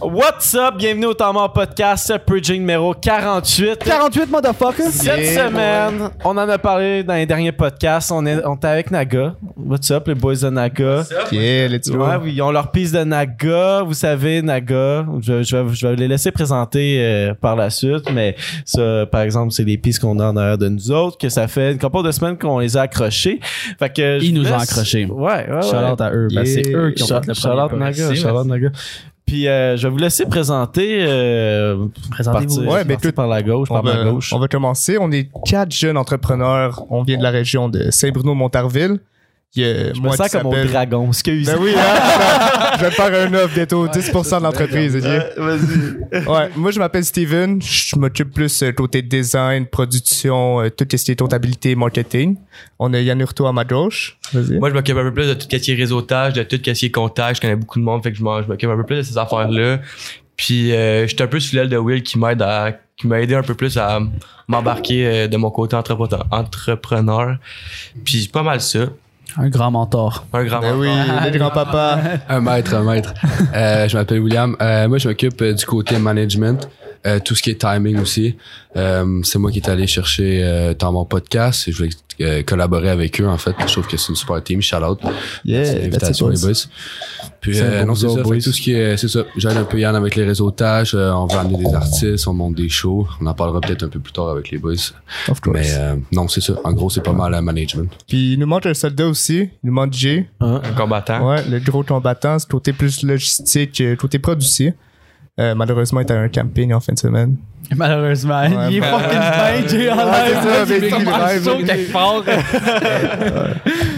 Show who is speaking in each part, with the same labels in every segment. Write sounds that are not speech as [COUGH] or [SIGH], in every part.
Speaker 1: What's up? Bienvenue au Temps Mort Podcast, Purging numéro 48.
Speaker 2: 48 motherfuckers!
Speaker 1: Cette semaine, on en a parlé dans les derniers podcasts. On est, on était avec Naga. What's up, les boys de Naga?
Speaker 2: Yeah, let's go.
Speaker 1: Ouais, oui, ils ont leur piste de Naga. Vous savez, Naga, je, je vais, je vais les laisser présenter euh, par la suite, mais ça, par exemple, c'est les pistes qu'on a en arrière de nous autres, que ça fait une couple de semaines qu'on les a accrochés. Fait que je
Speaker 3: Ils nous
Speaker 1: laisse-
Speaker 3: ont accrochés.
Speaker 1: Ouais, ouais, ouais.
Speaker 3: Shout-out à eux.
Speaker 1: Euh,
Speaker 3: Ben,
Speaker 2: Yeah.
Speaker 3: c'est eux qui ont
Speaker 1: Shout-
Speaker 3: fait le
Speaker 1: shout-out
Speaker 3: premier.
Speaker 1: Naga,
Speaker 3: Merci,
Speaker 1: shout-out
Speaker 3: merci.
Speaker 1: Naga. Puis euh, je vais vous laisser présenter. euh,
Speaker 3: Présentez-vous.
Speaker 1: partir-
Speaker 2: Ouais, mais
Speaker 1: partir
Speaker 2: tout-
Speaker 1: par la gauche,
Speaker 2: On
Speaker 1: par ma
Speaker 2: va,
Speaker 1: gauche.
Speaker 2: on va commencer. On est quatre jeunes entrepreneurs. On vient de la région de Saint-Bruno-Montarville. Il y a
Speaker 1: Je me
Speaker 2: moi
Speaker 1: sens
Speaker 2: qui
Speaker 1: comme au
Speaker 2: s'appelle-
Speaker 1: dragon. Excuse.
Speaker 2: Ben oui, hein? je vais te faire un offre bientôt. 10% de l'entreprise, ok? Ouais, moi, je m'appelle Steven. Je m'occupe plus euh, côté design, production, euh, tout ce qui est comptabilité, marketing. On a Yann Hurto à ma gauche. Vas-y.
Speaker 4: Moi, je m'occupe un peu plus de tout ce qui est réseautage, de tout ce qui est contact. Je connais beaucoup de monde, fait que je m'en- je m'occupe un peu plus de ces affaires-là. Puis, euh, je suis un peu sous l'aile de Will qui m'aide à, qui m'a aidé un peu plus à m'embarquer euh, de mon côté entrepreneur. entrepreneur. Puis, c'est pas mal ça.
Speaker 3: Un grand mentor.
Speaker 4: Un grand
Speaker 2: Ben oui, le grand-papa.
Speaker 5: Un maître, un maître. Euh, je m'appelle William. Euh, moi, je m'occupe euh, du côté management, euh, tout ce qui est timing aussi. Euh, c'est moi qui est allé chercher euh, dans mon podcast et je voulais euh, collaborer avec eux en fait. Je trouve que c'est une super team. Shout out. Merci de
Speaker 2: Yeah, that's it,
Speaker 5: l'invitation, les
Speaker 2: boys.
Speaker 5: boys. Puis
Speaker 2: C'est un
Speaker 5: euh,
Speaker 2: bon
Speaker 5: non, c'est
Speaker 2: job,
Speaker 5: ça. fait
Speaker 2: boys.
Speaker 5: que tout ce qui est, c'est ça. J'aide un peu Yann avec les réseautages. euh, on va amener des artistes, on monte des shows. On en parlera peut-être un peu plus tard avec les boys.
Speaker 2: Of course.
Speaker 5: Mais euh, non, c'est ça. En gros, c'est pas mal à management.
Speaker 2: Puis il nous manque un soldat aussi. Il nous manque Jay.
Speaker 4: Un combattant.
Speaker 2: Ouais, le gros combattant, c'est côté plus logistique, euh, côté produit. Euh, malheureusement, il était à un camping en fin de semaine.
Speaker 3: Malheureusement,
Speaker 2: Ouais,
Speaker 3: il est
Speaker 2: ben-
Speaker 3: fucking dingue, j'ai en
Speaker 2: Ouais,
Speaker 3: live,
Speaker 2: c'est ça,
Speaker 3: là, il
Speaker 2: mais
Speaker 3: est comme
Speaker 2: il
Speaker 3: en
Speaker 2: rêve.
Speaker 3: saut quelque part.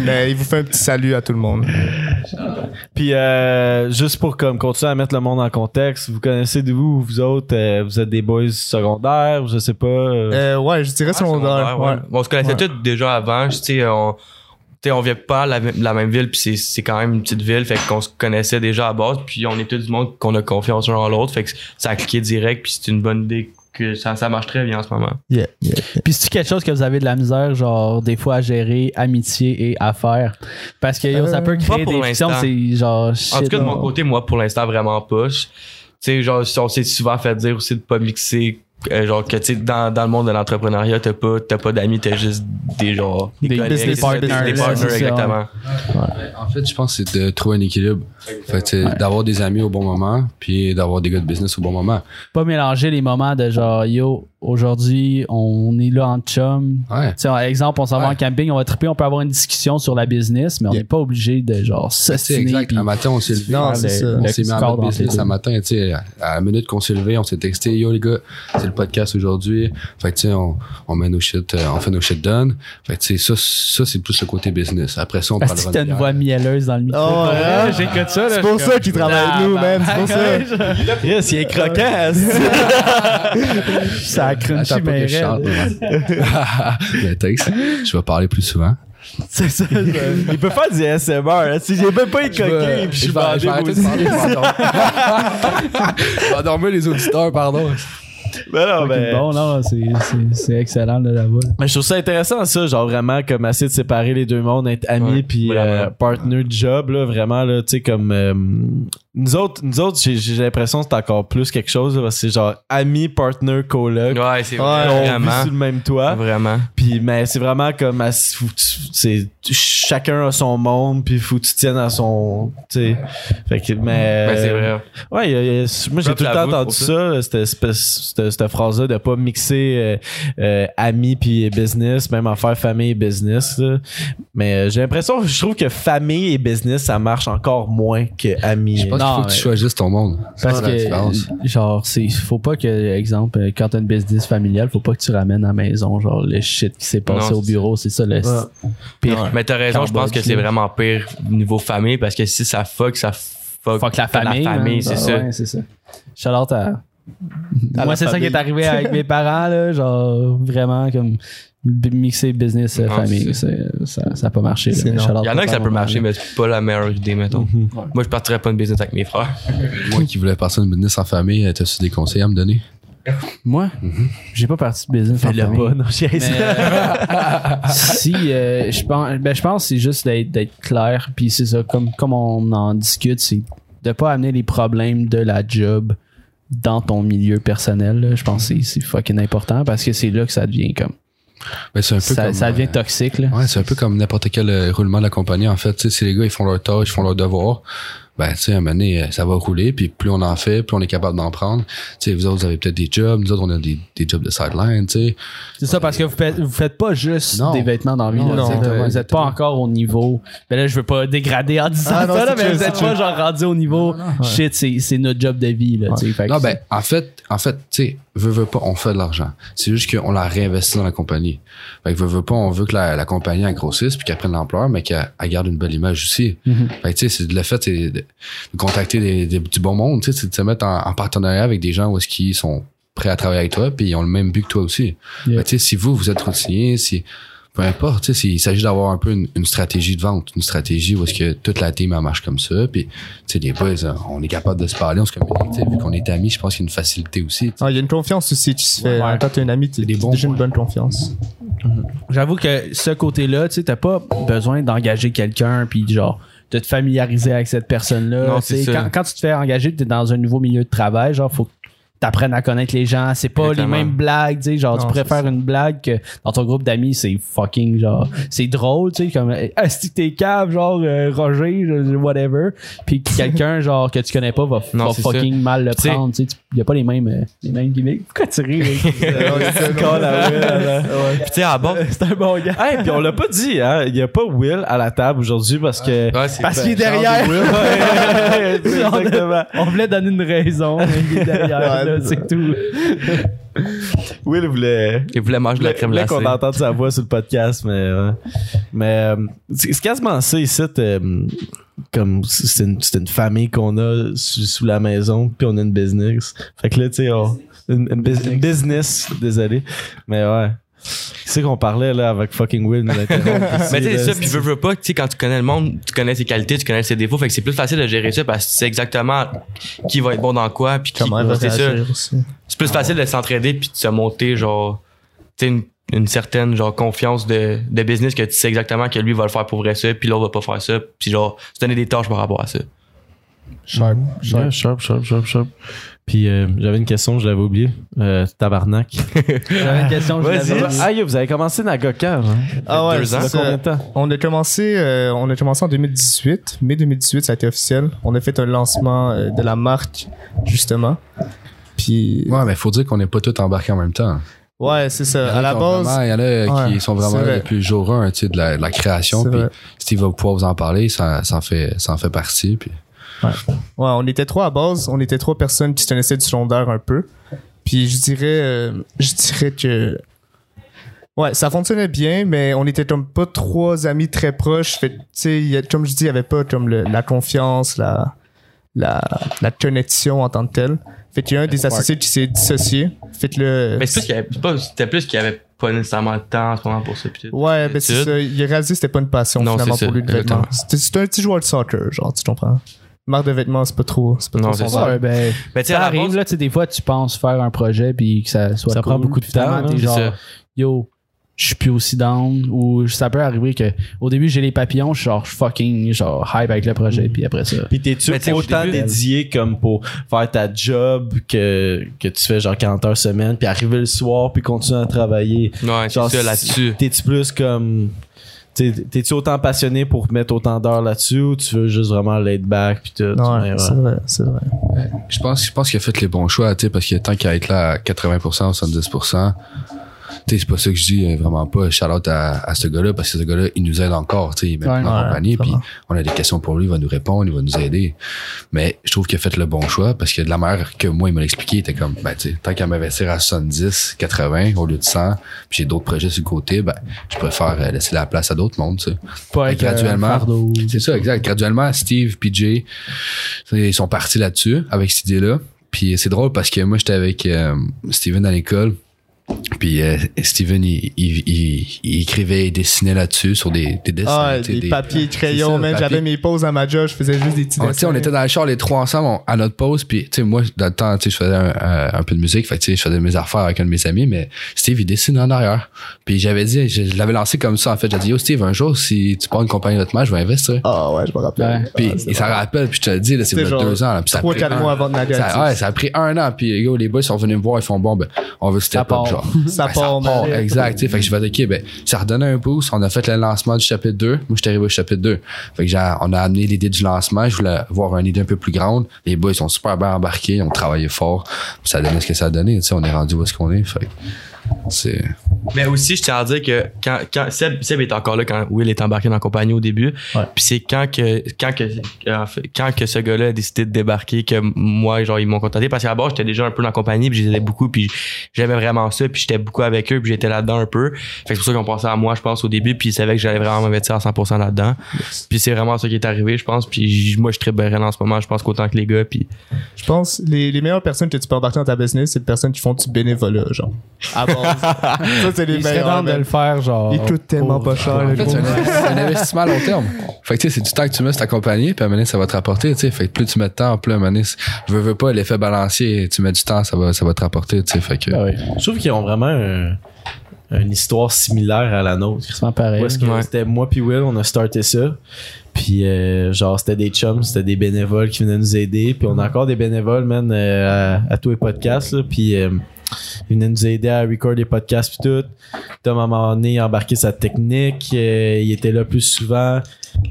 Speaker 2: Mais il vous fait un petit salut à tout le monde.
Speaker 1: Puis euh, juste pour comme continuer à mettre le monde en contexte, vous connaissez de vous, vous autres, euh, vous êtes des boys secondaires, je sais pas. euh,
Speaker 2: Euh, ouais, je dirais
Speaker 4: Ouais, secondaire,
Speaker 2: secondaire.
Speaker 4: ouais.
Speaker 2: Ouais.
Speaker 4: Bon, On se connaissait
Speaker 2: Ouais.
Speaker 4: tous déjà avant. Je- Tu sais, on, tu sais, on vient pas de la, même- la même ville, puis c'est- c'est quand même une petite ville, fait qu'on se connaissait déjà à base, puis on est tous du monde qu'on a confiance l'un en l'autre, fait que ça a cliqué direct, puis c'est une bonne idée que ça, ça marche très bien en ce moment.
Speaker 2: Yeah, yeah.
Speaker 3: Puis c'est quelque chose que vous avez de la misère, genre, des fois à gérer, amitié et affaires. Parce que yo, ça peut créer
Speaker 4: pas
Speaker 3: des
Speaker 4: pour
Speaker 3: frictions,
Speaker 4: l'instant.
Speaker 3: c'est genre shit.
Speaker 4: En tout cas, de
Speaker 3: là.
Speaker 4: mon côté, moi, pour l'instant, vraiment pas. Je- Tu sais, genre, si on s'est souvent fait dire aussi de pas mixer, euh, genre, que tu sais, dans, dans le monde de l'entrepreneuriat, t'as pas, t'as pas d'amis, t'as juste des, genre,
Speaker 3: Des
Speaker 4: collègues,
Speaker 3: business
Speaker 4: c'est ça, des-
Speaker 3: partners,
Speaker 4: Des
Speaker 3: là,
Speaker 4: partners,
Speaker 3: c'est ça.
Speaker 4: exactement.
Speaker 5: En fait, je pense que c'est de trouver un équilibre. Fait que, tu sais, d'avoir des amis au bon moment, puis d'avoir des gars de business au bon moment.
Speaker 3: Pas mélanger les moments de genre, yo, aujourd'hui, on est là en chum.
Speaker 5: Ouais.
Speaker 3: Tu sais, par exemple, on s'en va
Speaker 5: Ouais.
Speaker 3: en camping, on va triper, on peut avoir une discussion sur la business, mais on n'est
Speaker 2: Yeah.
Speaker 3: pas obligé de genre
Speaker 5: C'est
Speaker 3: s'assiner.
Speaker 5: exact. Un matin, on s'est levé.
Speaker 2: Non,
Speaker 5: on
Speaker 2: c'est
Speaker 5: s'est-
Speaker 2: ça.
Speaker 5: On
Speaker 3: Le
Speaker 5: s'est mis en
Speaker 3: Discord
Speaker 5: mode
Speaker 3: dans
Speaker 5: business
Speaker 3: le
Speaker 5: ce matin. Tu sais, à à la minute qu'on s'est levé, on s'est texté. Yo, les gars, c'est le podcast aujourd'hui. Fait que, tu sais, on, on met nos shit, euh, on fait nos shit done. Fait que, tu sais, ça, ça, c'est plus le côté business. Après ça, on
Speaker 3: Parce que
Speaker 5: parlera
Speaker 3: Ah, t'as une
Speaker 5: bière.
Speaker 3: voix mielleuse dans le micro.
Speaker 2: Oh, ouais.
Speaker 3: J'écoute ça.
Speaker 2: C'est pour ça qu'il travaille avec nous, man. C'est pour ça.
Speaker 1: Chris,
Speaker 2: euh,
Speaker 1: il est
Speaker 2: [LAUGHS]
Speaker 1: croquant.
Speaker 3: Ça
Speaker 5: Attends
Speaker 3: crunchy,
Speaker 5: pas que
Speaker 3: mais
Speaker 5: je chante,
Speaker 3: raide.
Speaker 5: [LAUGHS] mais- Le texte, je vais parler plus souvent.
Speaker 3: C'est ça.
Speaker 1: il peut faire du SMR. hein. Si j'ai même pas écoqué, puis je suis
Speaker 5: vais-
Speaker 1: bandé
Speaker 5: je vais arrêter de
Speaker 1: aussi.
Speaker 5: parler, je vais endormir. [LAUGHS] Je vais endormir les auditeurs, pardon.
Speaker 1: Ben
Speaker 4: Ah,
Speaker 1: non, ben-
Speaker 3: Bon, non, c'est- c'est c'est excellent là, là-bas.
Speaker 1: Mais je trouve ça intéressant, ça, genre vraiment, comme assez de séparer les deux mondes, être amis
Speaker 4: Ouais,
Speaker 1: puis
Speaker 4: vraiment.
Speaker 1: euh, partner de job, là, vraiment, là, tu sais, comme. euh, nous autres, nous autres j'ai, j'ai l'impression que c'est encore plus quelque chose, là, parce que c'est genre amis, partner, coloc.
Speaker 4: Ouais, c'est
Speaker 2: Ouais,
Speaker 1: on vit
Speaker 4: vraiment.
Speaker 1: sous le même toit.
Speaker 4: Vraiment.
Speaker 1: Puis, mais c'est vraiment comme. ass- faut que tu- c'est, chacun a son monde, puis faut que tu tiennes à son. Tu sais. Fait que, mais.
Speaker 4: Ben, c'est vrai.
Speaker 1: Ouais, il y a- il y a- moi j'ai
Speaker 4: Propre
Speaker 1: tout le
Speaker 4: à
Speaker 1: temps
Speaker 4: vous,
Speaker 1: entendu
Speaker 4: pour
Speaker 1: ça,
Speaker 4: ça.
Speaker 1: là, cette, espèce- cette, cette phrase-là de pas mixer euh, euh, amis puis business, même en faire famille et business. là. Mais euh, j'ai l'impression, je trouve que famille et business, ça marche encore moins que amis.
Speaker 5: Je pense qu'il
Speaker 3: Non,
Speaker 5: faut que tu
Speaker 3: ouais.
Speaker 5: choisisses ton monde. C'est
Speaker 3: Parce
Speaker 5: ça, la
Speaker 3: [CLEARS THROAT]
Speaker 5: différence.
Speaker 3: que, euh, genre, c'est faut pas que, exemple, euh, quand t'as une business familiale, faut pas que tu ramènes à la maison, genre, le shit qui s'est passé
Speaker 4: Non,
Speaker 3: au
Speaker 4: c'est-
Speaker 3: bureau, c'est ça le pire.
Speaker 4: Mais t'as raison, je pense que c'est vraiment pire niveau famille parce que si ça fuck, ça fuck.
Speaker 3: Fuck la famille.
Speaker 4: La famille,
Speaker 3: hein.
Speaker 4: c'est
Speaker 3: Ah,
Speaker 4: ça.
Speaker 3: ouais, c'est ça. Shout out à
Speaker 1: Dans
Speaker 3: Moi,
Speaker 1: la
Speaker 3: c'est ça qui
Speaker 1: famille.
Speaker 3: est arrivé avec mes parents, là, genre vraiment comme b- mixer business euh,
Speaker 4: Ah,
Speaker 3: famille. c'est- Ça n'a pas marché. là,
Speaker 2: C'est
Speaker 3: mais
Speaker 2: non.
Speaker 3: shout out
Speaker 4: Il y en a
Speaker 3: à
Speaker 4: que ça
Speaker 3: mon
Speaker 4: peut
Speaker 3: père,
Speaker 4: marcher,
Speaker 3: là.
Speaker 4: mais c'est pas la meilleure idée, mettons.
Speaker 3: Mhm.
Speaker 4: Moi, je partirais pas une business avec mes frères.
Speaker 5: Moi qui voulais partir une business en famille, euh, t'as-tu des conseils à me donner?
Speaker 3: Moi, j'ai pas parti de business. en
Speaker 1: Fais-le
Speaker 3: famille.
Speaker 1: pas, non, j'ai [LAUGHS]
Speaker 3: Mais, euh, si euh, je pense ben, je pense que c'est juste d'être, d'être clair puis c'est ça comme comme on en discute c'est de pas amener les problèmes de la job dans ton milieu personnel là. je pense que c'est, c'est fucking important parce que c'est là que ça devient comme
Speaker 5: Ben, c'est un peu
Speaker 3: ça,
Speaker 5: comme,
Speaker 3: ça devient
Speaker 5: euh,
Speaker 3: toxique là.
Speaker 5: Ouais, c'est un peu comme n'importe quel euh, roulement de la compagnie. En fait, tu sais, si les gars, ils font leur tâche, ils font leur devoir, ben, tu sais, à un moment donné, euh, ça va rouler, puis plus on en fait, plus on est capable d'en prendre. Tu sais, vous autres, vous avez peut-être des jobs, nous autres, on a des, des jobs de sideline, tu sais.
Speaker 3: c'est ça parce que vous faites, vous faites pas juste
Speaker 5: Non.
Speaker 3: des vêtements dans la vie,
Speaker 5: Non,
Speaker 3: là,
Speaker 5: non,
Speaker 3: vous êtes-
Speaker 5: exactement,
Speaker 3: vous êtes pas
Speaker 5: exactement.
Speaker 3: encore au niveau ben là je veux pas dégrader en disant
Speaker 2: Ah, non,
Speaker 3: ça là,
Speaker 2: c'est
Speaker 3: mais
Speaker 2: chill,
Speaker 3: vous
Speaker 2: c'est
Speaker 3: êtes pas genre rendu au niveau shit c'est, c'est notre job de vie là, tu sais, fait que
Speaker 5: Non,
Speaker 3: c'est-
Speaker 5: ben, en fait, en fait, tu sais, veut, veut pas, on fait de l'argent. C'est juste qu'on la réinvestit dans la compagnie. Fait que veut, veut pas, on veut que la, la compagnie, elle grossisse, puis qu'elle prenne de l'ampleur, mais qu'elle elle garde une belle image aussi.
Speaker 3: Mhm.
Speaker 5: Fait que, tu sais, c'est de- le fait, c'est de, de contacter des, des- du bon monde, tu sais, c'est de se mettre en, en partenariat avec des gens où est-ce qu'ils sont prêts à travailler avec toi, puis ils ont le même but que toi aussi.
Speaker 3: Yeah.
Speaker 5: Fait que, tu sais, si vous, vous êtes routinier, si, peu importe, tu sais, s'il s'agit d'avoir un peu une, une stratégie de vente, une stratégie où est-ce que toute la team, elle marche comme ça, puis, tu sais, les boys, hein, on est capable de se parler, on se communique, tu sais, vu qu'on est amis, je pense qu'il y a une facilité aussi.
Speaker 2: Ah, Il y a une confiance aussi. Tu te fais,
Speaker 5: Ouais.
Speaker 2: Quand t'es un ami, t'es
Speaker 5: Des bons
Speaker 2: déjà une
Speaker 5: points.
Speaker 2: bonne confiance.
Speaker 3: J'avoue que ce côté-là, tu sais, t'as pas besoin d'engager quelqu'un puis genre de te familiariser avec cette personne-là.
Speaker 4: Non,
Speaker 3: Tu sais,
Speaker 4: c'est ça.
Speaker 3: Quand, quand tu te fais engager, t'es dans un nouveau milieu de travail, genre faut que t'apprennes à connaître les gens. C'est pas
Speaker 4: Exactement.
Speaker 3: les mêmes blagues, tu sais, genre
Speaker 2: Non,
Speaker 3: tu
Speaker 2: c'est
Speaker 3: préfères une blague que dans ton groupe d'amis, c'est fucking genre c'est drôle, tu sais, comme est-ce que t'es cave, genre euh, Roger, je- whatever, puis que quelqu'un [LAUGHS] genre que tu connais pas va,
Speaker 4: Non,
Speaker 3: va
Speaker 4: c'est ça.
Speaker 3: fucking mal le
Speaker 4: Tu sais-
Speaker 3: prendre, tu sais, tu- y a pas les mêmes euh, les mêmes gimmicks. Pourquoi tu
Speaker 4: [LAUGHS]
Speaker 3: ris? là?
Speaker 4: Puis tu sais, à bord.
Speaker 3: C'est un bon gars.
Speaker 1: Hey, puis on l'a pas dit, hein. Il y a pas Will à la table aujourd'hui parce que.
Speaker 4: Ouais, c'est
Speaker 3: qu'il est
Speaker 1: [LAUGHS]
Speaker 3: derrière. [LAUGHS]
Speaker 1: Ouais, Exactement.
Speaker 3: On voulait donner une raison, mais il est derrière, là, c'est tout.
Speaker 1: Will voulait.
Speaker 4: Il voulait manger de la crème
Speaker 1: voulait
Speaker 4: glacée.
Speaker 1: qu'on entende sa voix sur le podcast, mais. ouais. Mais. euh, c'est c'est quasiment ça ici. euh, Comme c'est une, c'est une famille qu'on a sous, sous la maison, puis on a une business. Fait que là, tu sais, on. Une, une bus- une business, désolé. Mais ouais. C'est qu'on parlait là avec fucking Will, nous
Speaker 4: [LAUGHS]
Speaker 1: l'interrompre ici,
Speaker 4: Mais tu sais,
Speaker 1: là.
Speaker 4: ça, puis veux, veux pas, tu sais, quand tu connais le monde, tu connais ses qualités, tu connais ses défauts, fait que c'est plus facile de gérer ça parce que tu sais exactement qui va être bon dans quoi, puis qui
Speaker 2: Comment elle va
Speaker 4: c'est ça.
Speaker 2: réagir aussi.
Speaker 4: C'est plus facile de s'entraider puis de se monter, genre, tu sais, une, une certaine, genre, confiance de, de business que tu sais exactement que lui va le faire pour vrai ça, puis l'autre va pas faire ça, puis genre, se donner des tâches par rapport à ça.
Speaker 1: Sharp, sharp, sharp, sharp, sharp, sharp. Puis euh, j'avais une question, je l'avais oubliée. Euh, tabarnak.
Speaker 3: J'avais une question, je l'avais dit.
Speaker 1: Ah, yo, vous avez commencé Nagoka, hein?
Speaker 2: Ah ouais,
Speaker 4: deux
Speaker 2: c'est
Speaker 4: ans.
Speaker 1: Ça fait
Speaker 2: ça.
Speaker 1: combien de temps?
Speaker 2: On a commencé, euh, on a commencé en 2018. Mai 2018, ça a été officiel. On a fait un lancement euh, de la marque, justement. Puis, ouais,
Speaker 5: Ouais, mais faut dire qu'on n'est pas tous embarqués en même temps.
Speaker 2: c'est ça.
Speaker 5: Il y en a
Speaker 2: À la
Speaker 5: qui ont
Speaker 2: base,
Speaker 5: vraiment- Il y en a qui
Speaker 2: ouais,
Speaker 5: sont
Speaker 2: c'est
Speaker 5: vraiment là
Speaker 2: vrai.
Speaker 5: depuis le jour 1, tu sais, de la, de la création.
Speaker 2: C'est
Speaker 5: Puis
Speaker 2: vrai.
Speaker 5: Steve va pouvoir vous en parler, ça, ça, en, fait, ça en fait partie. Puis
Speaker 2: Ouais, on était trois à base, on était trois personnes qui se tenaient du sondeur un peu. Puis je dirais, euh, je dirais que. Ouais, ça fonctionnait bien, mais on était comme pas trois amis très proches. Fait, que, tu sais, il y a- comme je dis, il n'y avait pas comme le- la confiance, la, la, la connexion en tant que telle. Fait qu'il y a un des associés qui s'est dissocié. Fait que le.
Speaker 4: Mais c'est plus qu'il y avait- c'est pas- c'était plus qu'il y avait pas nécessairement le temps en ce moment pour ça, puis tout.
Speaker 2: Ouais, ben c'est
Speaker 4: Études.
Speaker 2: ça. Il a réalisé que c'était pas une passion
Speaker 4: Non,
Speaker 2: finalement
Speaker 4: c'est
Speaker 2: pour
Speaker 4: ça,
Speaker 2: lui le vêtement.
Speaker 4: exactement.
Speaker 2: C'était- C'était un petit joueur de soccer, genre, tu comprends? Marre de vêtements, c'est pas trop. C'est pas
Speaker 4: Non,
Speaker 2: trop
Speaker 4: c'est
Speaker 2: son
Speaker 4: ça.
Speaker 2: vibe.
Speaker 3: Ouais, ben,
Speaker 4: Mais tu sais,
Speaker 3: ça
Speaker 4: à la
Speaker 3: arrive,
Speaker 4: base-
Speaker 3: là, tu sais, des fois, tu penses faire un projet puis que ça soit
Speaker 1: Ça prend
Speaker 3: cool,
Speaker 1: beaucoup de
Speaker 3: puis finalement,
Speaker 1: temps,
Speaker 3: t'es
Speaker 1: hein,
Speaker 3: genre,
Speaker 4: c'est ça.
Speaker 3: yo, je suis plus aussi down ou ça peut arriver que au début, j'ai les papillons, je suis genre je suis fucking genre hype avec le projet
Speaker 1: Mm.
Speaker 3: puis après ça.
Speaker 1: Puis t'es-tu
Speaker 4: Mais tu sais, au
Speaker 1: autant
Speaker 4: début-
Speaker 1: dédié comme pour faire ta job que, que tu fais genre 40 heures semaine, puis arriver le soir, puis continuer à travailler?
Speaker 4: Ouais, c'est
Speaker 1: Genre,
Speaker 4: ça là-dessus.
Speaker 1: T'es-tu plus comme. t'sais, T'es-tu autant passionné pour mettre autant d'heures là-dessus ou tu veux juste vraiment laid back puis tout? Mais
Speaker 2: Ouais, c'est vrai, c'est vrai.
Speaker 5: je pense, je pense qu'il a fait les bons choix, tu sais, parce que tant qu'à être là à 80%, 70%, tu sais, c'est pas ça que je dis euh, vraiment pas. Charlotte à, à ce gars-là, parce que ce gars-là, il nous aide encore, tu sais, il
Speaker 3: Ouais,
Speaker 5: est maintenant en
Speaker 2: ouais,
Speaker 5: compagnie, puis
Speaker 2: vraiment.
Speaker 5: on a des questions pour lui, il va nous répondre, il va nous aider. Mais je trouve qu'il a fait le bon choix, parce que de la manière que moi, il m'a expliqué, il était comme, ben, tu sais, tant qu'à m'investir à 70, 80 au lieu de 100, puis j'ai d'autres projets sur le côté, ben, je préfère euh, laisser la place à d'autres mondes, tu sais.
Speaker 3: Pas
Speaker 5: Fait
Speaker 3: avec, euh,
Speaker 5: graduellement.
Speaker 3: un fardeau.
Speaker 5: C'est ça, exact. Graduellement, Steve, PJ, ils sont partis là-dessus avec cette idée-là. Puis c'est drôle parce que moi, j'étais avec euh, Steven à l'école. Puis euh, Steven, il, il- il- il écrivait et dessinait là-dessus sur des, des dessins.
Speaker 2: Ah,
Speaker 5: tu sais,
Speaker 2: des, papiers, crayons,
Speaker 5: ça,
Speaker 2: man.
Speaker 5: papier.
Speaker 2: J'avais mes pauses à ma job, je faisais juste des petits
Speaker 1: Ah,
Speaker 5: On, tu sais, on était dans le char les trois ensemble on- à notre pause puis tu sais moi dans le temps tu sais je faisais un, euh, un- un peu de musique fait que, tu sais je faisais mes affaires avec un de mes amis mais Steve il dessine en arrière puis j'avais dit je, je l'avais lancé comme ça en fait j'ai dit yo Steve un jour si tu prends une compagnie de match je vais investir
Speaker 2: Ah ouais, je me rappelle.
Speaker 3: Ouais.
Speaker 2: Ah,
Speaker 5: puis
Speaker 2: c'est
Speaker 5: il s'en rappelle puis je te le dis là c'est
Speaker 2: C'était
Speaker 5: il y a
Speaker 2: genre
Speaker 5: deux ans là, puis ça a
Speaker 2: Trois,
Speaker 5: pris
Speaker 2: quatre
Speaker 5: un-
Speaker 2: mois avant de nager.
Speaker 5: ça, ouais, ça a pris un an, puis les gars, les boys sont venus me voir, ils font bon, ben, on veut step
Speaker 3: part.
Speaker 5: up, genre.
Speaker 2: [LAUGHS] Ça
Speaker 5: Ben,
Speaker 2: part, man.
Speaker 5: exact, tu sais. Fait que je vais ok, ben, ça redonnait un pouce, on a fait le lancement du chapitre 2. Moi, j'étais arrivé au chapitre 2. Fait que j'ai, on a amené l'idée du lancement, je voulais voir une idée un peu plus grande. Les boys sont super bien embarqués, ils ont travaillé fort, puis ça a donné ce que ça a donné, tu sais, on est rendu où est-ce qu'on est, fait que c'est.
Speaker 4: Mais aussi, je tiens à dire que quand, quand Seb, Seb est encore là quand Will est embarqué dans la compagnie au début.
Speaker 1: Ouais.
Speaker 4: Puis c'est quand que, quand que, en fait, quand que ce gars-là a décidé de débarquer que moi, genre, ils m'ont contacté parce qu'à bord, j'étais déjà un peu dans la compagnie puis je les aidais beaucoup puis j'aimais vraiment ça puis j'étais beaucoup avec eux puis j'étais là-dedans un peu. Fait que c'est pour ça qu'on pensait à moi, je pense, au début puis ils savaient que j'allais vraiment m'investir à 100% là-dedans. Puis c'est vraiment ça qui est arrivé, je pense. Puis j- moi, je suis très bien en ce moment, je pense qu'autant que les gars puis
Speaker 2: Je pense les, les meilleures personnes que tu peux embarquer dans ta business, c'est les personnes qui font du bénévolat, genre.
Speaker 1: Ah
Speaker 2: À base. [LAUGHS] ça, c'est les
Speaker 1: Il serait temps
Speaker 2: meilleurs.
Speaker 1: de le
Speaker 2: man.
Speaker 1: faire, genre.
Speaker 2: Ils coûtent tellement
Speaker 1: pour-
Speaker 2: pas cher. le
Speaker 5: En fait,
Speaker 2: gros.
Speaker 5: c'est un, c'est un investissement à long terme. Fait que, tu sais, c'est du temps que tu mets sur ta compagnie, puis à un moment donné, ça va te rapporter, tu sais. Fait que plus tu mets de temps, plus à un moment donné, je veux, veux pas l'effet balancier, tu mets du temps, ça va, ça va te rapporter, tu sais. Fait que.
Speaker 3: Ah oui,
Speaker 1: Je trouve qu'ils ont vraiment un- une histoire similaire à la nôtre.
Speaker 3: c'est pareil.
Speaker 1: Où est-ce que
Speaker 4: Ouais.
Speaker 1: c'était moi puis Will, on a starté ça. Puis euh, genre c'était des chums, c'était des bénévoles qui venaient nous aider. Puis on a encore des bénévoles, man, euh, à, à tous les podcasts. là. Puis euh, ils venaient nous aider à record les podcasts puis tout. Tom à un moment donné a embarqué sa technique. euh, il était là plus souvent.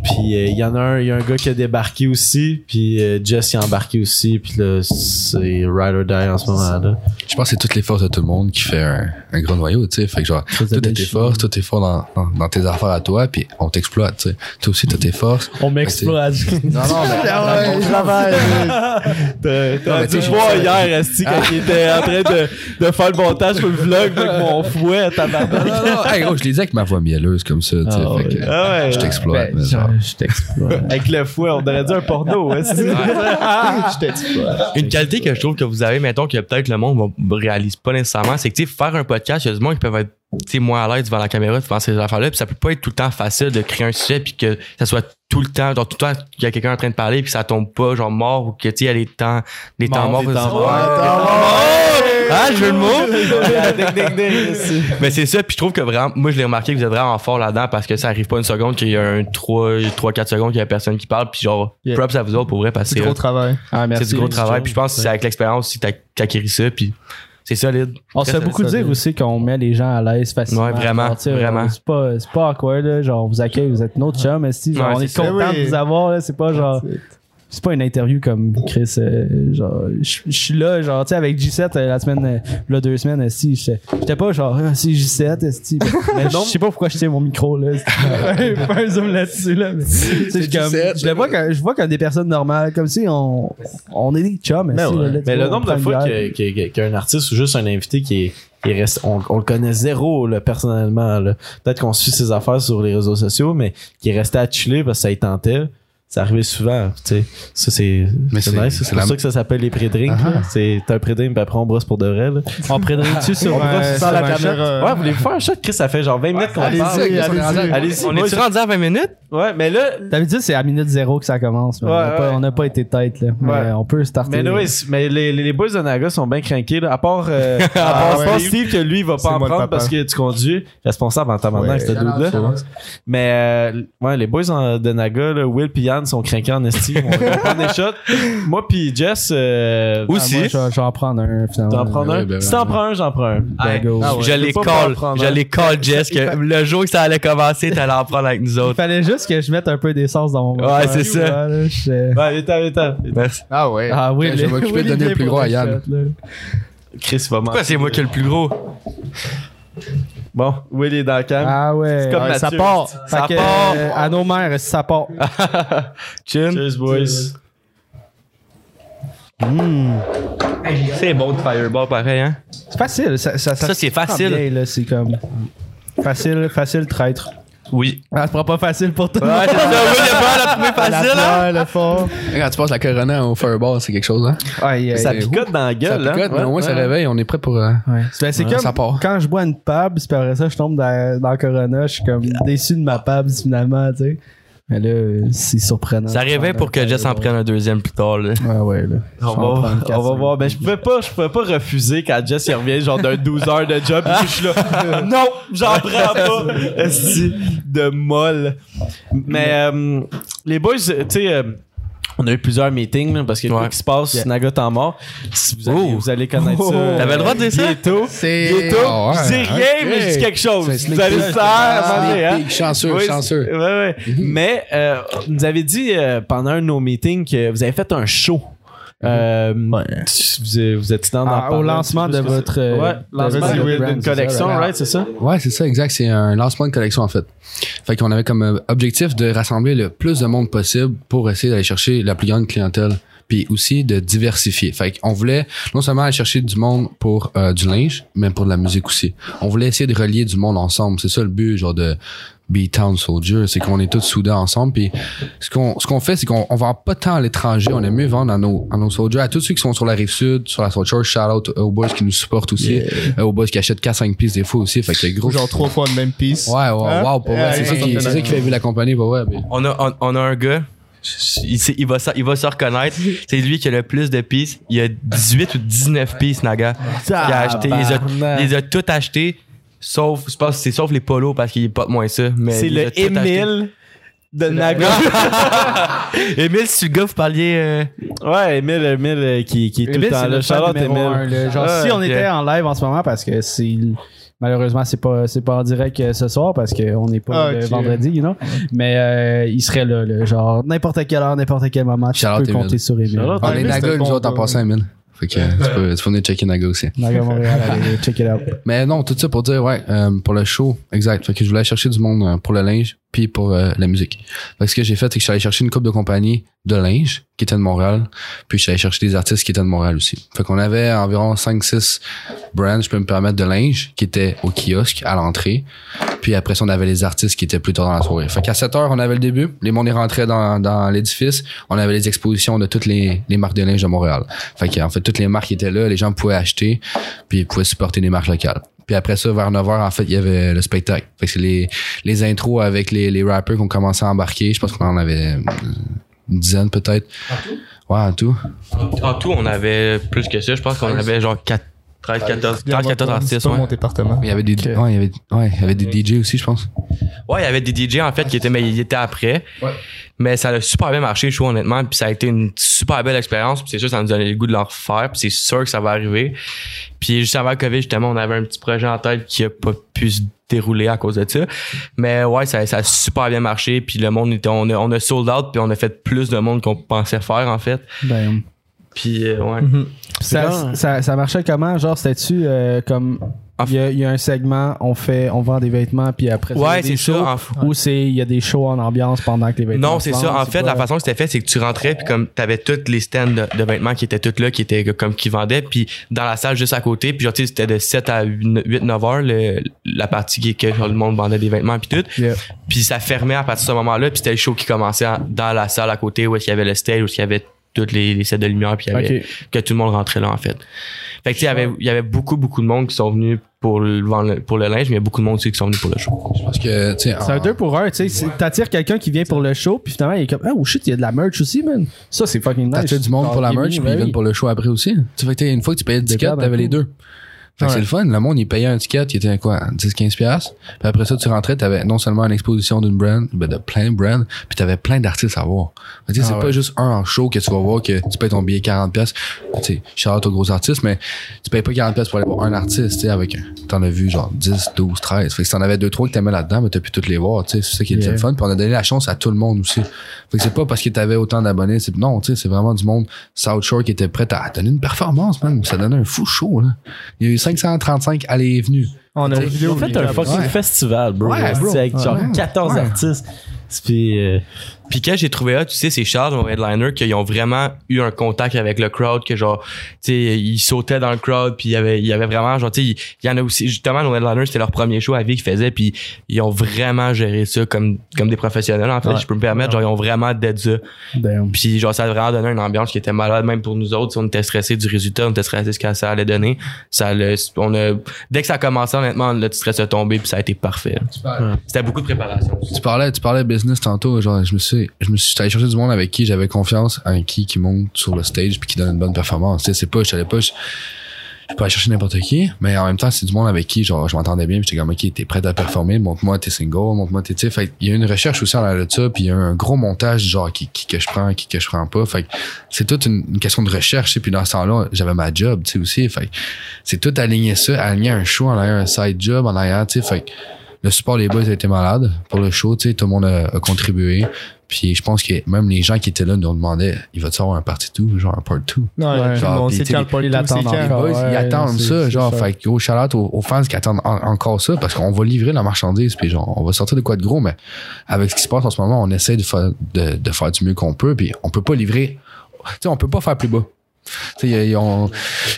Speaker 1: Puis euh, il y en a un, il y a un gars qui a débarqué aussi. Puis euh, Jess il a embarqué aussi. Puis là c'est ride or die en ce moment là.
Speaker 5: Je pense que c'est toutes les forces de tout le monde qui fait un, un gros noyau, tu sais. Fait que genre,
Speaker 3: Faisait
Speaker 5: tout est
Speaker 3: belle
Speaker 5: tes
Speaker 3: chimie.
Speaker 5: forces, tout est fort dans, dans, dans tes affaires à toi, puis on t'exploite, tu sais. Toi aussi, t'as tes forces.
Speaker 1: On
Speaker 5: m'explode. Non, non, mais...
Speaker 2: Ah ouais, travail.
Speaker 1: T'as t'as
Speaker 5: mais
Speaker 1: dû
Speaker 5: tu sais,
Speaker 1: voir
Speaker 5: je-
Speaker 1: hier, Asti, quand il était en train de, de faire le montage pour le vlog avec mon fouet à
Speaker 5: Non,
Speaker 1: tabarnak.
Speaker 5: non, non. Hey, gros, je les dis avec ma voix mielleuse comme ça, tu sais.
Speaker 3: Ah
Speaker 5: fait
Speaker 3: ouais.
Speaker 5: que
Speaker 1: Ah ouais.
Speaker 5: je t'exploite,
Speaker 3: Ben,
Speaker 5: mais genre...
Speaker 3: je,
Speaker 1: [LAUGHS]
Speaker 3: je t'explore.
Speaker 1: Avec le fouet, on aurait dit un porno, hein, c'est- [LAUGHS]
Speaker 4: [LAUGHS]
Speaker 2: Je t'ai dit pas.
Speaker 4: Une qualité que je trouve que vous avez, mettons, que peut-être le monde ne réalise pas nécessairement, c'est que tu sais, faire un podcast, il y a du monde qui peuvent être tu sais, moins à l'aise devant la caméra, devant ces affaires-là, puis ça peut pas être tout le temps facile de créer un sujet, puis que ça soit tout le temps, genre tout le temps, qu'il y a quelqu'un en train de parler, puis ça tombe pas, genre mort, ou que tu sais, il y a des temps, des temps
Speaker 1: Mort,
Speaker 4: morts.
Speaker 1: des
Speaker 4: ça-
Speaker 1: temps
Speaker 4: Ouais.
Speaker 1: Ah,
Speaker 4: Ah, jeu de mots!
Speaker 1: la technique des récits.
Speaker 4: [LAUGHS] Mais c'est ça, puis je trouve que vraiment, moi je l'ai remarqué que vous êtes vraiment fort là-dedans parce que ça arrive pas une seconde qu'il y a un 3-4 secondes qu'il y a personne qui parle, puis genre,
Speaker 2: Yeah.
Speaker 4: props à vous autres pour vrai, parce que
Speaker 2: C'est
Speaker 4: c'est
Speaker 2: gros travail.
Speaker 3: Ah, merci.
Speaker 4: c'est du gros
Speaker 3: Vince
Speaker 4: travail.
Speaker 3: Jones.
Speaker 4: Puis je pense que c'est avec l'expérience aussi que t'ac- t'acquéris ça. Puis c'est solide.
Speaker 3: On se fait
Speaker 4: Très
Speaker 3: beaucoup
Speaker 4: solide.
Speaker 3: dire aussi qu'on met les gens à l'aise facilement.
Speaker 4: Ouais, vraiment,
Speaker 3: Genre, tu sais,
Speaker 4: vraiment.
Speaker 3: C'est pas, c'est pas awkward, là. Genre, on vous accueille, vous êtes notre chum, mais si, genre,
Speaker 4: Ouais,
Speaker 3: on
Speaker 4: c'est
Speaker 3: est
Speaker 4: ça.
Speaker 3: content
Speaker 2: Oui.
Speaker 3: de vous avoir, là. C'est pas genre. C'est pas une interview comme Chris. euh, genre, je je suis là, genre, tu sais, avec G7 euh, la semaine, euh, là, deux semaines, euh, si, j'étais j'étais pas genre, ah, c'est G7, esti. Mais je sais pas pourquoi j'étais mon micro, là. esti. pas un zoom là-dessus, là. mais, tu sais, je suis comme-
Speaker 5: G7.
Speaker 3: Je le vois comme, je vois comme des personnes normales, comme si on, on est des chums,
Speaker 1: Mais,
Speaker 3: esti,
Speaker 1: Ben ouais.
Speaker 3: Ben là, let's
Speaker 1: Mais
Speaker 3: go,
Speaker 1: le
Speaker 3: on
Speaker 1: nombre
Speaker 3: prend
Speaker 1: de
Speaker 3: une
Speaker 1: fois
Speaker 3: bière.
Speaker 1: que- que- que- qu'un artiste ou juste un invité qui est qui reste, on, on le connaît zéro là, personnellement. là. Peut-être qu'on suit ses affaires sur les réseaux sociaux, mais qui est resté à chiller parce que ça y tentait. Ça arrivait souvent, tu sais. Ça, c'est
Speaker 5: Mais
Speaker 1: c'est
Speaker 5: c'est-
Speaker 1: nice.
Speaker 5: c'est
Speaker 1: C'est pour
Speaker 5: la-
Speaker 1: ça que ça s'appelle les pré-drinks.
Speaker 5: Ah.
Speaker 1: là. C'est t'as un pré-drink, puis après, on brosse pour de vrai. là.
Speaker 3: On prendrait-tu sur
Speaker 2: Ouais,
Speaker 3: un-
Speaker 2: ça va
Speaker 1: tablette.
Speaker 2: faire, euh,
Speaker 1: Ouais, vous voulez faire un shot, Chris? Ça fait genre 20 minutes qu'on
Speaker 2: Allez-y,
Speaker 1: parle.
Speaker 5: allez-y.
Speaker 2: allez-y.
Speaker 1: Allez-y.
Speaker 4: On
Speaker 1: moi,
Speaker 4: est-tu
Speaker 1: je-
Speaker 4: rendu à 20 minutes?
Speaker 1: Ouais, mais là,
Speaker 3: D'habitude, c'est à minute zéro que ça commence. mais
Speaker 1: Ouais,
Speaker 3: on n'a pas-
Speaker 1: ouais.
Speaker 3: on n'a pas, été tête, là. Mais
Speaker 1: Ouais.
Speaker 3: on peut starter.
Speaker 1: mais, anyways, mais les, les, les boys de Naga sont bien craqués, là. À part, euh, à part-
Speaker 2: Ah
Speaker 1: à part
Speaker 2: ouais.
Speaker 1: Steve, que lui, il va
Speaker 2: C'est
Speaker 1: pas en
Speaker 2: moi le
Speaker 1: prendre
Speaker 2: papa.
Speaker 1: parce que tu conduis. Responsable en tabarnak,
Speaker 2: Ouais.
Speaker 1: ce dude-là. Mais, euh, ouais, les boys en- de Naga, là, Will pis Yann sont craqués en esti. On va prendre des shots. Moi pis Jess, euh,
Speaker 3: Ah,
Speaker 4: Ou
Speaker 3: moi,
Speaker 4: si.
Speaker 3: je vais- je vais en prendre un, finalement.
Speaker 1: t'en prends
Speaker 5: ouais,
Speaker 1: un?
Speaker 5: ben, ben,
Speaker 1: si t'en
Speaker 5: ben.
Speaker 1: prends un, j'en prends un.
Speaker 3: Ben, go.
Speaker 1: Ah ouais.
Speaker 4: je
Speaker 1: je
Speaker 4: les
Speaker 1: peux pas
Speaker 4: call.
Speaker 1: en prendre,
Speaker 4: Je
Speaker 1: hein.
Speaker 4: les call, Jess, [LAUGHS] que le jour que ça allait commencer, t'allais en prendre avec nous
Speaker 3: Il
Speaker 4: autres.
Speaker 3: fallait juste que je mette un peu d'essence dans mon moteur.
Speaker 4: Ouais, c'est ça.
Speaker 3: Ouais, là, je-
Speaker 1: Ben, vite, vite, vite.
Speaker 4: Merci.
Speaker 2: Ah ouais.
Speaker 3: Ah oui,
Speaker 5: Je vais
Speaker 3: les-
Speaker 5: m'occuper de
Speaker 3: oui, les
Speaker 5: donner le
Speaker 3: liens
Speaker 5: plus
Speaker 3: pour
Speaker 5: gros à
Speaker 3: les
Speaker 5: Yann.
Speaker 3: shots, là.
Speaker 1: Chris va
Speaker 4: Pourquoi
Speaker 1: manquer.
Speaker 4: c'est moi qui ai le plus gros?
Speaker 1: Bon, Will est dans le cam.
Speaker 3: Ah ouais.
Speaker 1: C'est comme
Speaker 3: Ouais,
Speaker 1: Mathieu.
Speaker 3: ça part.
Speaker 4: Ça
Speaker 3: Fait que,
Speaker 4: part.
Speaker 3: euh, à nos mères, si ça part.
Speaker 4: Chin.
Speaker 1: Cheers, boys.
Speaker 4: C'est bon de Fireball pareil, hein?
Speaker 3: C'est facile. Ça, ça,
Speaker 4: Ça, c'est
Speaker 3: se prend
Speaker 4: facile.
Speaker 3: bien, là, c'est comme. Facile, facile traître.
Speaker 4: Oui.
Speaker 3: Ça se prend pas facile pour toi.
Speaker 4: Ouais, c'est [LAUGHS] ça. Will de Paul a trouvé facile, hein?
Speaker 2: le fort.
Speaker 5: Quand tu passes la corona au fireball, c'est quelque chose, hein?
Speaker 3: Aïe, aïe,
Speaker 1: Ça
Speaker 3: aïe.
Speaker 1: picote dans la gueule,
Speaker 5: ça picote,
Speaker 1: hein?
Speaker 5: mais au moins ça réveille, on est prêt pour. euh,
Speaker 3: Ouais. Ben, c'est
Speaker 5: Ouais,
Speaker 3: comme
Speaker 5: ça part.
Speaker 3: quand je bois une pab, puis après ça, je tombe dans, dans le Corona, je suis comme déçu de ma pab finalement, tu sais. Mais là, euh, c'est surprenant.
Speaker 4: Ça réveille pour que Jess en prenne un deuxième plus tard, là.
Speaker 3: Ouais, ouais, là.
Speaker 1: On
Speaker 3: Je vais en
Speaker 1: va,
Speaker 3: prendre quatre,
Speaker 1: on va
Speaker 3: cinq.
Speaker 1: voir. Mais je pouvais pas, je pouvais pas refuser quand Jess il revient genre d'un 12 heures de job pis je suis
Speaker 4: [LAUGHS]
Speaker 1: là. Non, j'en prends pas. [LAUGHS] Esti de molle. Mais euh, les boys, tu sais. euh, on a eu plusieurs meetings là, parce que quoi
Speaker 4: Ouais.
Speaker 1: qui se passe,
Speaker 3: Yeah.
Speaker 1: Naga t'en mort. Si vous allez,
Speaker 4: Oh.
Speaker 1: vous allez connaître ça.
Speaker 4: T'avais le droit de dire ça?
Speaker 1: Bientôt.
Speaker 5: C'est.
Speaker 1: Bientôt.
Speaker 5: Ah ouais,
Speaker 1: je dis rien,
Speaker 5: ok.
Speaker 1: mais je dis quelque chose.
Speaker 5: C'est sneak
Speaker 1: Vous allez le
Speaker 5: peek.
Speaker 1: faire. à un moment donné,
Speaker 5: Sneak
Speaker 1: hein?
Speaker 5: peek, Chanceux,
Speaker 1: Oui,
Speaker 5: chanceux. Mhm.
Speaker 1: c'est- ouais, ouais. Mais euh, vous nous avez dit euh, pendant un de nos meetings que vous avez fait un show.
Speaker 5: Mhm.
Speaker 1: Euh, tu- vous, vous êtes dans
Speaker 3: Ah, au lancement de votre, euh,
Speaker 1: ouais,
Speaker 3: de
Speaker 1: lancement
Speaker 3: votre
Speaker 1: d'une-
Speaker 3: brand,
Speaker 1: d'une
Speaker 3: c'est ça,
Speaker 1: collection,
Speaker 3: là.
Speaker 1: right, c'est ça?
Speaker 5: Ouais, c'est ça, exact. C'est un lancement de collection, en fait. Fait qu'on avait comme euh, objectif de rassembler le plus de monde possible pour essayer d'aller chercher la plus grande clientèle. Puis aussi de diversifier. Fait qu'on voulait non seulement aller chercher du monde pour euh, du linge, mais pour de la musique aussi. On voulait essayer de relier du monde ensemble. C'est ça le but, genre de B-Town Soldier, c'est qu'on est tous soudés ensemble. Puis ce qu'on ce qu'on fait, c'est qu'on on vend pas tant à l'étranger, on aime mieux vendre à nos, à nos soldiers, à tous ceux qui sont sur la rive sud, sur la South Shore, shout out aux boys qui nous supportent aussi, euh, aux boys qui achètent 4-5 pièces des fois aussi. Fait que gros,
Speaker 2: Genre trois fois le même piece.
Speaker 5: Ouais, ouais,
Speaker 2: Hein?
Speaker 5: wow, pour vrai.
Speaker 2: Ouais,
Speaker 5: C'est ça
Speaker 2: ouais,
Speaker 5: qui,
Speaker 2: ouais.
Speaker 5: c'est ça qui fait vivre la compagnie, pour vrai. mais-
Speaker 4: On a, on, on a un gars. Il, sait- il va, se- il va se reconnaître. C'est lui qui a le plus de pieces. Il a 18 ou 19 pieces, Naga. Il a acheté. Il les a, il les a tout acheté. Sauf, je pense que c'est sauf les polos parce qu'il porte moins ça. mais
Speaker 1: C'est
Speaker 4: il les a
Speaker 1: le
Speaker 4: tout acheté.
Speaker 1: Émile de Naga. [LAUGHS]
Speaker 4: Émile, si le gars, vous parliez. euh,
Speaker 1: ouais, Émile, Émile euh, qui, qui est tout le
Speaker 3: Émile,
Speaker 1: temps
Speaker 3: c'est
Speaker 1: là.
Speaker 3: notre
Speaker 1: Charlotte
Speaker 3: fan numéro un,
Speaker 1: Émile.
Speaker 3: là. Genre,
Speaker 1: Ah,
Speaker 3: si on
Speaker 4: ok.
Speaker 3: était en live en ce moment, parce que c'est malheureusement c'est pas c'est pas en direct euh, ce soir parce qu'on n'est pas
Speaker 2: Ah,
Speaker 3: le
Speaker 2: ok.
Speaker 3: vendredi, you know. Mais euh, il serait là, là, genre n'importe quelle heure, n'importe quel moment, tu
Speaker 5: Shout-out
Speaker 3: peux
Speaker 5: Émile.
Speaker 3: compter sur Émile.
Speaker 1: Charlotte.
Speaker 5: On
Speaker 2: mais
Speaker 5: est
Speaker 2: c'était
Speaker 5: Naga, nous
Speaker 2: bon,
Speaker 5: autres, en
Speaker 2: ouais.
Speaker 5: passant, mine. Fait que euh, tu peux, tu peux venir checker Naga aussi.
Speaker 3: Naga Montréal, allez, check it
Speaker 1: [LAUGHS]
Speaker 3: out.
Speaker 5: Mais non, tout ça pour dire, ouais, euh, pour le show, exact. Fait que je voulais aller chercher du monde euh, pour le linge, puis pour euh, la musique. Fait que ce que j'ai fait, c'est que je suis allé chercher une coupe de compagnie de linge qui était de Montréal, puis je suis allé chercher des artistes qui étaient de Montréal aussi. Fait qu'on avait environ 5-6 brands, je peux me permettre, de linge qui étaient au kiosque à l'entrée. Puis après ça, on avait les artistes qui étaient plus tard dans la soirée. Fait qu'à 7 heures, on avait le début. Les mondes rentraient dans, dans l'édifice. On avait les expositions de toutes les, les marques de linge de Montréal. Fait qu'en fait, toutes les marques étaient là. Les gens pouvaient acheter. Puis ils pouvaient supporter des marques locales. Puis après ça, vers 9 heures, en fait, il y avait le spectacle. Fait que c'est les, les intros avec les, les rappers qu'on commençait à embarquer. Je pense qu'on en avait euh, une dizaine peut-être. Ouais, en tout.
Speaker 4: En tout, on avait plus que ça. Je pense qu'on avait genre 4, 13, 14, 13,
Speaker 2: C'est
Speaker 4: 14 artistes.
Speaker 2: pas
Speaker 4: Ouais.
Speaker 2: mon département.
Speaker 5: Il y avait des,
Speaker 3: Ok.
Speaker 5: ouais, il y avait, ouais, il y avait des DJ aussi, je pense.
Speaker 4: Ouais, il y avait des DJ en fait qui étaient, mais ils étaient après. Mais ça a super bien marché, je trouve, honnêtement. Puis ça a été une super belle expérience. Puis c'est sûr, ça nous a donné le goût de l'en refaire. Puis c'est sûr que ça va arriver. Puis juste avant le COVID, justement, on avait un petit projet en tête qui a pas pu se dérouler à cause de ça. Mais ouais, ça, ça a super bien marché. Puis le monde était, on a, on a sold out. Puis on a fait plus de monde qu'on pensait faire, en fait.
Speaker 1: Ben,
Speaker 3: Damn.
Speaker 4: Puis hein. euh, ouais.
Speaker 3: Ça,
Speaker 1: bon.
Speaker 3: ça, ça marchait comment? Genre, c'était-tu euh, comme.
Speaker 4: Ah,
Speaker 3: Il y, a, il y a un segment, on fait, on vend des vêtements, puis après, il y a
Speaker 4: Ouais,
Speaker 3: des
Speaker 4: c'est
Speaker 3: shows,
Speaker 4: ça. En,
Speaker 3: Ou c'est, il y a des shows en ambiance pendant que les vêtements.
Speaker 4: Non, c'est
Speaker 3: se
Speaker 4: ça.
Speaker 3: vendent,
Speaker 4: En
Speaker 3: c'est
Speaker 4: fait,
Speaker 3: pas-
Speaker 4: la façon que c'était fait, c'est que tu rentrais, puis comme t'avais toutes les stands de, de vêtements qui étaient toutes là, qui étaient comme qui vendaient, puis dans la salle juste à côté, puis genre, tu sais, c'était de 7 à 8-9 heures, le- la partie qui que genre, le monde vendait des vêtements, puis tout.
Speaker 3: Yeah.
Speaker 5: Eh
Speaker 4: Puis ça fermait à partir de ce moment-là, puis c'était le show qui commençait en- dans la salle à côté, où est-ce qu'il y avait le stage, où est-ce qu'il y avait toutes les, les sets de lumière, puis il y avait,
Speaker 5: ben,
Speaker 3: Ok.
Speaker 4: que tout le monde rentrait là, en fait. Fait que, tu sais, il y avait- il y avait beaucoup, beaucoup de monde qui sont venus pour le, vendre le- pour le linge, mais il y a beaucoup de monde aussi qui sont venus pour le show.
Speaker 5: Je pense que, tu sais,
Speaker 3: C'est un
Speaker 5: en-
Speaker 3: 2 pour 1, tu sais. T'attires quelqu'un qui vient pour le show, puis finalement, il est comme, ah, oh shit, il y a de la merch aussi, man. Ça, c'est fucking nice. Ah, ben
Speaker 5: T'as du monde pour la merch, puis ils viennent pour le show après aussi. Tu sais, fait que t'as- une fois que tu payais le
Speaker 3: Des
Speaker 5: ticket,
Speaker 3: cadres,
Speaker 5: t'avais
Speaker 3: un
Speaker 5: les
Speaker 3: coup.
Speaker 5: deux. Fait que c'est le fun. Le monde, il payait un ticket qui était quoi, 10-15$. piastres. Puis après ça, tu rentrais, t'avais non seulement une exposition d'une brand, ben de plein de brands, puis t'avais plein d'artistes à voir. Fait que Tu sais, c'est
Speaker 3: Ah
Speaker 5: pas juste un en show que tu vas voir que tu payes ton billet 40$. piastres. Tu sais, shout-out aux gros artistes, mais tu payes pas 40$ piastres pour aller voir un artiste, tu sais, avec un. T'en as vu genre 10, 12, 13. Fait que si t'en avais deux, trois que t'aimais là-dedans, mais t'as pu toutes les voir, tu sais. C'est ça qui était
Speaker 3: Yeah.
Speaker 5: le fun. Puis on a donné la chance à tout le monde aussi. Fait que c'est pas parce que t'avais autant d'abonnés, c'est non, tu sais, c'est vraiment du monde South Shore qui était prêt à donner une performance, man. Ça donnait un fou show, là. Il y a eu 535 allées et venues.
Speaker 2: On a
Speaker 5: Ils ont
Speaker 1: Ils
Speaker 2: vidéo.
Speaker 1: ont fait un fucking
Speaker 5: Ouais.
Speaker 1: festival, bro.
Speaker 5: Ouais,
Speaker 1: C'est
Speaker 5: bro.
Speaker 1: Avec genre
Speaker 5: Ouais.
Speaker 1: 14
Speaker 5: Ouais.
Speaker 1: artistes. Puis, euh,
Speaker 4: Puis quand j'ai trouvé là, tu sais, ces Charles, mon headliner, qu'ils ont vraiment eu un contact avec le crowd, que genre, tu sais, ils sautaient dans le crowd, puis il y avait, il y avait vraiment, genre, tu sais, il il y en a aussi, justement, nos headliners, c'était leur premier show à vie qu'ils faisaient, puis ils ont vraiment géré ça comme, comme des professionnels, en fait,
Speaker 1: Ouais.
Speaker 4: si je peux me permettre, genre, ils ont vraiment dead ça.
Speaker 3: Damn.
Speaker 4: Puis genre, ça a vraiment donné une ambiance qui était malade, même pour nous autres. Si on était stressé du résultat, on était stressé de ce que ça allait donner. Ça le, on a, dès que ça a commencé, honnêtement, le stress a tombé, puis ça a été parfait. C'était beaucoup de préparation. aussi.
Speaker 5: Tu parlais, tu parlais business tantôt, genre je me suis, je me suis, j'étais allé chercher du monde avec qui j'avais confiance, avec qui qui monte sur le stage puis qui donne une bonne performance. Tu sais, c'est pas, je savais pas, je, je peux aller chercher n'importe qui, mais en même temps c'est du monde avec qui genre je m'entendais bien, puis j'étais comme ok, t'es prêt à performer, montre-moi tes singles, montre-moi tes, tu sais, fait qu'il y a une recherche aussi en arrière de ça, puis il y a un gros montage genre qui, qui que je prends, qui que je prends pas, fait que c'est toute une, une question de recherche, tu sais, puis dans ce temps-là j'avais ma job, tu sais aussi, fait que c'est tout aligner ça, aligner un show en arrière, un side job en arrière, tu sais, fait que le support des boys a été malade pour le show, tu sais, tout le monde a, a contribué. Puis je pense que même les gens qui étaient là nous demandaient, il va-tu avoir un party tout, genre un part two?
Speaker 2: Non,
Speaker 3: Ouais.
Speaker 2: tout le
Speaker 5: Genre,
Speaker 2: monde
Speaker 5: puis
Speaker 2: sait
Speaker 5: t'es-
Speaker 2: quand le
Speaker 3: ils
Speaker 2: party,
Speaker 3: l'attendent
Speaker 2: c'est
Speaker 5: Les
Speaker 2: quand.
Speaker 3: encore. Ah
Speaker 5: boys,
Speaker 3: ouais,
Speaker 5: ils attendent
Speaker 3: c'est-
Speaker 5: ça,
Speaker 3: c'est
Speaker 5: genre,
Speaker 3: ça.
Speaker 5: fait que gros shout-out aux, aux fans qui attendent en- encore ça parce qu'on va livrer la marchandise, puis genre, on va sortir de quoi de gros, mais avec ce qui se passe en ce moment, on essaie de faire, de, de faire du mieux qu'on peut, puis on peut pas livrer, tu sais, on peut pas faire plus bas. Tu sais, y a- y a- on,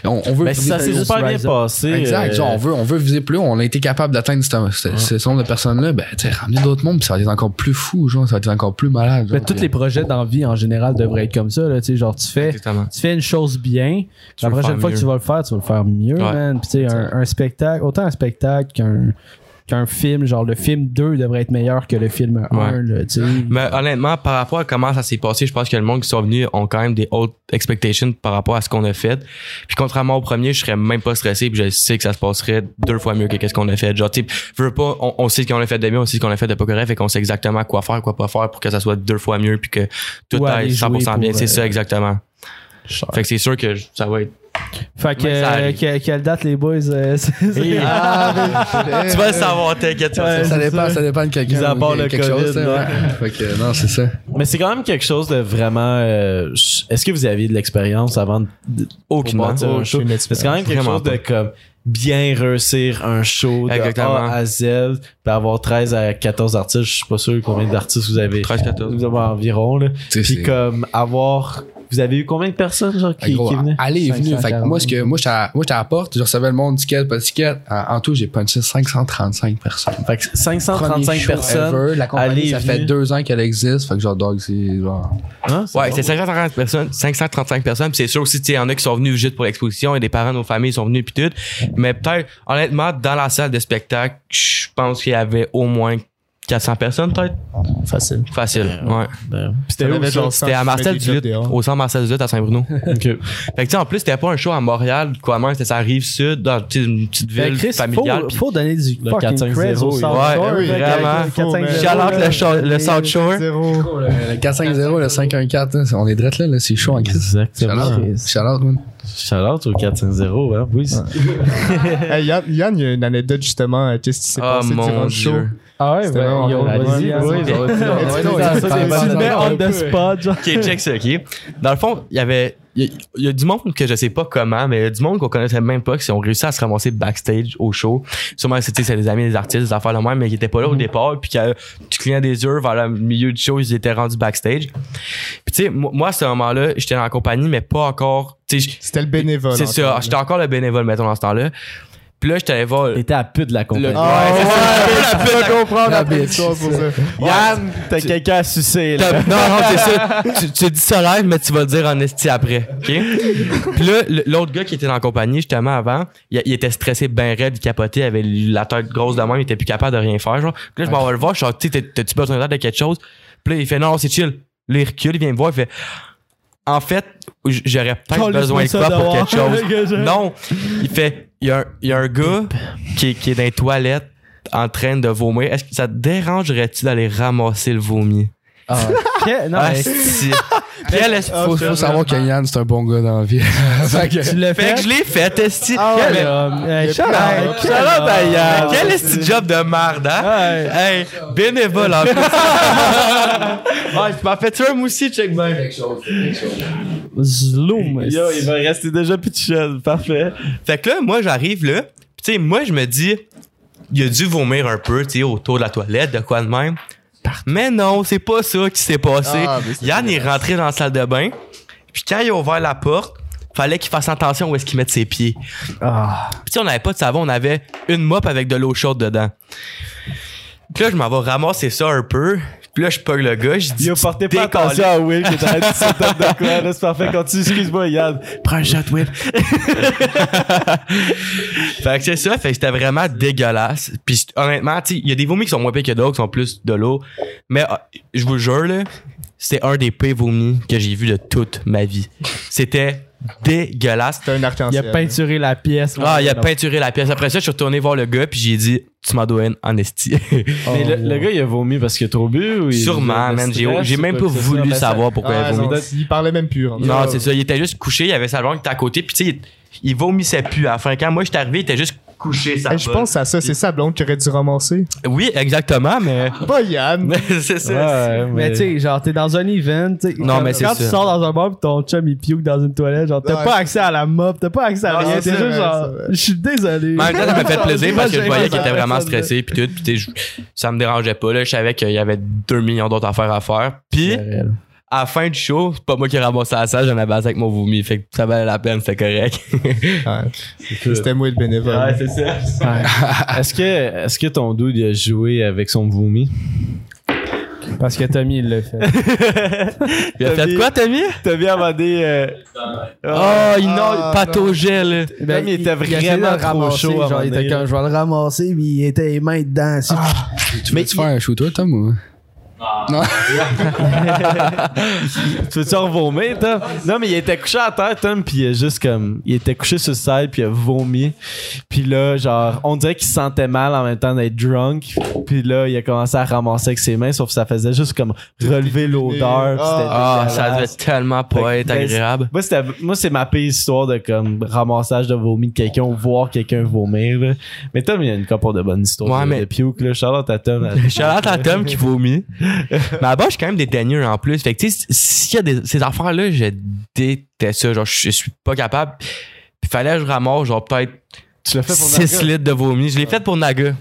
Speaker 5: on, on veut
Speaker 1: Mais ça s'est
Speaker 3: juste
Speaker 1: super bien
Speaker 3: rise up.
Speaker 1: passé.
Speaker 5: Exact.
Speaker 1: euh,
Speaker 5: Genre, on veut, on veut viser plus haut. On a été capable d'atteindre ce- ce ce- ce nombre de personnes-là. Ben, tu sais, ramener d'autres mondes, puis ça va être encore plus fou, genre. Ça va être encore plus malade.
Speaker 3: Mais
Speaker 1: Ben,
Speaker 5: genre.
Speaker 3: tous les projets d'envie en général devraient être comme ça. Là, tu sais, genre, tu fais,
Speaker 4: Exactement.
Speaker 3: tu fais une chose bien.
Speaker 4: Tu
Speaker 3: La
Speaker 4: veux le
Speaker 3: prochaine
Speaker 4: faire
Speaker 3: fois que
Speaker 4: mieux.
Speaker 3: tu vas le faire, tu vas le faire mieux,
Speaker 4: Ouais.
Speaker 3: man. Puis, tu sais, un, un spectacle, autant un spectacle qu'un qu'un film, genre le film 2 devrait être meilleur que le film 1,
Speaker 4: Ouais.
Speaker 3: là, tu sais.
Speaker 4: Mais honnêtement, par rapport à comment ça s'est passé, je pense que le monde qui sont venus ont quand même des hautes expectations par rapport à ce qu'on a fait. Puis contrairement au premier, je serais même pas stressé, puis je sais que ça se passerait deux fois mieux que qu'est-ce qu'on a fait. Genre, tu sais, je veux pas, on, on sait ce qu'on a fait de mieux, on sait ce qu'on a fait de pas correct, et qu'on sait exactement quoi faire, quoi pas faire pour que ça soit deux fois mieux, puis que tout
Speaker 3: Ou aller
Speaker 4: aille 100%
Speaker 3: jouer
Speaker 4: bien.
Speaker 3: pour,
Speaker 4: C'est
Speaker 3: euh,
Speaker 4: ça, exactement. Fait que c'est sûr que je- ça va être.
Speaker 3: Fait que,
Speaker 4: Mais ça arrive.
Speaker 3: euh, que- quelle date les boys euh, [LAUGHS] c'est- c'est-
Speaker 1: ah, [LAUGHS]
Speaker 4: tu vas le savoir, t'inquiète, tu vas le
Speaker 5: Ça
Speaker 4: savoir.
Speaker 5: dépend, ça dépend de quelqu'un.
Speaker 1: Mis à
Speaker 5: ou
Speaker 1: part le
Speaker 5: quelque
Speaker 1: COVID,
Speaker 5: chose, tu sais,
Speaker 1: là. [LAUGHS]
Speaker 5: ouais. Fait que, non, c'est ça.
Speaker 1: Mais c'est quand même quelque chose de vraiment. euh, Est-ce que vous aviez de l'expérience avant de.
Speaker 4: Aucunement.
Speaker 1: pour bâtir
Speaker 3: euh,
Speaker 1: un show?
Speaker 2: Aucune
Speaker 1: C'est quand même quelque
Speaker 4: Vraiment
Speaker 1: chose de comme bien réussir un show de
Speaker 4: Exactement.
Speaker 1: A à Z, puis avoir 13 à 14 artistes. Je suis pas sûr combien d'artistes vous avez.
Speaker 4: 13-14.
Speaker 1: Vous avez environ, là.
Speaker 5: Tu sais,
Speaker 1: Puis
Speaker 5: c'est-
Speaker 1: comme avoir. Vous avez eu combien de personnes genre, qui,
Speaker 5: Gros,
Speaker 1: qui venaient?
Speaker 5: Aller et venir. Fait que
Speaker 3: 540.
Speaker 5: moi, ce que, moi, j'étais à- moi, j'étais à la porte, je recevais le monde, ticket, pas ticket. En, en tout, j'ai punché 535 personnes.
Speaker 1: Fait que
Speaker 5: Premier
Speaker 1: 535
Speaker 5: show
Speaker 1: personnes.
Speaker 5: ever. La compagnie,
Speaker 1: aller et
Speaker 5: ça fait
Speaker 1: venir.
Speaker 5: deux ans qu'elle existe. Fait que genre, dog, c'est genre.
Speaker 1: Hein, c'est
Speaker 4: Ouais,
Speaker 1: bon.
Speaker 4: c'est 535 personnes, 535 personnes. puis c'est sûr aussi, tu sais, il y en a qui sont venus juste pour l'exposition et des parents de nos familles sont venus puis tout. Mais peut-être, honnêtement, dans la salle de spectacle, je pense qu'il y avait au moins 400 personnes, peut-être.
Speaker 2: Facile.
Speaker 4: Facile. Ouais.
Speaker 1: Ben,
Speaker 2: Ça
Speaker 1: C'était où?
Speaker 2: devait être genre
Speaker 4: C'était à
Speaker 2: 100,
Speaker 4: Marcel
Speaker 2: tu mets des
Speaker 4: Duluth,
Speaker 2: clubs dehors.
Speaker 4: au centre Marcel Duluth à Saint-Bruno. [LAUGHS]
Speaker 1: Ok.
Speaker 4: fait que tu sais, en plus, c'était pas un show à Montréal, quoi même, c'était ça rive sud, dans tu sais, une petite
Speaker 3: Fait que
Speaker 1: Ben,
Speaker 4: ville
Speaker 3: Ben, Chris,
Speaker 4: familiale.
Speaker 3: faut,
Speaker 4: puis-
Speaker 3: faut donner du
Speaker 1: Le
Speaker 3: fucking
Speaker 1: 4-5-0,
Speaker 3: credit au
Speaker 1: oui.
Speaker 3: South
Speaker 4: Ouais,
Speaker 3: Shore,
Speaker 4: oui,
Speaker 3: là,
Speaker 4: vraiment.
Speaker 3: le 4-5-0,
Speaker 4: Shout out
Speaker 3: là.
Speaker 4: le, show- le South Shore.
Speaker 2: Zéro.
Speaker 5: Le 450, le 514, on est drette là, là c'est chaud en crise.
Speaker 1: Exactement.
Speaker 5: Shout-out. Shout-out, man.
Speaker 1: Shout out au 450, hein? Oui.
Speaker 2: Hey, Yann, Yann, il y a une anecdote justement. euh, Qu'est-ce qui s'est
Speaker 4: Oh
Speaker 2: passé durant
Speaker 4: mon
Speaker 2: le show?
Speaker 4: dieu.
Speaker 3: Ah ouais,
Speaker 2: C'était
Speaker 3: ben,
Speaker 2: vraiment
Speaker 3: yo,
Speaker 2: drôle.
Speaker 3: vas-y,
Speaker 2: Vas-y, vas-y.
Speaker 3: vas-y.
Speaker 5: Let's
Speaker 3: Ça,
Speaker 5: go, let's
Speaker 3: c'est-
Speaker 5: go.
Speaker 3: c'est-
Speaker 5: Let's
Speaker 3: tu le
Speaker 5: go.
Speaker 3: mets on the spot, genre.
Speaker 4: Ok, check ça, ok. Dans le fond, il y avait. Il y, il y a du monde que je sais pas comment, mais il y a du monde qu'on connaissait même pas, qui ont réussi à se ramasser backstage au show. Sûrement, c'est tu sais, c'est des amis, des artistes, des affaires le même, mais qui étaient pas là au départ, puis que tu clignais des yeux vers le milieu du show, ils étaient rendus backstage. Puis, tu sais, moi, moi, à ce moment-là, j'étais dans la compagnie, mais pas encore. Tu sais, je-
Speaker 2: C'était le bénévole. hein,
Speaker 4: c'est ça,
Speaker 2: encore.
Speaker 4: j'étais encore le bénévole, mettons, dans ce temps-là. Puis là, j'étais allé voir.
Speaker 1: T'étais à pute de la compagnie.
Speaker 4: le-
Speaker 2: Ah ouais,
Speaker 4: la pute, la-
Speaker 2: je peux comprendre
Speaker 5: la
Speaker 2: la
Speaker 5: bitch.
Speaker 2: histoire pour ça.
Speaker 1: Yann, t'as quelqu'un à sucer, là.
Speaker 4: T'as- Non, non, c'est ça. Tu, tu dis ça live, mais tu vas le dire en esti après. OK? Puis là, le- l'autre gars qui était dans la compagnie, justement, avant, il, il était stressé, ben raide, il capotait, il avait la tête grosse de même, il était plus capable de rien faire. Genre. Puis là, je m'en vais le voir, je suis genre, Tu sais, t'as- t'as-tu besoin d'aide de quelque chose? Puis là, il fait, non, c'est chill. Là, il recule, il vient me voir, il fait, en fait, j- j'aurais peut-être
Speaker 1: Calisse-moi
Speaker 4: besoin de
Speaker 1: ça
Speaker 4: quoi pour
Speaker 1: dehors.
Speaker 4: quelque
Speaker 1: [LAUGHS]
Speaker 4: chose.
Speaker 1: Que je-
Speaker 4: Non, il fait, il y a un, il y a un gars qui, est- qui est dans les toilettes en train de vomir. Est-ce que ça te dérangerait-tu d'aller ramasser le vomi?
Speaker 5: Ah ouais.
Speaker 3: Ok, non,
Speaker 4: Ah,
Speaker 3: mais-
Speaker 4: si. [LAUGHS] Quel esti-
Speaker 5: faut, faut savoir que Yann, c'est un bon gars dans la vie. fait que,
Speaker 3: Tu l'as
Speaker 4: Fait
Speaker 3: fait.
Speaker 4: Ah Ben, que je l'ai fait, esti. Ah,
Speaker 3: Quel
Speaker 4: Mais-
Speaker 3: homme. Euh, shout out,
Speaker 2: Hey,
Speaker 3: quel
Speaker 4: Shout out à
Speaker 3: homme.
Speaker 4: Yann. Quel esti job de merde, hein?
Speaker 3: Ouais.
Speaker 4: Hey, bénévole [LAUGHS] en plus. Ouais, tu m'en fais-tu un moussi, check bien.
Speaker 3: Zloom.
Speaker 1: Yo, il va rester déjà pitchel. Parfait.
Speaker 4: Fait que là, moi, j'arrive là. Pis tu sais, moi, je me dis, il a dû vomir un peu, tu sais, autour de la toilette, de quoi de même. Mais non, c'est pas ça qui s'est passé.
Speaker 6: Ah, mais c'est
Speaker 4: Yann est rentré dans la salle de bain. Puis quand il a ouvert la porte, fallait qu'il fasse attention où est-ce qu'il mette ses pieds.
Speaker 6: Ah.
Speaker 4: Puis tu sais, on n'avait pas de savon, on avait une mop avec de l'eau chaude dedans. Puis là, je m'en vais ramasser ça un peu. Puis là, je pogne le gars, je dis...
Speaker 1: Yo,
Speaker 4: Tu
Speaker 1: portez pas
Speaker 4: décolles.
Speaker 1: attention à Will qui est en train de se setup de quoi. Là, c'est parfait. Continue. Excuse-moi, Yann. Prends un shot, Will.
Speaker 4: Fait que c'est ça, fait que c'était vraiment dégueulasse. Puis c'est- honnêtement, tu sais, il y a des vomis qui sont moins pires que d'autres, qui sont plus de l'eau. Mais ah, je vous jure, là, c'était un des pires vomis que j'ai vu de toute ma vie. C'était dégueulasse.
Speaker 2: T'as un
Speaker 3: Il a
Speaker 2: arc-en-ciel.
Speaker 3: peinturé la pièce.
Speaker 4: Ah, il a peinturé la pièce. Après ça, je suis retourné voir le gars, puis j'ai dit, tu m'en dois une
Speaker 1: [LAUGHS]
Speaker 4: en esti.
Speaker 1: Mais le, le gars, il a vomi parce qu'il a trop bu ou il-
Speaker 4: Sûrement,
Speaker 1: le
Speaker 4: man. J'ai
Speaker 1: stress
Speaker 4: j'ai
Speaker 1: ou
Speaker 4: même pas
Speaker 1: quoi que ce soit?
Speaker 4: voulu
Speaker 1: Ben, ça-
Speaker 4: savoir pourquoi il
Speaker 2: Ah,
Speaker 4: a vomi.
Speaker 2: non, il parlait même plus. hein. en fait.
Speaker 4: Non, c'est ça. Il était juste couché, il y avait sa blonde qui était à côté, puis tu sais, il- il vomissait plus. À la fin, quand moi, je suis arrivé, il était juste couché, sa
Speaker 2: Eh, je
Speaker 4: bonne.
Speaker 2: pense à ça, c'est ça, blonde, qui aurait dû
Speaker 4: [LAUGHS]
Speaker 2: ramasser.
Speaker 4: Oui, exactement, mais...
Speaker 1: [LAUGHS]
Speaker 4: [LAUGHS]
Speaker 2: Pas Yann.
Speaker 4: c'est ça.
Speaker 1: Ouais,
Speaker 3: Euh, Mais tu sais, genre, t'es dans un event. tu sais,
Speaker 4: Non,
Speaker 3: quand-
Speaker 4: mais c'est
Speaker 3: Quand
Speaker 4: ça.
Speaker 3: tu sors dans un bar pis ton chum il pioque dans une toilette, genre, t'as
Speaker 2: Ouais.
Speaker 3: pas accès à la mop, t'as pas accès à
Speaker 2: Non,
Speaker 3: rien.
Speaker 2: c'est
Speaker 3: T'es juste
Speaker 2: vrai,
Speaker 3: genre,
Speaker 2: c'est vrai.
Speaker 3: je suis désolé.
Speaker 4: Mais en même temps, ça m'a fait plaisir parce que je voyais qu'il était vraiment
Speaker 3: Personne, là.
Speaker 4: stressé puis tout, puis tu sais, je- ça me dérangeait pas là, je savais qu'il y avait 2 millions d'autres affaires à faire. Puis à la fin du show, c'est pas moi qui ramassais la salle, j'en avais assez avec mon vomi, fait que ça valait la peine, c'était correct.
Speaker 2: Ouais. Ah, C'était moi le bénévole.
Speaker 4: c'est ça.
Speaker 1: Est-ce que, est-ce que ton dude il a joué avec son vomi?
Speaker 3: [LAUGHS] Parce que Tommy, il l'a fait.
Speaker 4: Puis il a
Speaker 1: T'as
Speaker 4: fait
Speaker 1: mis-
Speaker 4: quoi Tommy
Speaker 1: T'as bien euh, demandé.
Speaker 4: Oh, il
Speaker 2: Ah,
Speaker 4: non, pataugeait là.
Speaker 1: Ben, il était
Speaker 3: essayait de le
Speaker 1: vraiment trop
Speaker 3: ramasser,
Speaker 1: chaud à un
Speaker 3: Genre,
Speaker 1: moment
Speaker 3: il était
Speaker 1: donné,
Speaker 3: comme, je vais le ramasser, mais il était les mains dedans. c'est-
Speaker 4: Ah.
Speaker 5: Tu veux-tu faire un show, toi, Tom, ou...
Speaker 1: Tu veux-tu en vomir, Tom? Non, mais il était couché à terre, Tom, puis il est juste comme. Il était couché sur le side, puis il a vomi. Puis là, genre, on dirait qu'il se sentait mal en même temps d'être drunk. Puis là, il a commencé à ramasser avec ses mains, sauf que ça faisait juste comme relever l'odeur. puis c'était
Speaker 4: Ah,
Speaker 1: dégueulasse.
Speaker 4: ça devait tellement
Speaker 1: Fait que,
Speaker 4: pas être
Speaker 1: ben,
Speaker 4: agréable.
Speaker 1: Moi, c'était- moi, c'est ma pire histoire de comme ramassage de vomi de quelqu'un ou voir quelqu'un vomir. là. Mais Tom, il y a une couple de bonnes histoires.
Speaker 4: Ouais,
Speaker 1: de-
Speaker 4: mais-
Speaker 1: de puke, là. Charlotte à Tom. à-
Speaker 4: Charlotte à Tom qui vomit. Mais à base, je suis quand même déteigneux en plus. Fait que, tu sais, s'il y a des, ces affaires-là, je déteste ça. Genre, je, je suis pas capable. Puis fallait que je ramasse, genre, peut-être
Speaker 1: tu [LAUGHS] l'as fait pour
Speaker 4: 6 litres de vomi. Je l'ai fait pour Naga.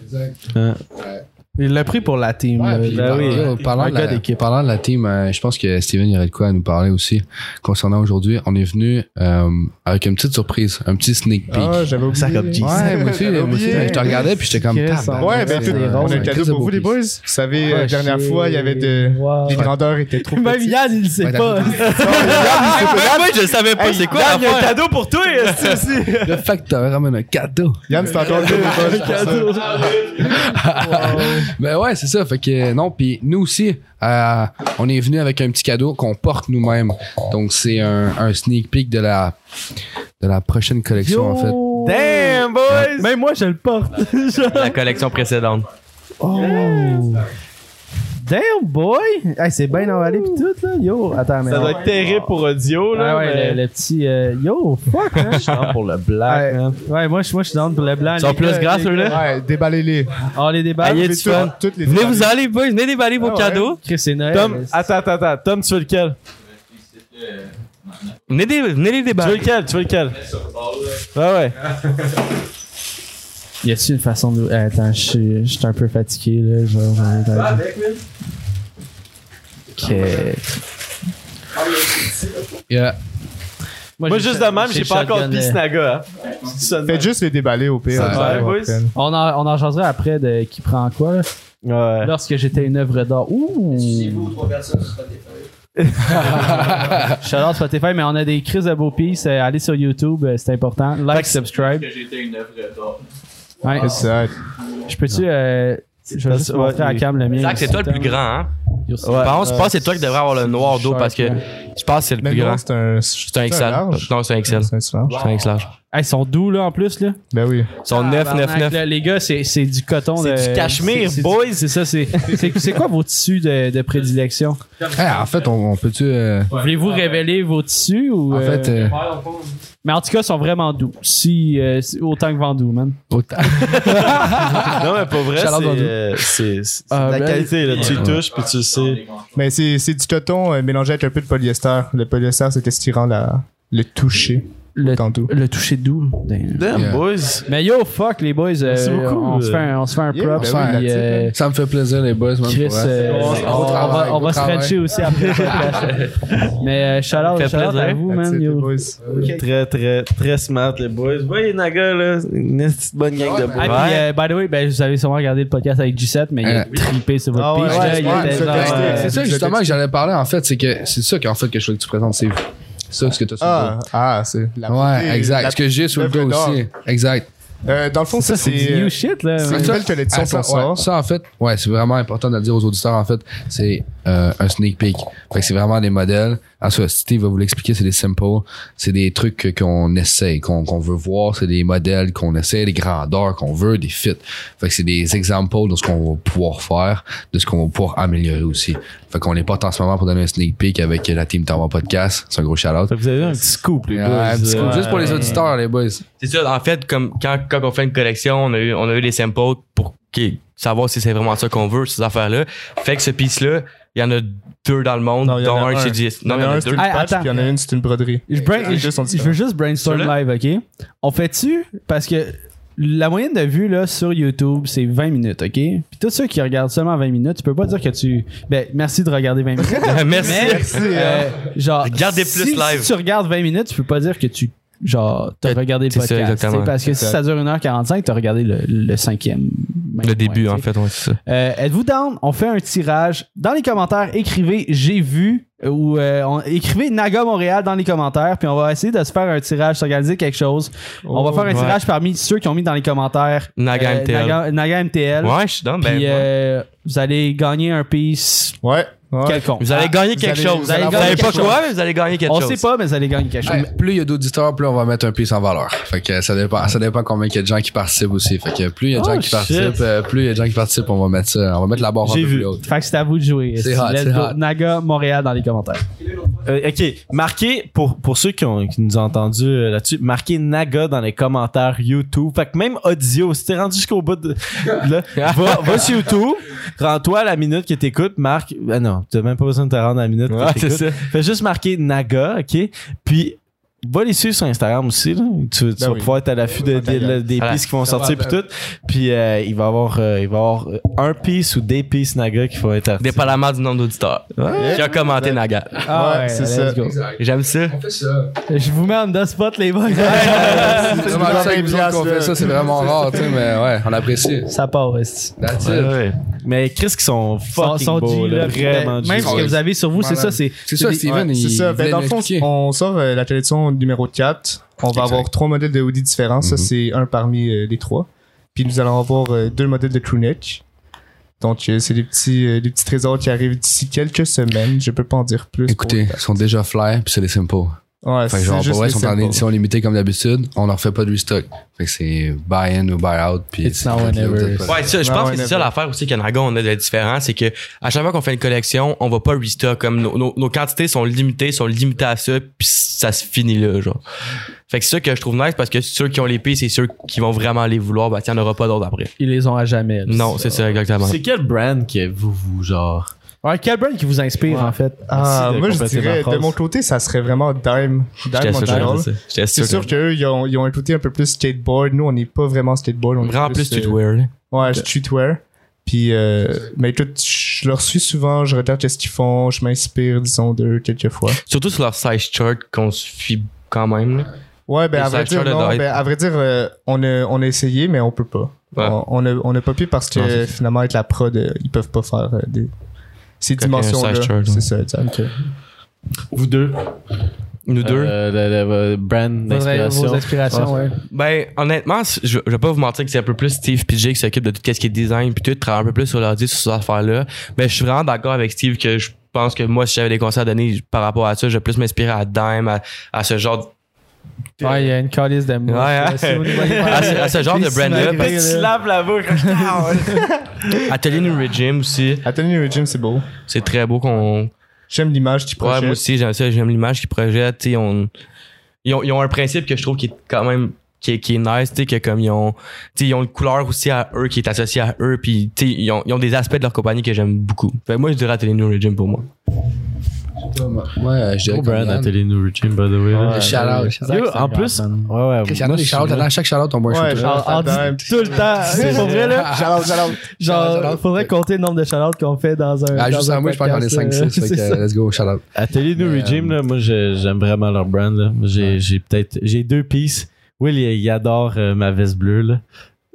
Speaker 3: Il l'a pris pour la team.
Speaker 5: Ouais,
Speaker 3: euh,
Speaker 5: puis
Speaker 3: là.
Speaker 5: parlant,
Speaker 1: oui.
Speaker 5: euh, parlant
Speaker 1: Un
Speaker 5: de
Speaker 1: gars
Speaker 5: la, parlant de la team, euh, je pense que Steven il aurait de quoi à nous parler aussi concernant aujourd'hui. On est venu euh, avec une petite surprise, un petit sneak peek.
Speaker 2: Ah, j'avais oublié.
Speaker 1: Ça comme
Speaker 5: ouais, moi aussi,
Speaker 2: J'avais
Speaker 5: moi aussi,
Speaker 2: oublié.
Speaker 5: je te regardais puis j'étais comme
Speaker 3: Chris,
Speaker 5: tabarnak,
Speaker 2: Ouais, ben,
Speaker 5: c'est-
Speaker 2: tout,
Speaker 5: c'est
Speaker 2: on
Speaker 5: un
Speaker 2: a cadeau
Speaker 5: Chris de
Speaker 2: pour
Speaker 5: beau
Speaker 2: vous, les
Speaker 5: piece.
Speaker 2: boys. Vous savez, la
Speaker 3: Ouais,
Speaker 2: dernière
Speaker 3: chier.
Speaker 2: fois, il y avait de.
Speaker 3: Wow.
Speaker 2: Les grandeurs étaient trop
Speaker 3: Même
Speaker 2: petites.
Speaker 3: Yann, il le sait
Speaker 5: Ouais,
Speaker 3: pas.
Speaker 2: Ah,
Speaker 4: [LAUGHS] moi, je savais pas c'est quoi
Speaker 1: il y a un
Speaker 4: l'affaire.
Speaker 1: cadeau pour toi, c'est aussi.
Speaker 5: Le facteur ramène un cadeau.
Speaker 2: Yann, c'est
Speaker 3: euh,
Speaker 2: encore le bénévole. pour
Speaker 3: [LAUGHS]
Speaker 2: ça.
Speaker 5: Ben ouais, c'est ça. Fait que euh, non, puis nous aussi, euh, on est venu avec un petit cadeau qu'on porte nous-mêmes. Donc c'est un, un sneak peek de la de la prochaine collection en fait.
Speaker 1: Damn, boys!
Speaker 3: Même moi, je
Speaker 1: [LAUGHS]
Speaker 3: le porte.
Speaker 4: La collection précédente.
Speaker 3: Oh. Damn, boy! Hey, c'est bien emballé pis tout, là. Yo, attends, mais...
Speaker 1: Ça doit être terrible pour audio,
Speaker 3: Ah
Speaker 1: là.
Speaker 3: ouais,
Speaker 1: mais-
Speaker 3: le, le petit... euh, yo, fuck, hein?
Speaker 1: Je suis down pour le black,
Speaker 3: Ouais.
Speaker 1: man.
Speaker 3: Ouais, moi, je moi, je suis down pour le blanc.
Speaker 4: Ils sont
Speaker 3: les
Speaker 4: plus
Speaker 3: gars,
Speaker 4: gras,
Speaker 3: les
Speaker 4: ceux-là?
Speaker 3: gars.
Speaker 2: Ouais, déballez-les.
Speaker 3: Oh, les débats.
Speaker 4: Aïe,
Speaker 2: Vous
Speaker 4: tu
Speaker 2: pouvez
Speaker 4: fun.
Speaker 2: toutes- toutes les
Speaker 4: Venez
Speaker 2: déballer.
Speaker 4: vous aller, boys. Venez déballer vos
Speaker 2: Ah ouais.
Speaker 4: cadeaux.
Speaker 3: Chris, c'est Noël.
Speaker 1: Tom,
Speaker 3: mais c'est-
Speaker 1: attends, attends, attends. Tom, tu veux lequel?
Speaker 4: Venez, dé-
Speaker 1: Tu
Speaker 4: venez les
Speaker 1: veux
Speaker 4: déballer.
Speaker 1: lequel? Tu veux lequel? Ouais, ouais.
Speaker 3: Y a-tu une façon de. Euh, attends, je suis- je suis un peu fatigué, là. Genre, j'en ai pas- Ok.
Speaker 5: Yeah.
Speaker 1: Moi, juste de même, j'ai pas encore
Speaker 3: shotgun,
Speaker 1: pissé
Speaker 3: euh,
Speaker 1: Naga. hein. Tu dis ça de même.
Speaker 2: Faites juste les déballer au pire.
Speaker 5: Ouais,
Speaker 2: Vous allez avoir
Speaker 1: boys.
Speaker 2: peine.
Speaker 3: On en, on en jaserait après de qui prend quoi, là.
Speaker 1: Ouais.
Speaker 3: [LAUGHS] Lorsque j'étais une œuvre d'art. Ouh! [LAUGHS] Shout-out Spotify, mais on a des crises de beaux pieces. Euh, Allez sur YouTube, euh, c'est important. Like, subscribe. Ouais.
Speaker 2: Exact.
Speaker 3: Je peux-tu. euh, je vais
Speaker 1: Parce-
Speaker 3: juste
Speaker 1: ouais,
Speaker 3: montrer à
Speaker 1: il-
Speaker 3: Cam le mien.
Speaker 4: Zach, c'est toi le plus grand, hein?
Speaker 3: grand.
Speaker 4: Je pense, je pense que c'est toi qui devrais avoir le noir d'eau parce que je pense que c'est le
Speaker 2: Mais
Speaker 4: plus
Speaker 2: non,
Speaker 4: grand.
Speaker 2: c'est un.
Speaker 4: C'est un XL.
Speaker 2: large.
Speaker 4: Non, c'est un XL.
Speaker 2: C'est un large.
Speaker 4: C'est un XL.
Speaker 3: ils sont doux, là, en plus, là. Ah,
Speaker 2: Ben oui.
Speaker 4: Ils sont 999.
Speaker 3: Là, les gars, c'est c'est du coton.
Speaker 1: C'est
Speaker 3: de-
Speaker 1: du cachemire,
Speaker 3: c'est- c'est du-
Speaker 1: boys.
Speaker 3: C'est ça, c'est. c'est- C'est quoi vos tissus de, de prédilection?
Speaker 5: Hey, en fait, on, on peut-tu euh,
Speaker 3: Voulez-vous révéler vos tissus ou.
Speaker 5: en
Speaker 3: euh, [LAUGHS]
Speaker 5: fait euh,
Speaker 3: Mais en tout cas, ils sont vraiment doux. Si, euh, si- autant que Vendoux, man.
Speaker 5: autant-
Speaker 1: Non, mais pour vrai, c'est
Speaker 5: Shout out Andrew.
Speaker 1: euh, c'est- c'est de
Speaker 3: Ah,
Speaker 1: la
Speaker 3: ben,
Speaker 1: qualité. Là. Tu y touches, puis tu le sais.
Speaker 2: Mais c'est c'est du coton euh, mélangé avec un peu de polyester. Le polyester, c'est estirant la. Le toucher.
Speaker 3: le,
Speaker 2: Tantôt.
Speaker 3: le toucher doux. Ben, euh.
Speaker 1: Damn,
Speaker 5: Yeah.
Speaker 1: boys.
Speaker 3: Mais yo, fuck les boys. euh,
Speaker 1: Merci beaucoup.
Speaker 3: On se fait un, on se fait un
Speaker 2: Yeah,
Speaker 3: prop.
Speaker 2: ben oui, hein.
Speaker 3: puis,
Speaker 2: là-dessus,
Speaker 3: euh,
Speaker 5: Ça me fait plaisir, les boys. man, pour
Speaker 3: Chris,
Speaker 5: vrai.
Speaker 3: euh,
Speaker 2: bon, c'est
Speaker 3: on,
Speaker 2: gros
Speaker 3: on
Speaker 2: travail,
Speaker 3: va, on
Speaker 2: gros
Speaker 3: va se
Speaker 2: travail.
Speaker 3: frencher aussi après le podcast.
Speaker 2: [LAUGHS]
Speaker 3: Mais euh, shout out,
Speaker 4: Fait
Speaker 3: à
Speaker 4: plaisir.
Speaker 3: vous,
Speaker 2: That's
Speaker 3: man.
Speaker 2: it, les
Speaker 3: Yo.
Speaker 2: boys.
Speaker 1: Très, très, très smart, les boys. Voyez, Naga, là. Une petite bonne gang de
Speaker 5: Ouais,
Speaker 1: boys.
Speaker 3: Ah, puis, euh, by the way, ben, vous avez sûrement regardé le podcast avec G7, mais il a
Speaker 5: Euh.
Speaker 3: trippé sur votre
Speaker 1: Ah ouais,
Speaker 3: pitch. là,
Speaker 2: ouais,
Speaker 3: il
Speaker 2: ouais,
Speaker 3: était
Speaker 2: il nous a
Speaker 3: genre,
Speaker 2: texté,
Speaker 3: euh,
Speaker 5: C'est ça
Speaker 2: Je
Speaker 5: justement
Speaker 2: l'ai
Speaker 5: que j'allais parler en fait, c'est que c'est ça qu'en fait que je veux que tu présentes, c'est ça ce que tu as sur le
Speaker 2: Ah,
Speaker 5: dos.
Speaker 2: ah, c'est la
Speaker 5: Ouais,
Speaker 2: beauté,
Speaker 5: exact.
Speaker 2: la-
Speaker 5: Ce que j'ai sur le
Speaker 2: l'œuvre
Speaker 5: dos
Speaker 2: d'art.
Speaker 5: aussi. Exact.
Speaker 2: Euh, dans le fond, ça,
Speaker 3: c'est du
Speaker 2: c'est.
Speaker 3: new shit, là.
Speaker 2: c'est
Speaker 3: man.
Speaker 2: une nouvelle que l'édition
Speaker 5: Ah, ça,
Speaker 2: s'en sort.
Speaker 5: ouais, ça, en fait, ouais, c'est vraiment important de le dire aux auditeurs, en fait, c'est euh, un sneak peek. Fait que c'est vraiment des modèles. En soi, Steve va vous l'expliquer, c'est des samples, c'est des trucs que- qu'on essaye, qu'on qu'on veut voir, c'est des modèles qu'on essaie, des grandeurs qu'on veut, des fits. Fait que c'est des exemples de ce qu'on va pouvoir faire, de ce qu'on va pouvoir améliorer aussi. Fait qu'on est pas en ce moment pour donner un sneak peek avec la team Tama Podcast. C'est un gros shout-out.
Speaker 1: Fait que vous avez un petit scoop, les
Speaker 5: Ouais,
Speaker 1: boys.
Speaker 5: un petit coup,
Speaker 1: Ouais.
Speaker 5: juste pour les auditeurs, les boys.
Speaker 4: C'est ça, en fait, comme quand, quand on fait une collection, on a eu, on a eu les samples pour qui- savoir si c'est vraiment ça qu'on veut, ces affaires-là. Fait que ce piece-là, il y en a deux dans le monde,
Speaker 2: Non, il y en
Speaker 4: dont
Speaker 2: a
Speaker 4: un,
Speaker 2: un.
Speaker 4: c'est du-
Speaker 2: Non,
Speaker 4: Non,
Speaker 2: il y en a un, c'est une
Speaker 3: Ah,
Speaker 2: patch, puis
Speaker 3: attends.
Speaker 2: il y en a une, c'est une broderie.
Speaker 3: Je, brain-
Speaker 2: Les
Speaker 3: je-
Speaker 2: deux sont
Speaker 3: je veux juste brainstorm
Speaker 4: Ceux-là?
Speaker 3: live, ok? On fait-tu? Parce que la moyenne de vues là, sur YouTube, c'est 20 minutes, ok? Puis tous ceux qui regardent seulement 20 minutes, tu peux pas dire que tu. Ben, merci de regarder 20 minutes.
Speaker 4: [LAUGHS] Merci. hein.
Speaker 3: euh, genre,
Speaker 4: Regardez plus
Speaker 3: si,
Speaker 4: live.
Speaker 3: Si tu regardes 20 minutes, tu peux pas dire que tu. Genre, t'as
Speaker 4: Que-
Speaker 3: regardé le
Speaker 4: c'est ça,
Speaker 3: podcast.
Speaker 4: exactement.
Speaker 3: t'sais, parce que si
Speaker 2: Exact.
Speaker 3: ça dure 1h45, t'as regardé le, le cinquième. même point,
Speaker 4: Le début,
Speaker 3: t'sais.
Speaker 4: en fait, ouais, c'est ça.
Speaker 3: Euh, Êtes-vous down? On fait un tirage. Dans les commentaires, écrivez j'ai vu ou euh, on- écrivez Naga Montréal dans les commentaires. Puis on va essayer de se faire un tirage, s'organiser quelque chose. on va faire un
Speaker 4: ouais.
Speaker 3: tirage parmi ceux qui ont mis dans les commentaires
Speaker 4: Oh Naga
Speaker 3: euh,
Speaker 4: MTL.
Speaker 3: Naga, Naga MTL.
Speaker 4: Ouais, je suis dans, ben.
Speaker 3: Puis
Speaker 4: ouais.
Speaker 3: euh, vous allez gagner un piece
Speaker 2: Ouais. ouais.
Speaker 3: quelconque.
Speaker 4: ah, Vous allez gagner quelque
Speaker 2: allez-
Speaker 4: chose.
Speaker 2: vous
Speaker 4: Vous
Speaker 2: allez
Speaker 4: savez
Speaker 3: gagner
Speaker 4: pas
Speaker 3: quelque
Speaker 4: quoi, mais vous allez gagner quelque
Speaker 3: on
Speaker 4: chose.
Speaker 3: sait pas, mais vous allez gagner quelque chose.
Speaker 5: Ouais, plus il y a d'auditeurs, plus on va mettre un piece en valeur. Fait que ça dépend, ça dépend combien il y a de gens qui participent aussi. Fait que plus il y a de
Speaker 1: Oh,
Speaker 5: gens qui
Speaker 1: shit.
Speaker 5: participent, euh, plus il y a de gens qui participent, on va mettre ça, on va mettre la barre un
Speaker 1: J'ai
Speaker 5: peu
Speaker 1: vu.
Speaker 5: plus haute.
Speaker 3: Fait que c'est à vous de jouer.
Speaker 5: C'est hot,
Speaker 3: Let's
Speaker 5: c'est
Speaker 3: go.
Speaker 5: hot.
Speaker 3: Naga Montréal dans les commentaires.
Speaker 1: Euh, ok, marquez, pour, pour ceux qui, ont, qui nous ont entendus euh, là-dessus, marquez Naga dans les commentaires YouTube. Fait que même audio, si t'es rendu jusqu'au bout de.
Speaker 4: [LAUGHS]
Speaker 1: Là, va, va sur YouTube, rends-toi à la minute que t'écoutes, marque. Ah non, t'as même pas besoin de te rendre à la minute que
Speaker 4: Ouais, c'est
Speaker 1: t'écoutes.
Speaker 4: ça.
Speaker 1: Fais juste marquer Naga, ok? Puis. Va les suivre sur Instagram aussi, là. Tu, tu
Speaker 2: Ben
Speaker 1: vas
Speaker 2: oui.
Speaker 1: pouvoir être à l'affût de- de- de- des
Speaker 4: Voilà.
Speaker 1: pistes qui vont
Speaker 5: Ça va,
Speaker 1: sortir puis
Speaker 5: ben.
Speaker 1: tout. Puis euh, il va y avoir, euh, il va y avoir euh, un piece ou des pistes Naga qui vont être actifs.
Speaker 4: Dépendamment du nombre d'auditeurs.
Speaker 1: Ouais.
Speaker 4: Qui a commenté Naga.
Speaker 2: Ah ouais, c'est
Speaker 3: let's
Speaker 2: ça.
Speaker 3: go.
Speaker 4: J'aime ça.
Speaker 5: On fait ça.
Speaker 3: Je vous mets en deux spot, les boys.
Speaker 5: C'est vraiment
Speaker 2: C'est
Speaker 5: ça avec nous autres
Speaker 2: piastres,
Speaker 5: qu'on fait
Speaker 2: là.
Speaker 5: ça, c'est vraiment rare, tu sais, mais ouais, on apprécie.
Speaker 3: ça part, esti.
Speaker 5: That's it.
Speaker 1: Ouais, ouais. Mais Chris qui sont
Speaker 3: Son-
Speaker 1: fucking
Speaker 3: son
Speaker 1: beaux,
Speaker 3: G,
Speaker 1: là,
Speaker 3: là,
Speaker 1: vraiment
Speaker 3: ben, Même
Speaker 1: G.
Speaker 3: ce que vous avez sur vous, c'est
Speaker 2: Malade.
Speaker 3: ça, c'est.
Speaker 5: C'est ça,
Speaker 3: des-
Speaker 5: Steven,
Speaker 2: Ouais,
Speaker 5: il
Speaker 2: c'est ça. Ben,
Speaker 5: voulait
Speaker 2: dans le fond,
Speaker 5: l'expliquer.
Speaker 2: on sort euh, la collection numéro 4. On va
Speaker 5: Exact.
Speaker 2: avoir trois modèles de hoodie différents. Ça,
Speaker 5: Mhm.
Speaker 2: c'est un parmi euh, les trois. Puis nous allons avoir euh, deux modèles de crewneck. Donc, euh, c'est des petits, euh, des petits trésors qui arrivent d'ici quelques semaines. Je peux pas en dire plus. pour
Speaker 5: Écoutez,
Speaker 2: le-
Speaker 5: ils sont déjà fly, puis c'est des simples.
Speaker 2: ouais,
Speaker 5: Fait
Speaker 2: c'est
Speaker 5: que genre,
Speaker 2: juste
Speaker 5: pour vrai,
Speaker 2: les
Speaker 5: ils sont en
Speaker 2: samples.
Speaker 5: édition limitée comme d'habitude, on leur fait pas de restock. Fait que c'est buy-in ou buy-out, puis
Speaker 3: It's now or
Speaker 5: c'est-
Speaker 3: never.
Speaker 4: Ouais, ça, je
Speaker 2: Ouais,
Speaker 4: pense
Speaker 2: ouais,
Speaker 4: que c'est
Speaker 2: never.
Speaker 4: ça l'affaire aussi qu'à Naga, on a de différent, c'est que à chaque fois qu'on fait une collection, on va pas restock. Comme nos, nos- nos quantités sont limitées, sont limitées à ça, puis ça se finit là, genre. Fait que c'est ça que je trouve nice parce que ceux qui ont les pieds, c'est ceux qui vont vraiment les vouloir, bah tiens, on aura pas d'autres après.
Speaker 3: Ils les ont à jamais. là,
Speaker 4: Non, c'est ça, exactement.
Speaker 1: C'est quel brand que vous, vous genre?
Speaker 3: Ouais, quel brand qui vous inspire, en fait?
Speaker 2: Ah,
Speaker 1: Merci de
Speaker 2: moi, je
Speaker 1: compléter ma
Speaker 2: dirais, de
Speaker 1: phrase.
Speaker 2: mon côté, ça serait vraiment Dime. Dime
Speaker 4: sûr,
Speaker 2: Montreal.
Speaker 4: j'allais dire ça. J'étais
Speaker 2: C'est sûr qu'eux, ils ont, ils ont un côté un peu plus skateboard. Nous, on n'est pas vraiment skateboard. On est
Speaker 4: Vraiment plus
Speaker 2: euh,
Speaker 4: streetwear. là.
Speaker 2: Ouais, streetwear. Puis, euh, mais écoute, je leur suis souvent, je regarde qu'est-ce qu'ils font, je m'inspire, disons, d'eux quelquefois.
Speaker 4: Surtout sur leur size chart qu'on se fie quand même. là.
Speaker 2: Ouais, ben,
Speaker 4: Et
Speaker 2: à
Speaker 4: ça
Speaker 2: vrai,
Speaker 4: attire
Speaker 2: dire,
Speaker 4: le
Speaker 2: non,
Speaker 4: drive.
Speaker 2: ben, à vrai dire, euh, on, a, on a essayé, mais on peut pas.
Speaker 4: Ouais.
Speaker 2: On- On, a, on a pas pu parce que
Speaker 4: Non, c'est ça.
Speaker 2: finalement, avec la prod, euh, ils peuvent pas faire euh, des, ces
Speaker 4: Quand il y a un
Speaker 2: dimensions-là.
Speaker 4: size chart,
Speaker 2: C'est
Speaker 4: ouais.
Speaker 2: ça, exact.
Speaker 1: Vous deux.
Speaker 4: Nous deux.
Speaker 1: Euh, le, le- le brand d'inspiration.
Speaker 3: Vos inspirations, ouais.
Speaker 4: Ben, honnêtement, c- je, je vais pas vous mentir que c'est un peu plus Steve PJ qui s'occupe de tout ce qui est design puis tout, travaille un peu plus sur l'ordi, sur ces affaires-là. Mais je suis vraiment d'accord avec Steve que je pense que moi, si j'avais des conseils à donner par rapport à ça, je vais plus m'inspirer à Dime, à, à ce genre de
Speaker 3: Ouais, il y a une calice d'amour.
Speaker 4: Ouais, hein. à ce, à ce genre de brand-là. parce-
Speaker 1: laves la
Speaker 5: [LAUGHS]
Speaker 1: bouche.
Speaker 5: Ah,
Speaker 4: Atelier New Regime aussi.
Speaker 2: Atelier le gym, c'est beau.
Speaker 4: C'est très beau qu'on.
Speaker 2: J'aime l'image qu'ils
Speaker 4: Ouais,
Speaker 2: projettent.
Speaker 4: moi aussi, j'aime ça. J'aime l'image qu'ils projettent. tu sais, on- Ils, ont, ils ont un principe que je trouve qui est quand même. Qui est, qui est nice, tu sais, que comme ils ont, tu sais, ils ont une couleur aussi à eux qui est associée à eux, Ben, puis tu sais, ils ont, ils ont des aspects de leur compagnie que j'aime beaucoup. Fait que moi, je dirais Atelier New Regime pour moi.
Speaker 5: Ouais, je dirais
Speaker 1: Gros brand à
Speaker 5: Combinade.
Speaker 1: télé New Routine, by the way. là.
Speaker 5: Ouais. Shout
Speaker 1: Yo,
Speaker 3: Zach,
Speaker 5: out.
Speaker 3: c'est un
Speaker 1: en
Speaker 3: grand
Speaker 1: plus, ouais,
Speaker 3: fan.
Speaker 1: ouais.
Speaker 5: Chris, il y en a
Speaker 1: moi,
Speaker 5: des
Speaker 1: je-
Speaker 5: shout-outs. Dans chaque shout-out, on boit un
Speaker 2: Ouais,
Speaker 5: shooter.
Speaker 2: shout-out.
Speaker 6: En- en dit tout le temps. C'est pour vrai,
Speaker 5: [LAUGHS]
Speaker 6: là.
Speaker 2: J'allons, j'allons.
Speaker 6: Genre, faudrait compter le nombre de shout qu'on fait dans un.
Speaker 5: Ah,
Speaker 6: dans
Speaker 5: juste
Speaker 6: un
Speaker 5: à moi, je pense que j'en ai
Speaker 6: podcast,
Speaker 3: [LAUGHS]
Speaker 5: 5-6.
Speaker 6: euh,
Speaker 2: [LAUGHS]
Speaker 5: Fait
Speaker 6: c'est
Speaker 5: que,
Speaker 6: ça.
Speaker 5: euh, let's go, shout out.
Speaker 1: À télé New
Speaker 5: Mais,
Speaker 1: Regime, là, moi, je- j'aime vraiment leur brand. là. J'ai j'ai peut-être... J'ai deux pieces. Will, il, il adore euh, ma veste bleue, là.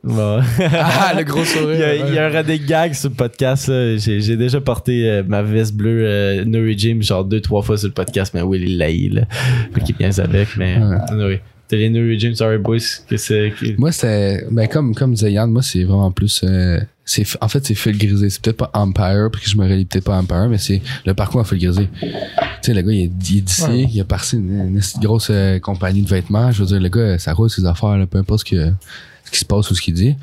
Speaker 1: Bon.
Speaker 5: [LAUGHS] Ah, le gros sourire.
Speaker 1: Il y, a, il y aura des gags sur le podcast. là. J'ai j'ai déjà porté euh, ma veste bleue euh, No Regime genre deux, trois fois sur le podcast, mais Will il l'a là. Fait qu'il vient avec, mais
Speaker 5: Ouais.
Speaker 1: anyway. T'as les No Regime, sorry boys, que c'est. que-
Speaker 5: Moi, c'est. Ben, comme, comme disait Yann, moi, c'est vraiment plus. euh, c'est, en fait, c'est fil grisé. C'est peut-être pas Empire, parce que je me relis peut-être pas à Empire, mais c'est le parcours en fil grisé. Tu sais, le gars, il est, il est d'ici, il a parti une, une petite grosse euh, compagnie de vêtements. Je veux dire, le gars, ça roule ses affaires, là, peu importe ce, que, ce qui se passe ou ce qu'il dit,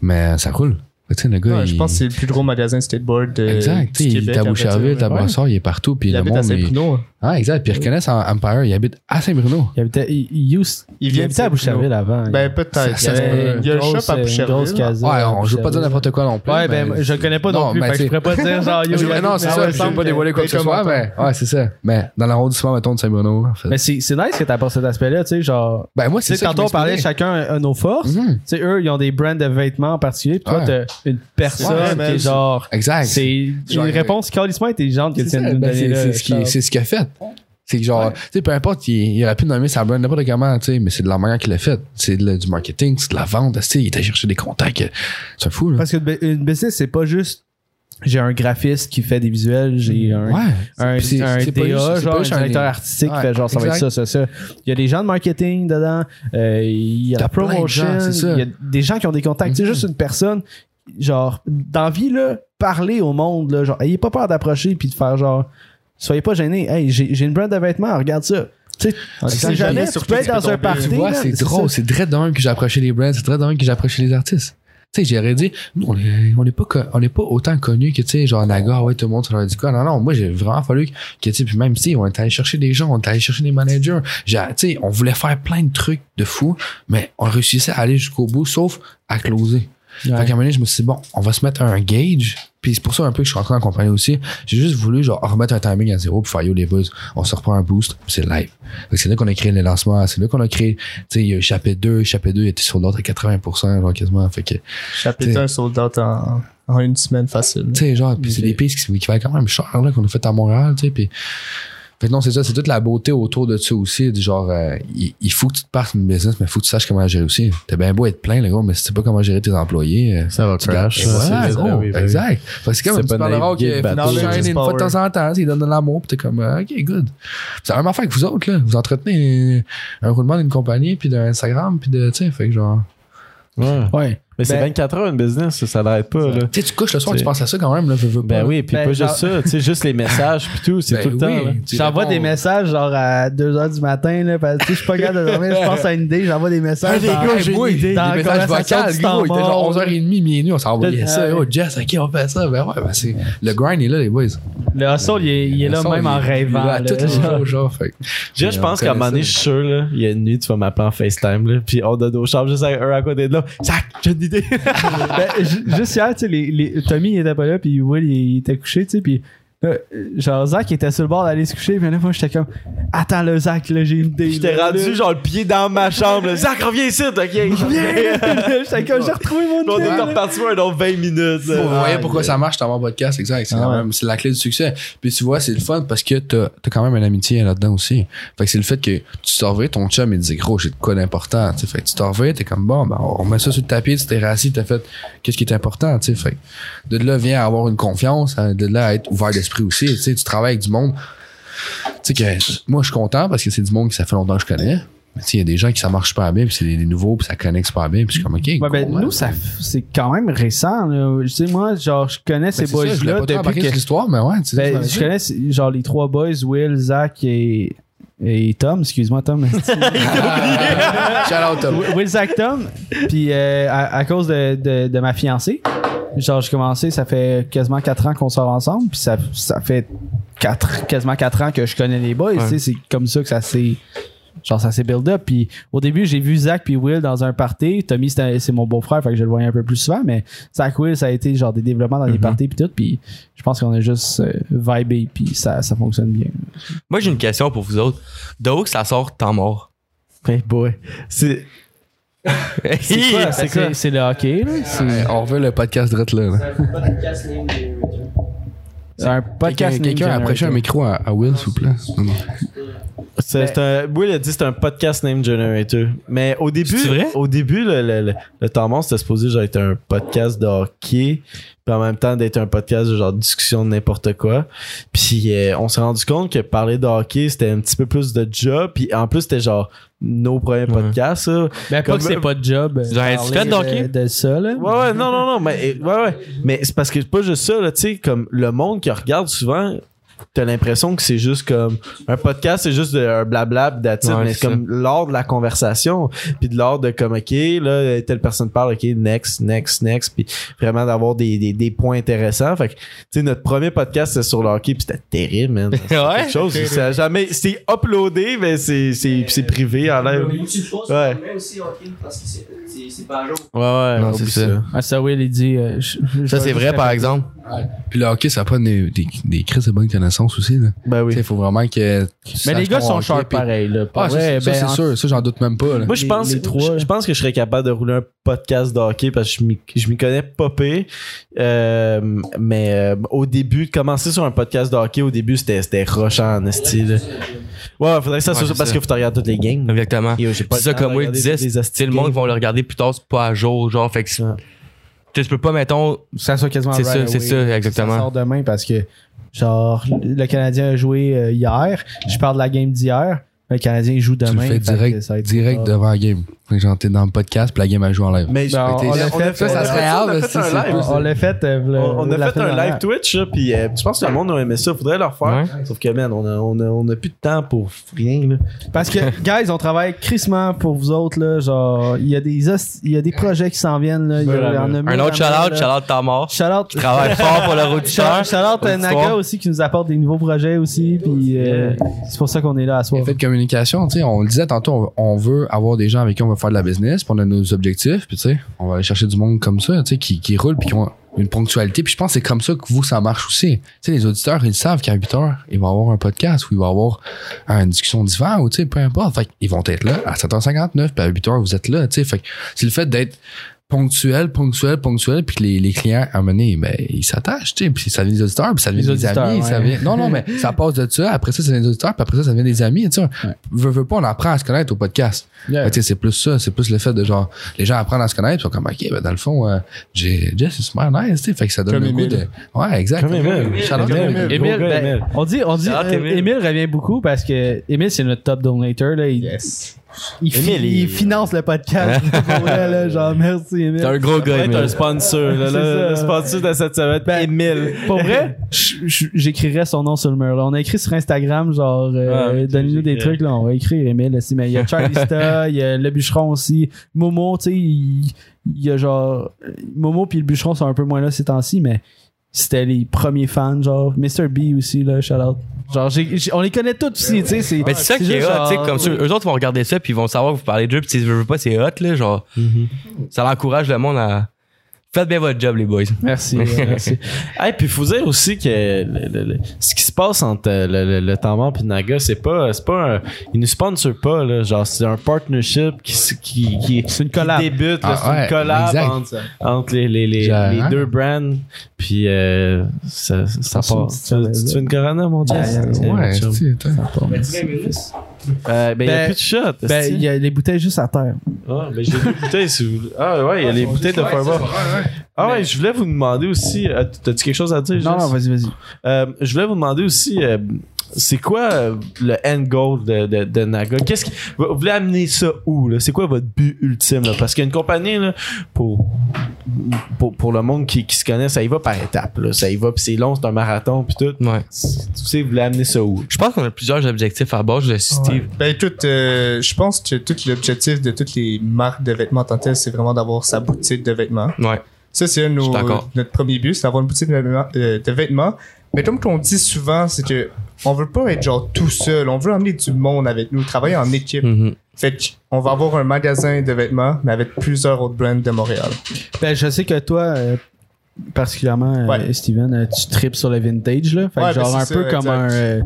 Speaker 5: mais ça roule. Tu sais, le gars,
Speaker 2: Ouais, Je
Speaker 5: il-
Speaker 2: pense que c'est le plus gros magasin skateboard de
Speaker 5: Exact,
Speaker 2: du
Speaker 5: tu sais, il
Speaker 2: Québec,
Speaker 5: est à
Speaker 2: en fait,
Speaker 5: Boucherville,
Speaker 2: ouais.
Speaker 5: t'as Brassard, il est partout, puis
Speaker 2: Il
Speaker 5: le
Speaker 2: habite
Speaker 5: monde.
Speaker 2: à hein.
Speaker 5: il-
Speaker 2: Saint-Bruno.
Speaker 5: Ah, exact, puis ils reconnaissent Empire, il habite à Saint-Bruno.
Speaker 3: Il habitait, il, il used-
Speaker 2: Il
Speaker 3: il
Speaker 2: vient
Speaker 3: habitait à Boucherville avant. Il y
Speaker 2: Ben
Speaker 3: avait-
Speaker 5: Ça-
Speaker 2: peut-être. Il y
Speaker 5: ça euh, se
Speaker 2: a-
Speaker 5: peut.
Speaker 2: il y a un
Speaker 3: une grosse- euh,
Speaker 2: shop à
Speaker 3: une grosse
Speaker 2: Boucherville.
Speaker 3: caserne
Speaker 5: Ouais,
Speaker 3: à
Speaker 5: on, je veux pas dire
Speaker 3: Boucherville.
Speaker 5: n'importe quoi non plus.
Speaker 6: Ouais, ben, je le connais pas non, plus.
Speaker 5: mais
Speaker 6: fait que
Speaker 5: tu
Speaker 6: je
Speaker 5: sais-
Speaker 6: pourrais pas dire, genre, yo,
Speaker 5: [LAUGHS] Je-
Speaker 6: il y a-
Speaker 5: non, c'est
Speaker 6: mais
Speaker 5: ça,
Speaker 6: ouais,
Speaker 5: je veux
Speaker 6: semble
Speaker 5: pas dévoiler quoi que ce
Speaker 2: comme
Speaker 5: soit,
Speaker 2: on
Speaker 5: mais ouais, c'est ça. Mais dans l'arrondissement, mettons, de Saint-Bruno, en fait.
Speaker 3: Mais c'est c'est nice que t'apportes cet aspect-là, tu sais, genre.
Speaker 5: Ben, moi,
Speaker 3: Tu
Speaker 5: c'est
Speaker 3: sais,
Speaker 5: ça.
Speaker 3: tantôt, on
Speaker 5: qui
Speaker 3: parlait
Speaker 5: m'inspirait.
Speaker 3: chacun a a nos forces.
Speaker 5: Mhm.
Speaker 3: Tu sais, eux, ils ont des brands de vêtements en particulier. Puis toi,
Speaker 5: Ouais.
Speaker 3: t'as une
Speaker 2: Ouais,
Speaker 3: personne qui
Speaker 2: man.
Speaker 3: est genre.
Speaker 5: Exact.
Speaker 3: C'est une
Speaker 5: Genre,
Speaker 3: réponse calissement intelligente que tu
Speaker 5: C'est ça,
Speaker 3: viens de nous
Speaker 5: ben,
Speaker 3: donner.
Speaker 5: c'est-
Speaker 3: là,
Speaker 5: c'est ce qui-
Speaker 3: Charles.
Speaker 5: c'est ce qu'il a fait. C'est que genre, tu sais, peu importe, il, il aurait pu nommer sa brand n'importe comment, tu sais, mais c'est de la manière qu'il l'a fait. C'est de la- du marketing, c'est de la vente, tu sais, il était chercher des contacts. euh, C'est fou, là.
Speaker 3: Parce qu'une bu- une business, c'est pas juste j'ai un graphiste qui fait des visuels, j'ai un,
Speaker 5: Ouais.
Speaker 3: un,
Speaker 5: Puis c'est-
Speaker 3: un
Speaker 5: c'est pas
Speaker 3: DA,
Speaker 5: juste- c'est
Speaker 3: genre
Speaker 5: pas
Speaker 3: un
Speaker 5: juste un-
Speaker 3: directeur artistique qui
Speaker 5: Ouais,
Speaker 3: fait genre ça va être
Speaker 5: exact.
Speaker 3: ça, ça, ça. Il y a des gens de marketing dedans, euh, il y a
Speaker 5: T'as
Speaker 3: la
Speaker 5: plein de
Speaker 3: promotion,
Speaker 5: gens, c'est ça. Mhm.
Speaker 3: il y a des gens qui ont des contacts. C'est juste une personne, genre, d'envie, là, parler au monde, là, genre, ayez pas peur d'approcher puis de faire genre, soyez pas gênés, hey, j'ai j'ai une brand de vêtements, regarde ça. Tu sais,
Speaker 2: Ouais,
Speaker 3: si
Speaker 2: c'est ça,
Speaker 3: jamais tu
Speaker 2: surtout
Speaker 3: peux être
Speaker 2: tu peux
Speaker 3: dans un
Speaker 2: tomber.
Speaker 3: party.
Speaker 5: Tu vois,
Speaker 3: là,
Speaker 5: c'est
Speaker 3: ça.
Speaker 5: drôle. C'est très drôle que j'ai approché les brands. C'est très drôle que j'ai approché les artistes. Tu sais, j'aurais dit, nous, on est, on est pas, co- on est pas autant connus que, tu sais, genre, Naga, ouais, tout le monde, ça leur dit quoi. Non, non, moi, j'ai vraiment fallu que, tu sais, puis même si, on est allé chercher des gens, on est allé chercher des managers. J'ai- Tu sais, on voulait faire plein de trucs de fou, mais on réussissait à aller jusqu'au bout, sauf à closer. Fait qu'à un moment donné, je me suis dit, bon, on va se mettre un gauge. Puis c'est pour ça un peu que je suis rentré en compagnie aussi. J'ai juste voulu, genre, remettre un timing à zéro pour faire yo les buzz. On se reprend un boost, puis c'est live. Fait que c'est là qu'on a créé les lancements. C'est là qu'on a créé, tu sais, il y a eu chapitre 2. Chapitre 2 il était sur l'autre à 80%, genre, quasiment. Fait que, tu
Speaker 2: Chapitre 1 sold out en en une semaine facile.
Speaker 5: sais, genre, puis c'est des pistes qui, qui valent quand même cher, là, qu'on a fait à Montréal, tu sais, puis. Fait que non, c'est ça, c'est toute la beauté autour de ça aussi. Du genre, euh, il, il faut que tu te partes une business, mais il faut que tu saches comment la gérer aussi. T'as bien beau être plein, le gars, mais si tu sais pas comment gérer tes employés, euh,
Speaker 1: Ça va crash.
Speaker 5: Et voilà,
Speaker 1: c'est-
Speaker 5: gros,
Speaker 1: ben oui, ben oui.
Speaker 5: exact. Fait que c'est comme
Speaker 1: C'est
Speaker 5: un petit
Speaker 1: pas
Speaker 5: parleur
Speaker 1: naviguer
Speaker 5: qui
Speaker 1: de bateau.
Speaker 5: fait une
Speaker 2: Knowledge is
Speaker 5: fois de temps en temps, il donne de l'amour, puis t'es comme, euh, ok, good. C'est la même affaire que vous autres, là. Vous entretenez un roulement d'une compagnie, puis d'un Instagram, puis de, tu sais, fait que genre.
Speaker 1: Ouais.
Speaker 3: Ouais.
Speaker 1: Mais c'est
Speaker 3: Ben-
Speaker 1: 24 heures une business, ça, ça l'arrête pas, là.
Speaker 5: Tu sais, tu couches le soir,
Speaker 1: C'est-
Speaker 5: tu penses à ça quand même, là. veux- veux
Speaker 1: Ben
Speaker 5: pas,
Speaker 1: oui, puis
Speaker 3: Ben,
Speaker 1: pas
Speaker 3: genre-
Speaker 1: juste ça, tu sais, juste les messages puis tout, c'est
Speaker 5: Ben
Speaker 1: tout le
Speaker 5: oui,
Speaker 1: temps. là.
Speaker 5: tu
Speaker 3: J'envoie
Speaker 5: réponds-
Speaker 3: des messages genre à 2h du matin là, parce que tu sais, je suis pas capable de
Speaker 5: [LAUGHS]
Speaker 3: dormir, je pense à une idée, j'envoie des messages. dans-
Speaker 5: Hey, moi, des
Speaker 3: dans la
Speaker 5: messages
Speaker 3: conversation
Speaker 5: vocaux,
Speaker 3: du temps
Speaker 5: gros, il était genre
Speaker 3: mort.
Speaker 5: 11h30, minuit, on s'envoyait
Speaker 3: Ah,
Speaker 5: ça.
Speaker 3: ouais.
Speaker 5: Oh, Jess, ok, on fait ça. Ben ouais, ben c'est. Le grind est là, les boys.
Speaker 3: Le hustle, il est, il est là
Speaker 5: Ça,
Speaker 3: même
Speaker 5: il-
Speaker 3: en
Speaker 5: il est
Speaker 3: rêvant.
Speaker 5: là
Speaker 3: là,
Speaker 5: Tous les
Speaker 3: [LAUGHS] genre.
Speaker 5: jours, genre, fait. que-
Speaker 1: Jeff, je
Speaker 5: Mais on
Speaker 1: pense qu'à un
Speaker 5: connaît
Speaker 1: moment donné, je
Speaker 5: ça.
Speaker 1: suis sûr, là, il y a une nuit, tu vas m'appeler en FaceTime, là, puis on donne nos chambres juste un à côté de l'autre. Sac, j'ai une idée.
Speaker 3: Ben, ju- juste hier, tu sais, les, les- Tommy il était pas là, puis Will il, il était couché, tu sais, puis euh, genre Zach il était sur le bord d'aller se coucher, puis là moi j'étais comme attends le Zach là j'ai une idée.
Speaker 1: J'étais
Speaker 3: là,
Speaker 1: rendu,
Speaker 3: là.
Speaker 1: genre, le pied dans ma chambre, là. Zach, reviens ici, ok. Reviens!
Speaker 3: [LAUGHS] j'étais comme j'ai retrouvé
Speaker 1: Puis on
Speaker 3: mon idée.
Speaker 1: est
Speaker 3: là.
Speaker 1: reparti pour un autre 20 minutes, là.
Speaker 5: Vous voyez pourquoi
Speaker 2: yeah.
Speaker 5: ça marche, t'as mon podcast, exact. C'est
Speaker 2: Ah
Speaker 5: la
Speaker 2: ouais.
Speaker 5: même- c'est la clé du succès. Puis tu vois, c'est le fun parce que t'as t'as quand même une amitié là-dedans aussi. Fait que c'est le fait que tu te reviens, ton chum, il te dit gros, j'ai de quoi d'important. tu sais. Fait que tu te reviens, t'es comme bon, ben, on met ça sur le tapis, tu t'es rassis, t'as fait qu'est-ce qui est important, tu sais. Fait que de là vient avoir une confiance, hein, de là à être ouvert d'esprit aussi, tu sais. Tu travailles avec du monde. Tu sais que moi, je suis content parce que c'est du monde que ça fait longtemps que je connais. Mais tu sais, il y a des gens qui ça marche pas bien, puis c'est des, des nouveaux, puis ça connecte super bien, puis je suis comme ok.
Speaker 3: Ouais, ben,
Speaker 5: cool, hein. man.
Speaker 3: nous, ça, f- c'est quand même récent. Là. Tu sais, moi, genre, je connais
Speaker 5: Ben,
Speaker 3: ces
Speaker 5: c'est ça, je voulais
Speaker 3: boys-là
Speaker 5: pas trop
Speaker 3: depuis
Speaker 5: embarquer
Speaker 3: que
Speaker 5: sur l'histoire, mais ouais, tu sais,
Speaker 3: Ben,
Speaker 5: tu m'avais
Speaker 3: je
Speaker 5: dit.
Speaker 3: connais c'est- genre les trois boys, Will, Zach et, et Tom. Excuse-moi, Tom.
Speaker 5: Shout out, Tom.
Speaker 3: Will, Zach, Tom. Puis euh, à, à cause de, de- de ma fiancée, genre j'ai commencé, ça fait quasiment quatre ans qu'on sort ensemble. Puis ça, ça fait quatre, quasiment quatre ans que je connais les boys. Tu sais, C'est comme ça que ça s'est... Genre, ça s'est build-up. Puis au début, j'ai vu Zach puis Will dans un party. Tommy, c'était- c'est mon beau-frère, fait que je le voyais un peu plus souvent. Mais Zach Will, ça a été genre des développements dans
Speaker 5: Mm-hmm.
Speaker 3: les parties puis tout. Puis je pense qu'on a juste euh, vibé puis ça, ça fonctionne bien.
Speaker 4: Moi, j'ai une question pour vous autres. De où que ça sort
Speaker 1: [LAUGHS]
Speaker 4: temps mort?
Speaker 1: Ah, Hey boy. C'est.
Speaker 4: C'est
Speaker 1: quoi,
Speaker 3: Fait que C'est c'est le hockey, là. C'est
Speaker 5: Ouais, on revient le podcast drette là. là.
Speaker 3: c'est un podcast.
Speaker 5: Quelqu'un quelqu'un a
Speaker 3: name
Speaker 5: approché un
Speaker 3: generator.
Speaker 5: micro à, à Will, s'il vous plaît. Non, non.
Speaker 1: C'est c'est un, Will a dit que c'est un podcast name generator. Mais au début,
Speaker 4: C'est vrai?
Speaker 1: au début le, le, le, le temps mort, c'était supposé genre être un podcast de hockey, puis en même temps d'être un podcast de genre discussion de n'importe quoi. Puis euh, on s'est rendu compte que parler de hockey, c'était un petit peu plus de job, puis en plus c'était genre nos premiers podcasts. ça.
Speaker 3: Ben, pas
Speaker 1: Comme-
Speaker 3: que c'est pas de job. euh,
Speaker 4: Genre,
Speaker 3: parler
Speaker 4: as-tu fait de hockey?
Speaker 3: de ça, là.
Speaker 1: Ouais, ouais, non, non, non, mais, euh, ouais, ouais. mais c'est parce que c'est pas juste ça, là, tu sais, comme le monde qui regarde souvent, t'as l'impression que c'est juste comme un podcast, c'est juste de- un blabla, pis that's it,
Speaker 4: Ouais,
Speaker 1: mais
Speaker 4: c'est
Speaker 1: comme l'ordre de la conversation, puis de l'ordre de comme, ok, là, telle personne parle, ok, next, next, next, puis vraiment d'avoir des, des, des points intéressants. Fait que, tu sais, notre premier podcast, c'était sur le hockey, puis c'était terrible, man. C'est
Speaker 4: Ouais?
Speaker 1: quelque
Speaker 4: [LAUGHS]
Speaker 1: chose, ça a jamais, c'est uploadé, mais c'est, c'est, c'est privé en l'air.
Speaker 7: Tu le poses,
Speaker 1: Ouais.
Speaker 7: mais aussi, ok, parce que c'est- c'est c'est pas à jour.
Speaker 1: Ouais, ouais,
Speaker 4: Non,
Speaker 1: oublie
Speaker 4: c'est ça.
Speaker 3: Ah, ça, Will, il dit. euh, je- je-
Speaker 4: Ça,
Speaker 3: je-
Speaker 4: c'est
Speaker 3: je-
Speaker 4: vrai, par exemple.
Speaker 5: Puis le hockey, ça prend des, des, des crises de bonnes connaissances aussi. Là.
Speaker 1: Ben oui.
Speaker 5: Il faut vraiment que. que tu
Speaker 3: Mais les
Speaker 5: saches
Speaker 3: gars
Speaker 5: ton
Speaker 3: sont
Speaker 5: hockey,
Speaker 3: sharp
Speaker 5: puis-
Speaker 3: pareil, là.
Speaker 5: Ah,
Speaker 3: Pour vrai,
Speaker 5: ça, ça,
Speaker 3: ben,
Speaker 5: c'est
Speaker 3: en-
Speaker 5: sûr. Ça, j'en doute même pas. là.
Speaker 1: Moi, je
Speaker 3: Les-
Speaker 1: pense,
Speaker 3: les trois.
Speaker 1: je, je pense que je serais capable de rouler un podcast de hockey parce que je m'y- je m'y connais pas pire. Euh, mais euh, au début, de commencer sur un podcast de hockey, au début, c'était c'était rushant en esti, là. Ouais, faudrait que ça
Speaker 4: Ouais,
Speaker 1: soit ça
Speaker 4: c'est
Speaker 1: parce
Speaker 4: ça.
Speaker 1: qu'il faut que tu regardes toutes les games.
Speaker 4: Exactement.
Speaker 1: Yo, j'ai pas
Speaker 4: C'est ça,
Speaker 1: le temps de
Speaker 4: comme moi, il
Speaker 1: regarder
Speaker 4: disait,
Speaker 1: toutes les
Speaker 4: c'est le monde qui vont le regarder plus tard, c'est pas à jour, genre, fait que c'est-
Speaker 1: Ouais.
Speaker 4: tu sais, tu peux pas, mettons,
Speaker 3: ça soit quasiment
Speaker 4: C'est
Speaker 3: right
Speaker 4: ça, c'est
Speaker 3: away.
Speaker 4: ça, exactement.
Speaker 3: Ça sort demain parce que, genre, le Canadien a joué euh, hier. Je parle de la game d'hier. Le Canadien joue
Speaker 5: Tu le
Speaker 3: demain.
Speaker 5: fais
Speaker 3: fait que
Speaker 5: direct,
Speaker 3: ça va être-
Speaker 5: direct devant la game. Fait que Genre, t'es dans le podcast, puis la game, elle joue en live.
Speaker 1: Mais
Speaker 3: Ben,
Speaker 5: Fait que
Speaker 3: on
Speaker 5: t'es-
Speaker 3: l'a fait,
Speaker 5: ça, ça
Speaker 3: on
Speaker 5: serait
Speaker 1: l'a fait, euh, on
Speaker 5: hard.
Speaker 1: l'a
Speaker 5: là,
Speaker 1: fait un
Speaker 5: c'est- c'est
Speaker 1: live.
Speaker 5: plus-
Speaker 3: On on l'a fait. euh, le-
Speaker 1: On, on a
Speaker 3: la
Speaker 1: fait
Speaker 3: semaine
Speaker 1: un live
Speaker 3: dernière.
Speaker 1: Twitch, là, puis euh, je pense que le monde a aimé ça. Faudrait le refaire. Sauf que, man, on a, on, a, on a plus de temps pour rien. Là.
Speaker 3: Parce
Speaker 4: [LAUGHS]
Speaker 3: que, guys, on travaille crissement pour vous autres, là. Genre, il y a des, host- il y a des projets qui s'en viennent, là. Il y a-
Speaker 1: Voilà.
Speaker 3: on a mis
Speaker 4: un autre
Speaker 3: la main,
Speaker 4: shout-out,
Speaker 3: là.
Speaker 4: shout-out temps mort.
Speaker 3: Shout-out.
Speaker 4: Je travaille fort
Speaker 1: [LAUGHS]
Speaker 4: pour leur auditeur.
Speaker 3: Shout- Shout-out à Naga
Speaker 4: Auditoire.
Speaker 3: aussi qui nous apporte des nouveaux projets aussi. Puis euh, c'est pour ça qu'on est là à soir.
Speaker 5: En fait, communication, tu sais, on le disait tantôt, on on veut avoir des gens avec qui on veut faire de la business, puis on a nos objectifs, puis tu sais, on va aller chercher du monde comme ça, tu sais, qui, qui roule, puis qui ont une ponctualité. Puis je pense que c'est comme ça que vous, ça marche aussi. Tu sais, les auditeurs, ils savent qu'à 8 heures, il va y avoir un podcast ou il va y avoir euh, une discussion d'hiver ou tu sais, peu importe. Fait qu'ils vont être là à 7h59, puis à 8 heures, vous êtes là, tu sais. Fait que c'est le fait d'être ponctuel, ponctuel, ponctuel, puis que les, les clients, à un moment donné, ben, ils s'attachent, tu sais, puis ça devient des auditeurs, puis ça devient
Speaker 3: Les
Speaker 5: des
Speaker 3: auditeurs,
Speaker 5: amis, ça
Speaker 3: ouais.
Speaker 5: devient- Non, non, mais ça passe de ça, après ça, ça devient des auditeurs, puis après ça, ça devient des amis, tu sais. Veux, veux pas, on apprend à se connaître au podcast.
Speaker 3: Yeah.
Speaker 5: Fait que, tu sais, c'est plus ça, c'est plus le fait de genre, les gens apprennent à se connaître, puis ils sont comme, OK, ben, dans le fond, euh, j'ai, Jess, c'est super nice, tu sais, fait que ça donne
Speaker 2: Comme
Speaker 5: le goût
Speaker 2: Émile.
Speaker 5: de... Ouais, exact.
Speaker 1: Comme Émile.
Speaker 4: Ah,
Speaker 5: Shout out
Speaker 1: Comme
Speaker 5: Émile.
Speaker 1: Émile.
Speaker 3: Émile,
Speaker 1: Gros gars,
Speaker 3: ben,
Speaker 1: Émile.
Speaker 3: on dit, on dit,
Speaker 4: Shout out
Speaker 3: euh,
Speaker 4: Émile.
Speaker 3: Émile revient beaucoup parce que Émile, c'est notre top donator. Là. Il, il, fi-
Speaker 1: Émile, il-
Speaker 3: il finance le
Speaker 4: [LAUGHS]
Speaker 3: podcast. pour vrai, là, genre, merci Émile.
Speaker 4: T'es un gros gars,
Speaker 1: Peut-être
Speaker 4: Emile.
Speaker 1: un sponsor. Là, [LAUGHS]
Speaker 3: C'est
Speaker 1: le,
Speaker 3: ça.
Speaker 1: le sponsor de cette semaine, Émile.
Speaker 3: Pour vrai, je- je- j'écrirais son nom sur le mur. là. On a écrit sur Instagram, genre, euh,
Speaker 1: Ah, oui,
Speaker 3: donnez-nous des
Speaker 1: j'écris.
Speaker 3: trucs. Là, on va écrire Émile. là, si- Mais il y a Charlista, il y a le bûcheron aussi. Momo, tu sais, il, il y a genre. Momo puis le bûcheron sont un peu moins là ces temps-ci, mais c'était les premiers fans, genre. Mr. B aussi, là, shout out. Genre, j'ai- j'ai- on les connaît tous aussi, tu sais. c'est-
Speaker 4: Mais Ben, Ah, c'est ça qui est
Speaker 3: juste
Speaker 4: hot, tu sais,
Speaker 3: genre-
Speaker 4: comme ça, eux autres vont regarder ça, puis ils vont savoir que vous parlez de jeu, puis si je veux pas, c'est hot, là, genre, ça l'encourage le monde à... Faites bien votre job, les boys.
Speaker 3: [LAUGHS]
Speaker 4: [LAUGHS]
Speaker 3: Merci, euh, merci.
Speaker 1: Hey, puis faut dire aussi que le- le- le- ce qui se passe entre euh, le, le, le temps mort puis Naga, c'est pas, euh, c'est pas un, ils nous sponsorent pas là, genre c'est un partnership qui s- qui, qui,
Speaker 3: C'est une
Speaker 1: qui
Speaker 3: collab.
Speaker 1: débute, là,
Speaker 5: Ah,
Speaker 1: c'est
Speaker 5: ouais,
Speaker 1: une collab
Speaker 5: exact.
Speaker 1: entre, entre les, les, les,
Speaker 5: Genre,
Speaker 1: les
Speaker 5: hein?
Speaker 1: deux brands, puis euh, ça, ça
Speaker 3: C'est une
Speaker 1: part.
Speaker 3: petite
Speaker 1: Tu, tu- tu veux une Corona mon dieu? Eh, mon
Speaker 5: Ouais,
Speaker 1: chum.
Speaker 5: tu sais, t'as-
Speaker 1: Euh, ben y a
Speaker 3: Ben,
Speaker 1: plus de shot.
Speaker 3: Ben, il y a les bouteilles juste à terre.
Speaker 1: Ah, ben j'ai des bouteilles si vous voulez. Ah ouais, il y a les bouteilles de Fireball. Ah ouais, je voulais vous demander aussi, euh, t'as-tu quelque chose à dire?
Speaker 3: Non,
Speaker 1: Jess?
Speaker 3: non, vas-y, vas-y.
Speaker 1: Euh, je voulais vous demander aussi, euh, c'est quoi euh, le end goal de, de, de Naga? Qu'est-ce que vous voulez amener ça où? là? C'est quoi votre but ultime? là? Parce qu'une compagnie, là, pour, pour, pour le monde qui, qui se connaît, ça y va par étapes. là. Ça y va, puis c'est long, c'est un marathon, puis tout.
Speaker 4: Ouais.
Speaker 1: C'est- Tu sais, vous voulez amener ça où?
Speaker 4: Je pense qu'on a plusieurs objectifs à bord, je suis Steve.
Speaker 2: Ben, écoute, euh, je pense que tout l'objectif de toutes les marques de vêtements en tant que telles, c'est vraiment d'avoir sa boutique de vêtements.
Speaker 4: Ouais.
Speaker 2: Ça, c'est un de
Speaker 4: Je suis
Speaker 2: nos-
Speaker 4: d'accord.
Speaker 2: notre premier but, c'est d'avoir une boutique de vêtements, euh, de vêtements. Mais comme qu'on dit souvent, c'est que on veut pas être genre tout seul. On veut amener du monde avec nous, travailler en équipe.
Speaker 4: Mhm.
Speaker 2: Fait qu'on va avoir un magasin de vêtements, mais avec plusieurs autres brands de Montréal.
Speaker 3: Ben, je sais que toi, euh, particulièrement, euh,
Speaker 2: Ouais.
Speaker 3: Steven, euh, tu tripes sur le vintage, là. Fait que
Speaker 2: Ouais, ben,
Speaker 3: genre
Speaker 2: c'est
Speaker 3: un
Speaker 2: ça,
Speaker 3: peu comme
Speaker 2: exact.
Speaker 3: un. euh,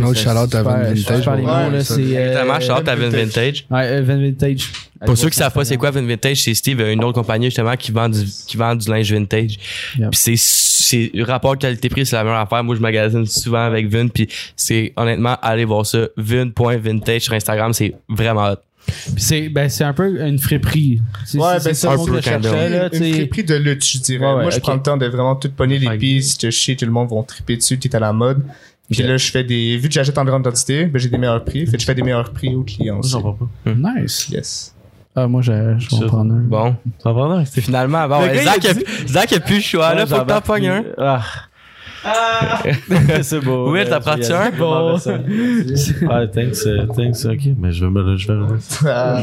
Speaker 5: Un autre shout-out à Van
Speaker 3: super-
Speaker 5: Vintage.
Speaker 3: super les
Speaker 5: ouais,
Speaker 3: noms, là,
Speaker 5: ça.
Speaker 3: c'est, euh,
Speaker 4: Exactement, shout out à Vin
Speaker 2: Vintage.
Speaker 4: Vintage.
Speaker 3: Ouais, euh, Van Vintage.
Speaker 4: Pour ceux qui savent pas c'est quoi Vin Vintage, c'est Steve, une autre compagnie justement qui vend du, qui vend du linge vintage.
Speaker 3: Yeah.
Speaker 4: Puis c'est, c'est rapport qualité-prix, c'est la meilleure affaire. Moi, je magasine souvent avec Vin, puis c'est honnêtement, allez voir ça, vin.vintage sur Instagram, c'est vraiment hot.
Speaker 3: Puis c'est ben, c'est un peu une friperie. C'est
Speaker 2: Ouais,
Speaker 3: c'est-
Speaker 2: ben,
Speaker 3: c'est
Speaker 2: c'est
Speaker 3: ça
Speaker 4: un
Speaker 3: qu'on
Speaker 4: peu
Speaker 3: cherchait,
Speaker 4: random.
Speaker 3: là. tu
Speaker 2: Une
Speaker 3: sais.
Speaker 2: friperie de lutte, je dirais.
Speaker 3: Ouais, ouais,
Speaker 2: Moi, je
Speaker 3: ok.
Speaker 2: prends le temps de vraiment tout pogner les pistes, de chier, tout le monde vont triper dessus, t'es à la mode. Puis là, je fais des. Vu que j'achète en grande quantité, ben, j'ai des meilleurs prix. Fait que je fais des meilleurs prix aux clients aussi.
Speaker 3: Nice.
Speaker 2: Yes.
Speaker 3: Ah, moi, je, je vais en prendre un.
Speaker 4: Bon.
Speaker 1: Ça va, non?
Speaker 4: C'est finalement, bon,
Speaker 1: Le gars,
Speaker 4: Zach,
Speaker 1: il a
Speaker 4: a, Zach a plus le choix, Ah, là, faut que t'en pognes un.
Speaker 1: Ah. [LAUGHS] c'est beau. euh,
Speaker 4: Will, t'en prends-tu un?
Speaker 1: Bon. Ah, thanks, euh, thanks, ok, mais je vais me le- je vais me-
Speaker 2: Ah,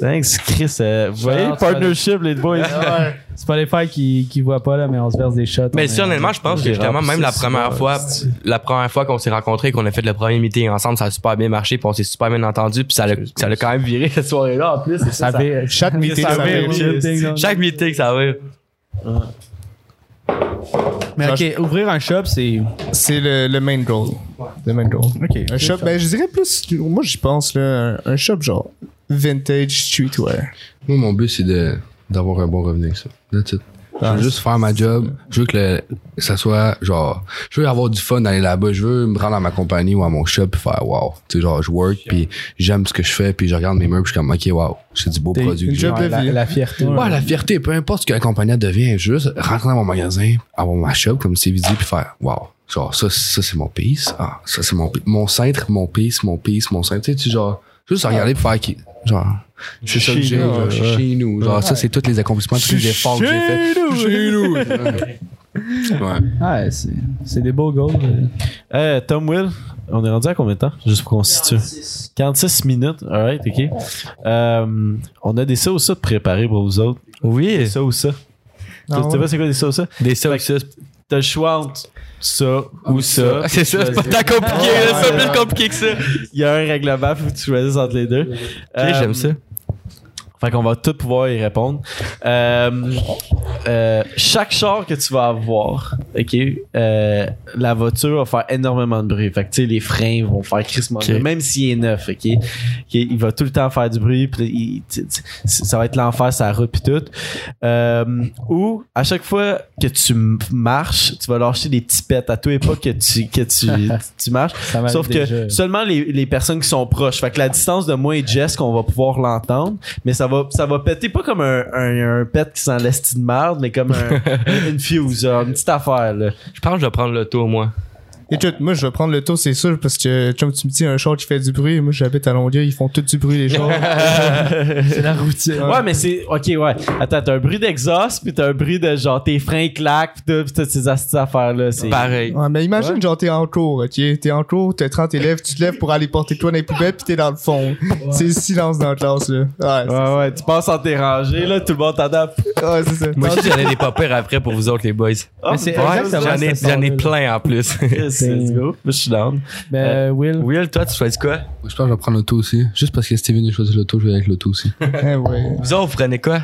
Speaker 1: Thanks, Chris. euh, vous voyez, Ah,
Speaker 3: Shout-out,
Speaker 1: partnership, les boys.
Speaker 2: ouais.
Speaker 3: Spotify qui, qui voit pas, là, mais on se verse des shots.
Speaker 4: Mais
Speaker 3: on
Speaker 4: Ben, si
Speaker 3: est-
Speaker 4: honnêtement, je pense que justement, même la première fois, la première fois qu'on s'est rencontrés, qu'on a fait le premier meeting ensemble, ça a super bien marché, puis on s'est super bien entendu, puis ça l'a, ça l'a quand même viré [LAUGHS] cette soirée-là en plus.
Speaker 3: Ça fait-
Speaker 2: Chaque meeting, ça fait-
Speaker 4: Chaque meeting, ça va.
Speaker 3: Mais ok, ouvrir un shop, c'est.
Speaker 2: C'est le, le main goal. Le main goal. Un shop, ben, je dirais plus. Moi, j'y pense, là. Un, un shop genre vintage streetwear.
Speaker 5: Moi, mon but, c'est de- d'avoir un bon revenu avec ça. That's it. Je
Speaker 2: Ah,
Speaker 5: veux juste faire ma job. Je veux que, le- que ça soit genre. Je veux avoir du fun d'aller là-bas. Je veux me rendre à ma compagnie ou à mon shop et faire wow. Tu sais, genre, je work puis j'aime ce que je fais puis je regarde mes meubles puis je suis comme ok, wow, c'est du beau produit.
Speaker 2: Une
Speaker 5: que j'ai.
Speaker 2: job de
Speaker 3: La,
Speaker 2: vie.
Speaker 3: la fierté.
Speaker 5: Ouais, la fierté, peu importe ce que la compagnie devient, juste rentrer dans mon magasin, avoir ma shop, comme c'est dit, puis faire Wow, genre ça, ça c'est mon piece, ah, ça c'est mon piece, mon cintre, mon piece, mon piece, mon cintre. Tu sais, tu genre, juste regarder puis faire qui. Genre, c'est ça que j'ai,
Speaker 2: nous,
Speaker 5: genre, je suis chez nous. Genre, ça, c'est tous les accomplissements, tous les efforts que j'ai faits. Chez nous! Ouais. Ouais.
Speaker 3: Ouais, c'est c'est des beaux goals.
Speaker 1: Euh, Tom Will, on est rendu à combien de temps? Juste pour qu'on se situe.
Speaker 7: 46.
Speaker 1: 46 minutes, alright, ok. Euh, on a des ça ou ça de préparés pour vous autres. Des
Speaker 4: Oui.
Speaker 1: ça ou ça.
Speaker 2: Ah
Speaker 1: tu sais pas c'est quoi des ça ou ça?
Speaker 4: Des ça Ah, ou ça.
Speaker 1: T'as le choix entre ça ou ça.
Speaker 4: C'est ça, c'est pas
Speaker 1: Choisis-
Speaker 4: tant compliqué, c'est pas plus compliqué que ça.
Speaker 1: Il y a un règlement, faut que tu choisisses entre les deux.
Speaker 4: Ok,
Speaker 1: Euh,
Speaker 4: j'aime ça.
Speaker 1: Fait qu'on va tout pouvoir y répondre. Euh, euh, chaque char que tu vas avoir, ok, euh, la voiture va faire énormément de bruit. Fait que tu sais, les freins vont faire crissement de
Speaker 4: Ok.
Speaker 1: bruit, même s'il est neuf, ok. Ok, Il va tout le temps faire du bruit, puis il- tu- tu- ça va être l'enfer, ça route puis tout. Euh, ou à chaque fois que tu m- marches, tu vas lâcher des petits pets à tous les pas que tu que
Speaker 3: [LAUGHS]
Speaker 1: tu, tu marches.
Speaker 3: Ça m'arrive
Speaker 1: Sauf que
Speaker 3: déjà.
Speaker 1: seulement les, les personnes qui sont proches. Fait que la distance de moi et Jess qu'on va pouvoir l'entendre, mais ça va ça va péter pas comme un, un, un pet qui s'en laisse de merde, mais comme [LAUGHS] un, une fuse, genre, une petite affaire là.
Speaker 4: Je pense que je vais prendre l'auto, moi.
Speaker 2: Écoute, moi, je vais prendre le tour, c'est sûr, parce que, comme tu me dis, un char qui fait du bruit, moi, j'habite à Longueuil, ils font tout du bruit, les chars.
Speaker 3: C'est la routine.
Speaker 1: Ouais, mais c'est OK, ouais. Attends, t'as un bruit d'exhaust, puis t'as un bruit de genre tes freins claquent, puis tout- puis toutes ces astuces affaires là, c'est
Speaker 4: Pareil.
Speaker 2: Ouais, mais imagine, genre, t'es en cours, ok? T'es en cours, t'as 30 élèves, tu te lèves pour aller porter toi dans les poubelles, pis t'es dans le fond. C'est le silence dans la classe, là. Ouais,
Speaker 1: Ouais, ouais, tu passes en tes rangées, là, tout le monde t'adapte.
Speaker 2: c'est- ouais, c'est ça.
Speaker 4: Moi aussi, j'en ai des pas pires après pour vous autres, les boys.
Speaker 1: Oh,
Speaker 3: c'est
Speaker 1: ouais,
Speaker 3: exactement
Speaker 4: J'en ai,
Speaker 3: cette
Speaker 4: j'en
Speaker 3: soirée-là.
Speaker 4: ai plein en plus. [LAUGHS]
Speaker 1: Chris, let's go. Je suis down.
Speaker 3: Ben, Will.
Speaker 4: Will, toi, tu choisis quoi?
Speaker 5: Moi, je pense que je vais prendre l'auto aussi. Juste parce que Steven a choisi l'auto, je vais aller avec l'auto aussi.
Speaker 2: Ouais, ouais.
Speaker 4: Vous autres, vous prenez quoi?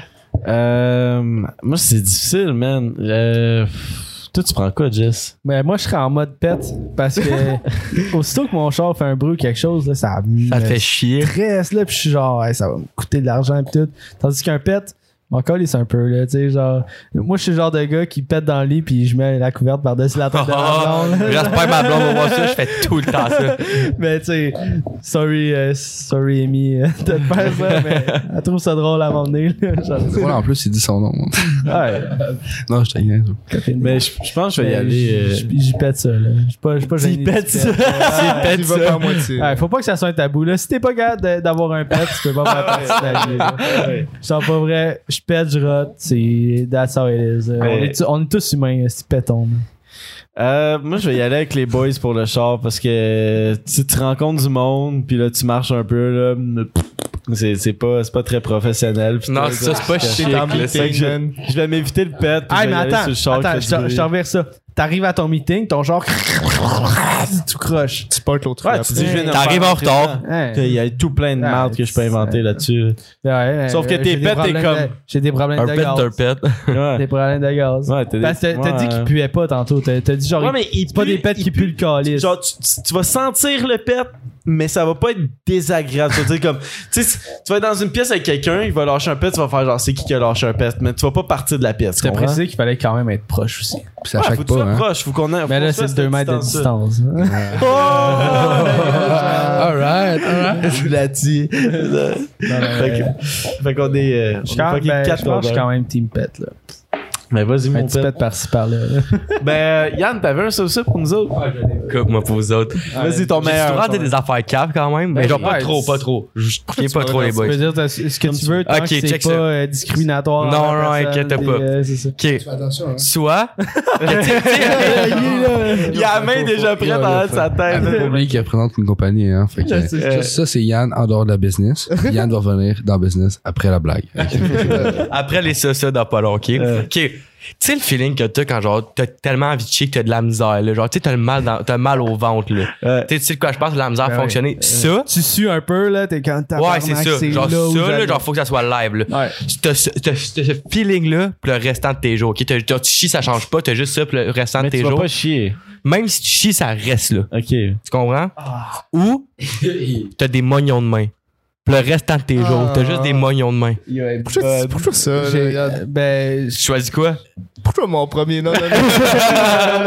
Speaker 1: Euh, moi, c'est difficile, man. Euh, toi, tu prends quoi, Jess?
Speaker 3: Ben, moi, je serais en mode pet parce [LAUGHS] que aussitôt que mon char fait un bruit ou quelque chose, là, ça,
Speaker 4: Ça te
Speaker 3: me
Speaker 4: fait chier.
Speaker 3: stresse, là, puis je suis genre, Hey, ça va me coûter de l'argent, pis tout. Tandis qu'un pet, mon col, c'est un peu, là, tu sais, genre, moi, je suis le genre de gars qui pète dans le lit, puis je mets la couverte par-dessus la
Speaker 4: [LAUGHS]
Speaker 3: tête de la blonde.
Speaker 4: J'espère que ma blonde va voir ça, je fais tout le temps ça.
Speaker 3: [LAUGHS] Mais tu sais, sorry, euh, sorry Amy euh, de te faire ça,
Speaker 4: [LAUGHS]
Speaker 3: mais elle trouve ça drôle à un moment donné. là. Genre,
Speaker 5: Voilà, en plus, il dit son nom.
Speaker 3: ouais,
Speaker 5: Non, je t'ai
Speaker 3: copine.
Speaker 1: Mais je, je pense que je vais y
Speaker 3: Mais
Speaker 1: aller.
Speaker 3: Ben,
Speaker 1: euh,
Speaker 3: j- j- J'y pète ça, là. Je suis pas, je suis pas gêné du
Speaker 1: pètes ça.
Speaker 3: pet, [LAUGHS] là.
Speaker 2: Tu y vas par moitié.
Speaker 3: Ouais, faut pas que ça soit un tabou, là. Si t'es pas capable de- d'avoir un pet, tu peux pas faire partie de la vie, là. Je sens pas vrai, je pète, je rote, c'est that's how it is. Euh,
Speaker 1: Mais-
Speaker 3: On, est tu- on est tous humains, si pétons.
Speaker 1: euh, euh, moi, je vais y aller avec les boys pour le char parce que tu te rencontres du monde, puis là, tu marches un peu, là. C'est, c'est pas, c'est pas très professionnel. puis
Speaker 4: Non,
Speaker 1: t'as-
Speaker 4: ça, c'est pas
Speaker 2: T'es
Speaker 4: chic.
Speaker 2: dans
Speaker 4: là.
Speaker 2: le
Speaker 1: Fait que
Speaker 2: meeting,
Speaker 1: je,
Speaker 2: man.
Speaker 1: je vais m'évite le pet. puis je vais y aller sur le char qui fait
Speaker 3: je te
Speaker 1: du bruit.
Speaker 3: je te revire ça. T'arrives à ton meeting, ton genre. Tu croches.
Speaker 2: Tu portes l'autre.
Speaker 1: Ouais, tu dis, je viens de me
Speaker 4: T'arrives
Speaker 1: faire
Speaker 4: en retard.
Speaker 1: un traitement. Il y a tout plein de
Speaker 3: Ouais,
Speaker 1: merde que je peux
Speaker 3: c'est-
Speaker 1: inventer là-dessus. Sauf que t'es
Speaker 3: t'es
Speaker 1: pète, t'es comme-
Speaker 3: J'ai des problèmes
Speaker 4: Un
Speaker 3: de
Speaker 4: pet,
Speaker 3: gaz.
Speaker 4: un pet.
Speaker 1: Ouais.
Speaker 3: Des problèmes de gaz.
Speaker 1: Ouais, t'as des-
Speaker 3: Parce que t'as- t'as
Speaker 1: ouais.
Speaker 3: dit qu'il puait pas tantôt. T'as t'as dit genre.
Speaker 1: Ouais, mais il
Speaker 3: C'est pas
Speaker 1: pue-
Speaker 3: des pets
Speaker 1: il
Speaker 3: qui puent le calice.
Speaker 1: Genre, tu, tu- tu vas sentir le pet, mais ça va pas être désagréable. Tu vas dire comme, [LAUGHS] tu sais, si tu vas être dans une pièce avec quelqu'un, il va lâcher un pet, tu vas faire genre, c'est qui qui a lâché un pet, mais tu vas pas partir de la pièce.
Speaker 3: T'as
Speaker 1: comprends?
Speaker 3: précisé qu'il fallait quand même être proche aussi.
Speaker 5: Puis ça
Speaker 1: Ouais,
Speaker 5: chaque
Speaker 1: faut que tu
Speaker 5: pas,
Speaker 1: sois
Speaker 5: hein.
Speaker 1: proche, faut qu'on ait.
Speaker 3: Mais là, c'est 2 mètres de distance. hein.
Speaker 1: Oh!
Speaker 3: [LAUGHS]
Speaker 5: Alright,
Speaker 1: Je l'ai dit. fait que- fait qu'on est. euh,
Speaker 3: Je
Speaker 1: on
Speaker 3: suis
Speaker 1: est
Speaker 3: quand,
Speaker 1: fucking
Speaker 3: ben,
Speaker 1: quatre
Speaker 3: je pense que je suis
Speaker 1: là-dedans.
Speaker 3: quand même team pet. Là.
Speaker 1: Mais vas-y,
Speaker 3: Un
Speaker 1: mon
Speaker 3: petit
Speaker 1: pet.
Speaker 3: pet par-ci par-là. là.
Speaker 1: Ben, euh, Yann, t'avais un sauce pour nous autres?
Speaker 4: Coupe, moi, pour vous autres.
Speaker 1: Vas-y, ton
Speaker 4: J'ai
Speaker 1: meilleur.
Speaker 4: souvent dit des affaires cap quand même, mais genre pas
Speaker 3: ouais,
Speaker 4: trop,
Speaker 3: c'est-
Speaker 4: pas trop. Je tiens pas
Speaker 2: vas
Speaker 4: trop les
Speaker 2: dans
Speaker 4: boys.
Speaker 3: Tu peux dire t'as- ce que tu veux, tant
Speaker 4: Ok,
Speaker 3: que c'est
Speaker 4: check
Speaker 3: pas
Speaker 4: ça.
Speaker 3: euh, discriminatoire.
Speaker 4: Non,
Speaker 3: envers
Speaker 4: non,
Speaker 3: personne,
Speaker 4: inquiète
Speaker 3: puis,
Speaker 4: pas.
Speaker 3: euh, c'est ça.
Speaker 4: Ok,
Speaker 5: attention, hein.
Speaker 4: soit.
Speaker 3: [LAUGHS]
Speaker 1: Il y a la main déjà prête en haut de sa tête.
Speaker 5: Faut pas oublier qu'il représente une compagnie, hein. Fait que,
Speaker 1: Ah, c'est
Speaker 5: ça, ça, c'est Yann en dehors de la business. Yann va revenir dans business après la blague.
Speaker 4: Après les ça ça dans pas long, ok? Ok. Tu sais le feeling que t'as quand genre t'as tellement envie de chier que t'as de la misère, là. Genre, tu sais, t'as le mal dans- t'as mal au ventre, là.
Speaker 1: Ouais.
Speaker 4: Tu sais- tu sais de quoi je pense, la misère
Speaker 3: Ben
Speaker 4: fonctionner.
Speaker 3: ouais.
Speaker 4: Ça,
Speaker 3: Tu sues un peu, là, t'es quand t'as
Speaker 4: ouais, c'est ça. Genre, ça, là, genre, faut que ça soit live, là.
Speaker 3: Ouais.
Speaker 4: T'as ce, t'as ce- t'as ce feeling-là pour le restant de tes jours, ok? T'as- t'as- tu chies, ça change pas, t'as juste ça pour le restant de tes jours.
Speaker 1: chier.
Speaker 4: Même si tu chies, ça reste, là.
Speaker 1: Ok.
Speaker 4: Tu comprends? Ou t'as des mognons de main. Pour le restant de tes jours, t'as juste des mognons de main.
Speaker 2: Pourquoi, tu- pourquoi ça? là,
Speaker 3: J'ai-
Speaker 2: regarde?
Speaker 3: Ben,
Speaker 4: Tu choisis quoi?
Speaker 2: Pourquoi mon premier? Non, non, non.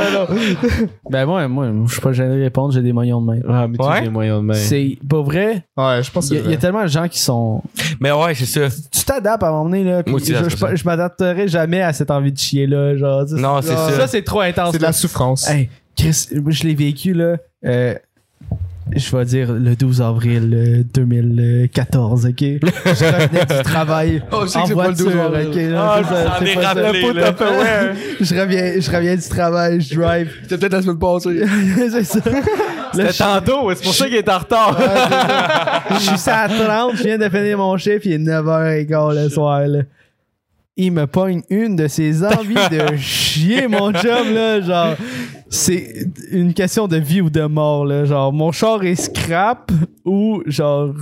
Speaker 3: ben, moi, moi, je suis pas gêné de répondre, j'ai des moignons de main.
Speaker 1: Ah, mais tu
Speaker 4: Ouais.
Speaker 1: as des moyens de main.
Speaker 3: C'est pas ben. vrai.
Speaker 2: Ouais, je pense que
Speaker 3: Il
Speaker 2: c'est
Speaker 3: y, a- il y
Speaker 2: vrai.
Speaker 3: a tellement de gens qui sont.
Speaker 4: Mais ouais, c'est ça.
Speaker 3: Tu t'adaptes à un moment donné, là. puis
Speaker 4: Moi aussi,
Speaker 3: je-
Speaker 4: là, c'est
Speaker 3: je
Speaker 4: ça.
Speaker 3: je m'adapterai jamais à cette envie de chier, là. Genre, ça,
Speaker 4: Non, c'est
Speaker 2: Ah.
Speaker 4: ça.
Speaker 3: ça, c'est trop intense.
Speaker 2: C'est de la souffrance.
Speaker 3: Hey, Chris, moi, je l'ai vécu, là. euh, je vais dire le 12 avril euh, 2014, ok? Je revenais du travail.
Speaker 2: Oh, je sais
Speaker 3: en
Speaker 2: que c'est pas le 12
Speaker 3: voiture,
Speaker 2: avril.
Speaker 3: ok, là,
Speaker 4: Ah,
Speaker 3: c'est ça,
Speaker 4: je m'en
Speaker 3: c'est
Speaker 4: ai
Speaker 3: pas ça.
Speaker 4: rappelé,
Speaker 3: Le pot
Speaker 4: là.
Speaker 3: Tupperware. je, reviens, je reviens du travail, je drive.
Speaker 5: C'était peut-être la semaine passée.
Speaker 3: [LAUGHS] c'est ça. Là, je-
Speaker 1: tantôt, c'est pour ça qu'il est en retard.
Speaker 3: je suis à 30, je viens de finir mon chiffre, il est 9h15 le soir. là. Il me pogne une de ses envies de chier mon job, là. Genre, c'est une question de vie ou de mort, là. Genre, mon char est scrap ou, genre,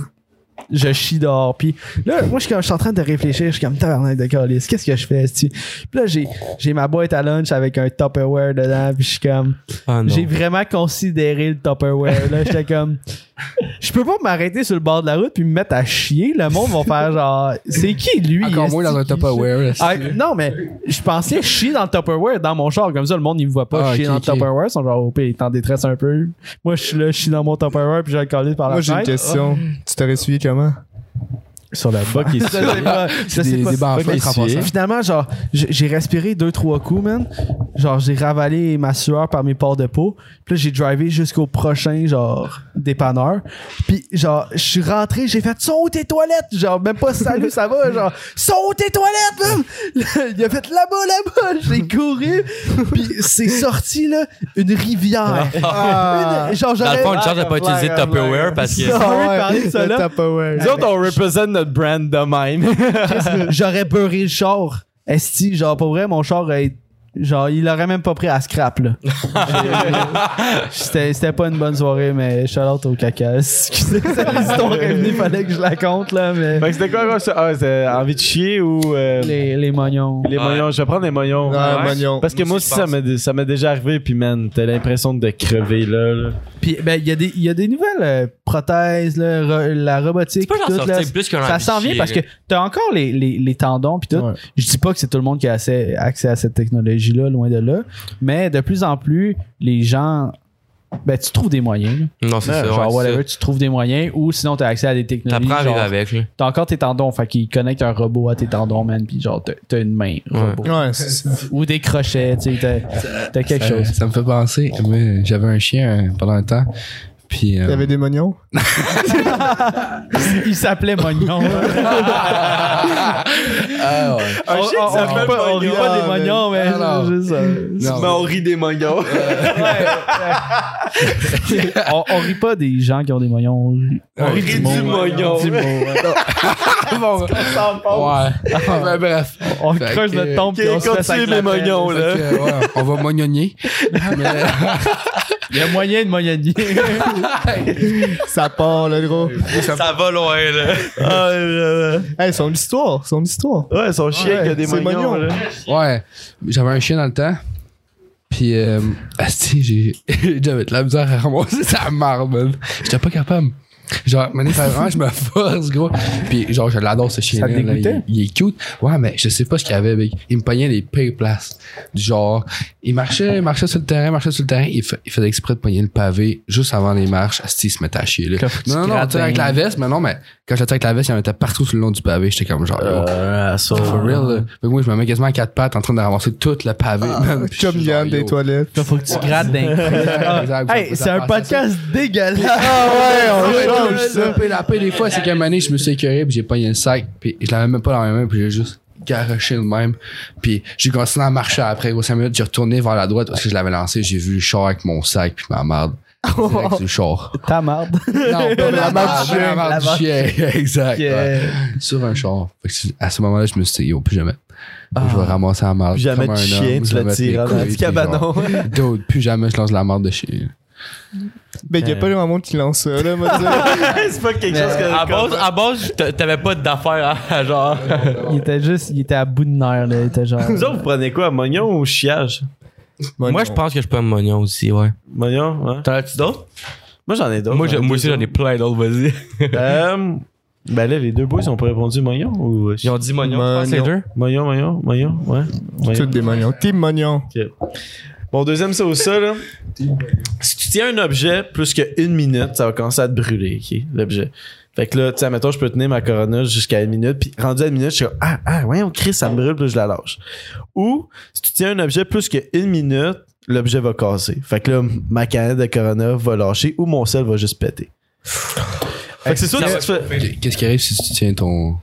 Speaker 3: je chie dehors. Puis là, moi, je suis, comme- je suis en train de réfléchir. Je suis comme tabarnak de calice. Qu'est-ce que je fais, esti? Puis là, j'ai, j'ai ma boîte à lunch avec un Tupperware dedans. Puis je suis comme,
Speaker 4: Ah, non.
Speaker 3: j'ai vraiment considéré le Tupperware. Là, j'étais comme, je peux pas m'arrêter sur le bord de la route puis me mettre à chier. Le monde va faire genre, c'est qui lui
Speaker 5: Encore
Speaker 3: esti,
Speaker 5: moins dans un
Speaker 3: qui
Speaker 5: Tupperware.
Speaker 3: chie? Ah, non, mais je pensais chier dans le Tupperware dans mon char. Comme ça, le monde, il me voit pas
Speaker 5: Ah,
Speaker 3: chier
Speaker 5: ok,
Speaker 3: dans
Speaker 5: ok.
Speaker 3: le Tupperware. Ils sont genre, oh, pis, ils t'en détresse un peu. Moi, je suis là, je chie dans mon Tupperware puis j'ai le coller par la
Speaker 2: Moi, j'ai une
Speaker 3: fenêtre.
Speaker 2: question. Tu t'aurais suivi comment?
Speaker 1: Sur la fuck,
Speaker 3: [LAUGHS]
Speaker 1: il
Speaker 3: Je sais pas, je sais
Speaker 5: des,
Speaker 3: pas.
Speaker 5: des bancs en
Speaker 1: Fuck,
Speaker 5: feutre en
Speaker 1: ici.
Speaker 5: passant.
Speaker 3: Finalement, genre, j- j'ai respiré deux, trois coups, man. Genre, j'ai ravalé ma sueur par mes pores de peau. Puis là, j'ai drivé jusqu'au prochain, genre, dépanneur. Puis, genre, je suis rentré, j'ai fait saute tes toilettes. Genre, même pas salut, ça va. Genre, saute tes toilettes, man. [LAUGHS] Là, Il a fait là-bas, là-bas. J'ai couru. Puis, c'est sorti, là, une rivière.
Speaker 2: Ah.
Speaker 3: Une- genre,
Speaker 4: Dans le
Speaker 3: j'aurais. [LAUGHS]
Speaker 4: fond, une chance de pas utiliser Tupperware parce que.
Speaker 3: Ça,
Speaker 2: Ah
Speaker 3: on veut
Speaker 2: ouais,
Speaker 3: parler de ça,
Speaker 2: le
Speaker 3: là.
Speaker 2: Tupperware.
Speaker 1: Nous autres, on représente notre brand de [LAUGHS] même.
Speaker 3: j'aurais beurré le char. Esti, genre, pour vrai, mon char, euh, genre, il l'aurait même pas pris à scrap, là. J'ai- C'était c'était pas une bonne soirée, mais shout out au caca. [LAUGHS] Excusez, cette histoire est venue, fallait que je la compte, là, mais.
Speaker 1: fait que c'était quoi, quoi, ça? Ah, c'est envie de chier ou. euh, les
Speaker 3: Les, les mognons.
Speaker 1: moignons. Je vais prendre les moignons.
Speaker 2: Ouais, mignon.
Speaker 1: Parce que moi aussi, ça m'est- ça m'est déjà arrivé, puis man, t'as l'impression de crever là. là.
Speaker 3: Puis, ben, il y, a des- il y a des nouvelles euh, prothèses, là, ro- la robotique,
Speaker 4: Tu peux
Speaker 3: tout,
Speaker 4: j'en
Speaker 3: là.
Speaker 4: sortir plus que
Speaker 3: Ça s'en vient parce que t'as encore les, les, les tendons puis tout.
Speaker 1: Ouais.
Speaker 3: Je dis pas que c'est tout le monde qui a assez- accès à cette technologie-là, loin de là. Mais de plus en plus, les gens. Ben, tu trouves des moyens. là.
Speaker 4: Non, c'est ça.
Speaker 3: genre,
Speaker 4: ouais, c'est
Speaker 3: whatever, tu trouves des moyens ou sinon t'as accès à des
Speaker 4: ça.
Speaker 3: technologies.
Speaker 4: T'apprends à
Speaker 3: genre,
Speaker 4: vivre avec. là.
Speaker 3: T'as encore tes tendons, fait qu'ils connectent un robot à tes tendons, man, puis genre, t'as- t'as une main robot.
Speaker 2: Ouais, c'est ça.
Speaker 3: Ou des crochets, tu sais, t'as- t'as quelque [LAUGHS]
Speaker 5: Euh,
Speaker 3: chose.
Speaker 5: Ça me fait penser, moi, j'avais un chien euh, pendant un temps. Puis, euh,
Speaker 2: Il y avait des mognons.
Speaker 3: Il s'appelait Mognon.
Speaker 5: ah, ouais.
Speaker 1: Un chien qui
Speaker 3: on,
Speaker 1: s'appelle
Speaker 3: rit pas, on rit pas des mognons, mais
Speaker 5: Alors.
Speaker 3: c'est juste, euh,
Speaker 5: Non,
Speaker 1: ah, Mais on rit des mangas.
Speaker 3: on, on rit pas des gens qui ont des mognons. On rit,
Speaker 1: On rit du mognon.
Speaker 3: du mot, ouais.
Speaker 5: bon, [LAUGHS] ouais. Ben, bref.
Speaker 3: On
Speaker 5: Fait
Speaker 3: creuse
Speaker 5: que-
Speaker 3: notre tombe
Speaker 1: Ok,
Speaker 3: et on se fait
Speaker 1: continue mes
Speaker 3: avec la tête.
Speaker 1: mognons, là.
Speaker 5: Fait que, ouais, on va mognonner. Mais-
Speaker 3: Il y a moyen de [LAUGHS] moyenner.
Speaker 2: Ça part, le gros.
Speaker 4: Ça va loin, là.
Speaker 1: Ah, là, là.
Speaker 2: Hey, son histoire, son histoire.
Speaker 1: Ouais, son chien qui a des
Speaker 2: c'est
Speaker 1: mognons,
Speaker 2: mignon.
Speaker 1: là.
Speaker 5: Ouais, j'avais un chien dans le temps. Puis, euh, [LAUGHS] asti, j'ai- j'avais de la misère à ramasser [LAUGHS] sa marde, man. J'étais pas capable. Genre, manifestement, je me force, gros. Puis, genre, je l'adore, ce chien-là.
Speaker 3: te
Speaker 5: là.
Speaker 3: dégoûtait?
Speaker 5: Il, il est cute. Ouais, mais je sais pas ce qu'il y avait, mec. Il me pognait les pires places. Du Genre, il marchait, il marchait sur le terrain, marchait sur le terrain. Il, fa- il faisait exprès de pogner le pavé juste avant les marches. Asti, il se mettait à chier, là.
Speaker 8: Quand faut que tu
Speaker 5: Non, non, non, on
Speaker 8: grattes,
Speaker 5: tirait avec
Speaker 8: hein.
Speaker 5: la veste, mais non, mais quand j'étais avec la veste, il y en était partout sur le long du pavé. J'étais comme genre, yo,
Speaker 1: Ah, ça.
Speaker 5: For real, là. Fait que moi, je me mets quasiment à quatre pattes en train de ramasser tout le pavé. man. Puis je
Speaker 2: Ah, Comme
Speaker 5: suis
Speaker 2: Yann
Speaker 5: genre,
Speaker 2: des
Speaker 5: yo.
Speaker 2: toilettes.
Speaker 3: Faut que tu grattes d'un coup. [LAUGHS]
Speaker 5: Exact, exact.
Speaker 3: Ah. Hey,
Speaker 5: Vous
Speaker 3: c'est un
Speaker 5: avez pensé à ça?
Speaker 3: podcast dégueulasse.
Speaker 5: Ah ouais,
Speaker 2: change
Speaker 5: non,
Speaker 2: ça.
Speaker 5: le pire- La paix, des fois, c'est qu'à un moment donné, je me suis écœuré, puis j'ai pogné le sac, puis je l'avais même pas dans mes mains, puis j'ai juste garoché le même. Puis j'ai continué à marcher après, gros 5 minutes, j'ai retourné vers la droite parce que je l'avais lancé, j'ai vu le char avec mon sac, puis ma [LAUGHS] merde. Direct du char.
Speaker 3: [LAUGHS] Ta marde.
Speaker 5: [LAUGHS] Non,
Speaker 2: La
Speaker 5: pas la
Speaker 2: marde
Speaker 5: merde
Speaker 2: du
Speaker 5: du chien.
Speaker 2: chien.
Speaker 5: La merde
Speaker 1: [LAUGHS]
Speaker 5: du chien, exact. ouais.
Speaker 3: Yeah.
Speaker 5: [LAUGHS] Sur un char. Fait que c'est- à ce moment-là, je me suis dit, yo, plus jamais. Je vais ramasser la marde.
Speaker 1: Ah. Plus jamais
Speaker 5: comme
Speaker 1: de
Speaker 5: un
Speaker 1: chien,
Speaker 5: homme,
Speaker 1: tu
Speaker 5: je vais
Speaker 1: le
Speaker 5: mettre mes
Speaker 1: tires dans
Speaker 5: couilles,
Speaker 1: du
Speaker 5: puis genre,
Speaker 1: cabanon.
Speaker 5: [LAUGHS] Dude, plus jamais je lance la marde de chien.
Speaker 2: Ben,
Speaker 4: Euh.
Speaker 2: il y a pas le monde qui lance ça, là, moi, dire.
Speaker 1: [LAUGHS] C'est pas quelque chose que.
Speaker 4: À base, à base t'a- t'avais pas d'affaires à, à genre.
Speaker 3: Il était juste, il était à bout de nerfs, là. Il était [LAUGHS] genre.
Speaker 1: Vous autres, vous prenez quoi, mognon ou chiage?
Speaker 4: Moi, je pense que je prends Mognon aussi, ouais.
Speaker 1: Mognon, ouais.
Speaker 4: T'en as-tu d'autres?
Speaker 1: hein? Moi, j'en ai d'autres.
Speaker 4: moi, j'ai- moi aussi, j'en ai plein d'autres, vas-y.
Speaker 1: Euh, ben là, les deux boys ils ont pas répondu mognon ou. euh,
Speaker 4: Ils ont dit Mognon, je pense, les
Speaker 2: Mognon.
Speaker 4: deux.
Speaker 1: Moyon, moyon, moyon, ouais.
Speaker 2: Toutes
Speaker 1: Moyon.
Speaker 2: des mognons. Team mognon.
Speaker 1: Bon, deuxième, c'est au ça, là. Si tu tiens un objet plus qu'une minute, ça va commencer à te brûler, OK, l'objet. Fait que là, tu sais, mettons, je peux tenir ma corona jusqu'à une minute, puis rendu à une minute, je suis comme, ah, ah, voyons, Chris, ça me brûle, puis je la lâche. Ou, si tu tiens un objet plus qu'une minute, l'objet va casser. Fait que là, ma canette de corona va lâcher ou mon sel va juste péter. Fait que c'est sûr que si tu fais-
Speaker 5: Qu- Qu'est-ce qui arrive si tu tiens ton.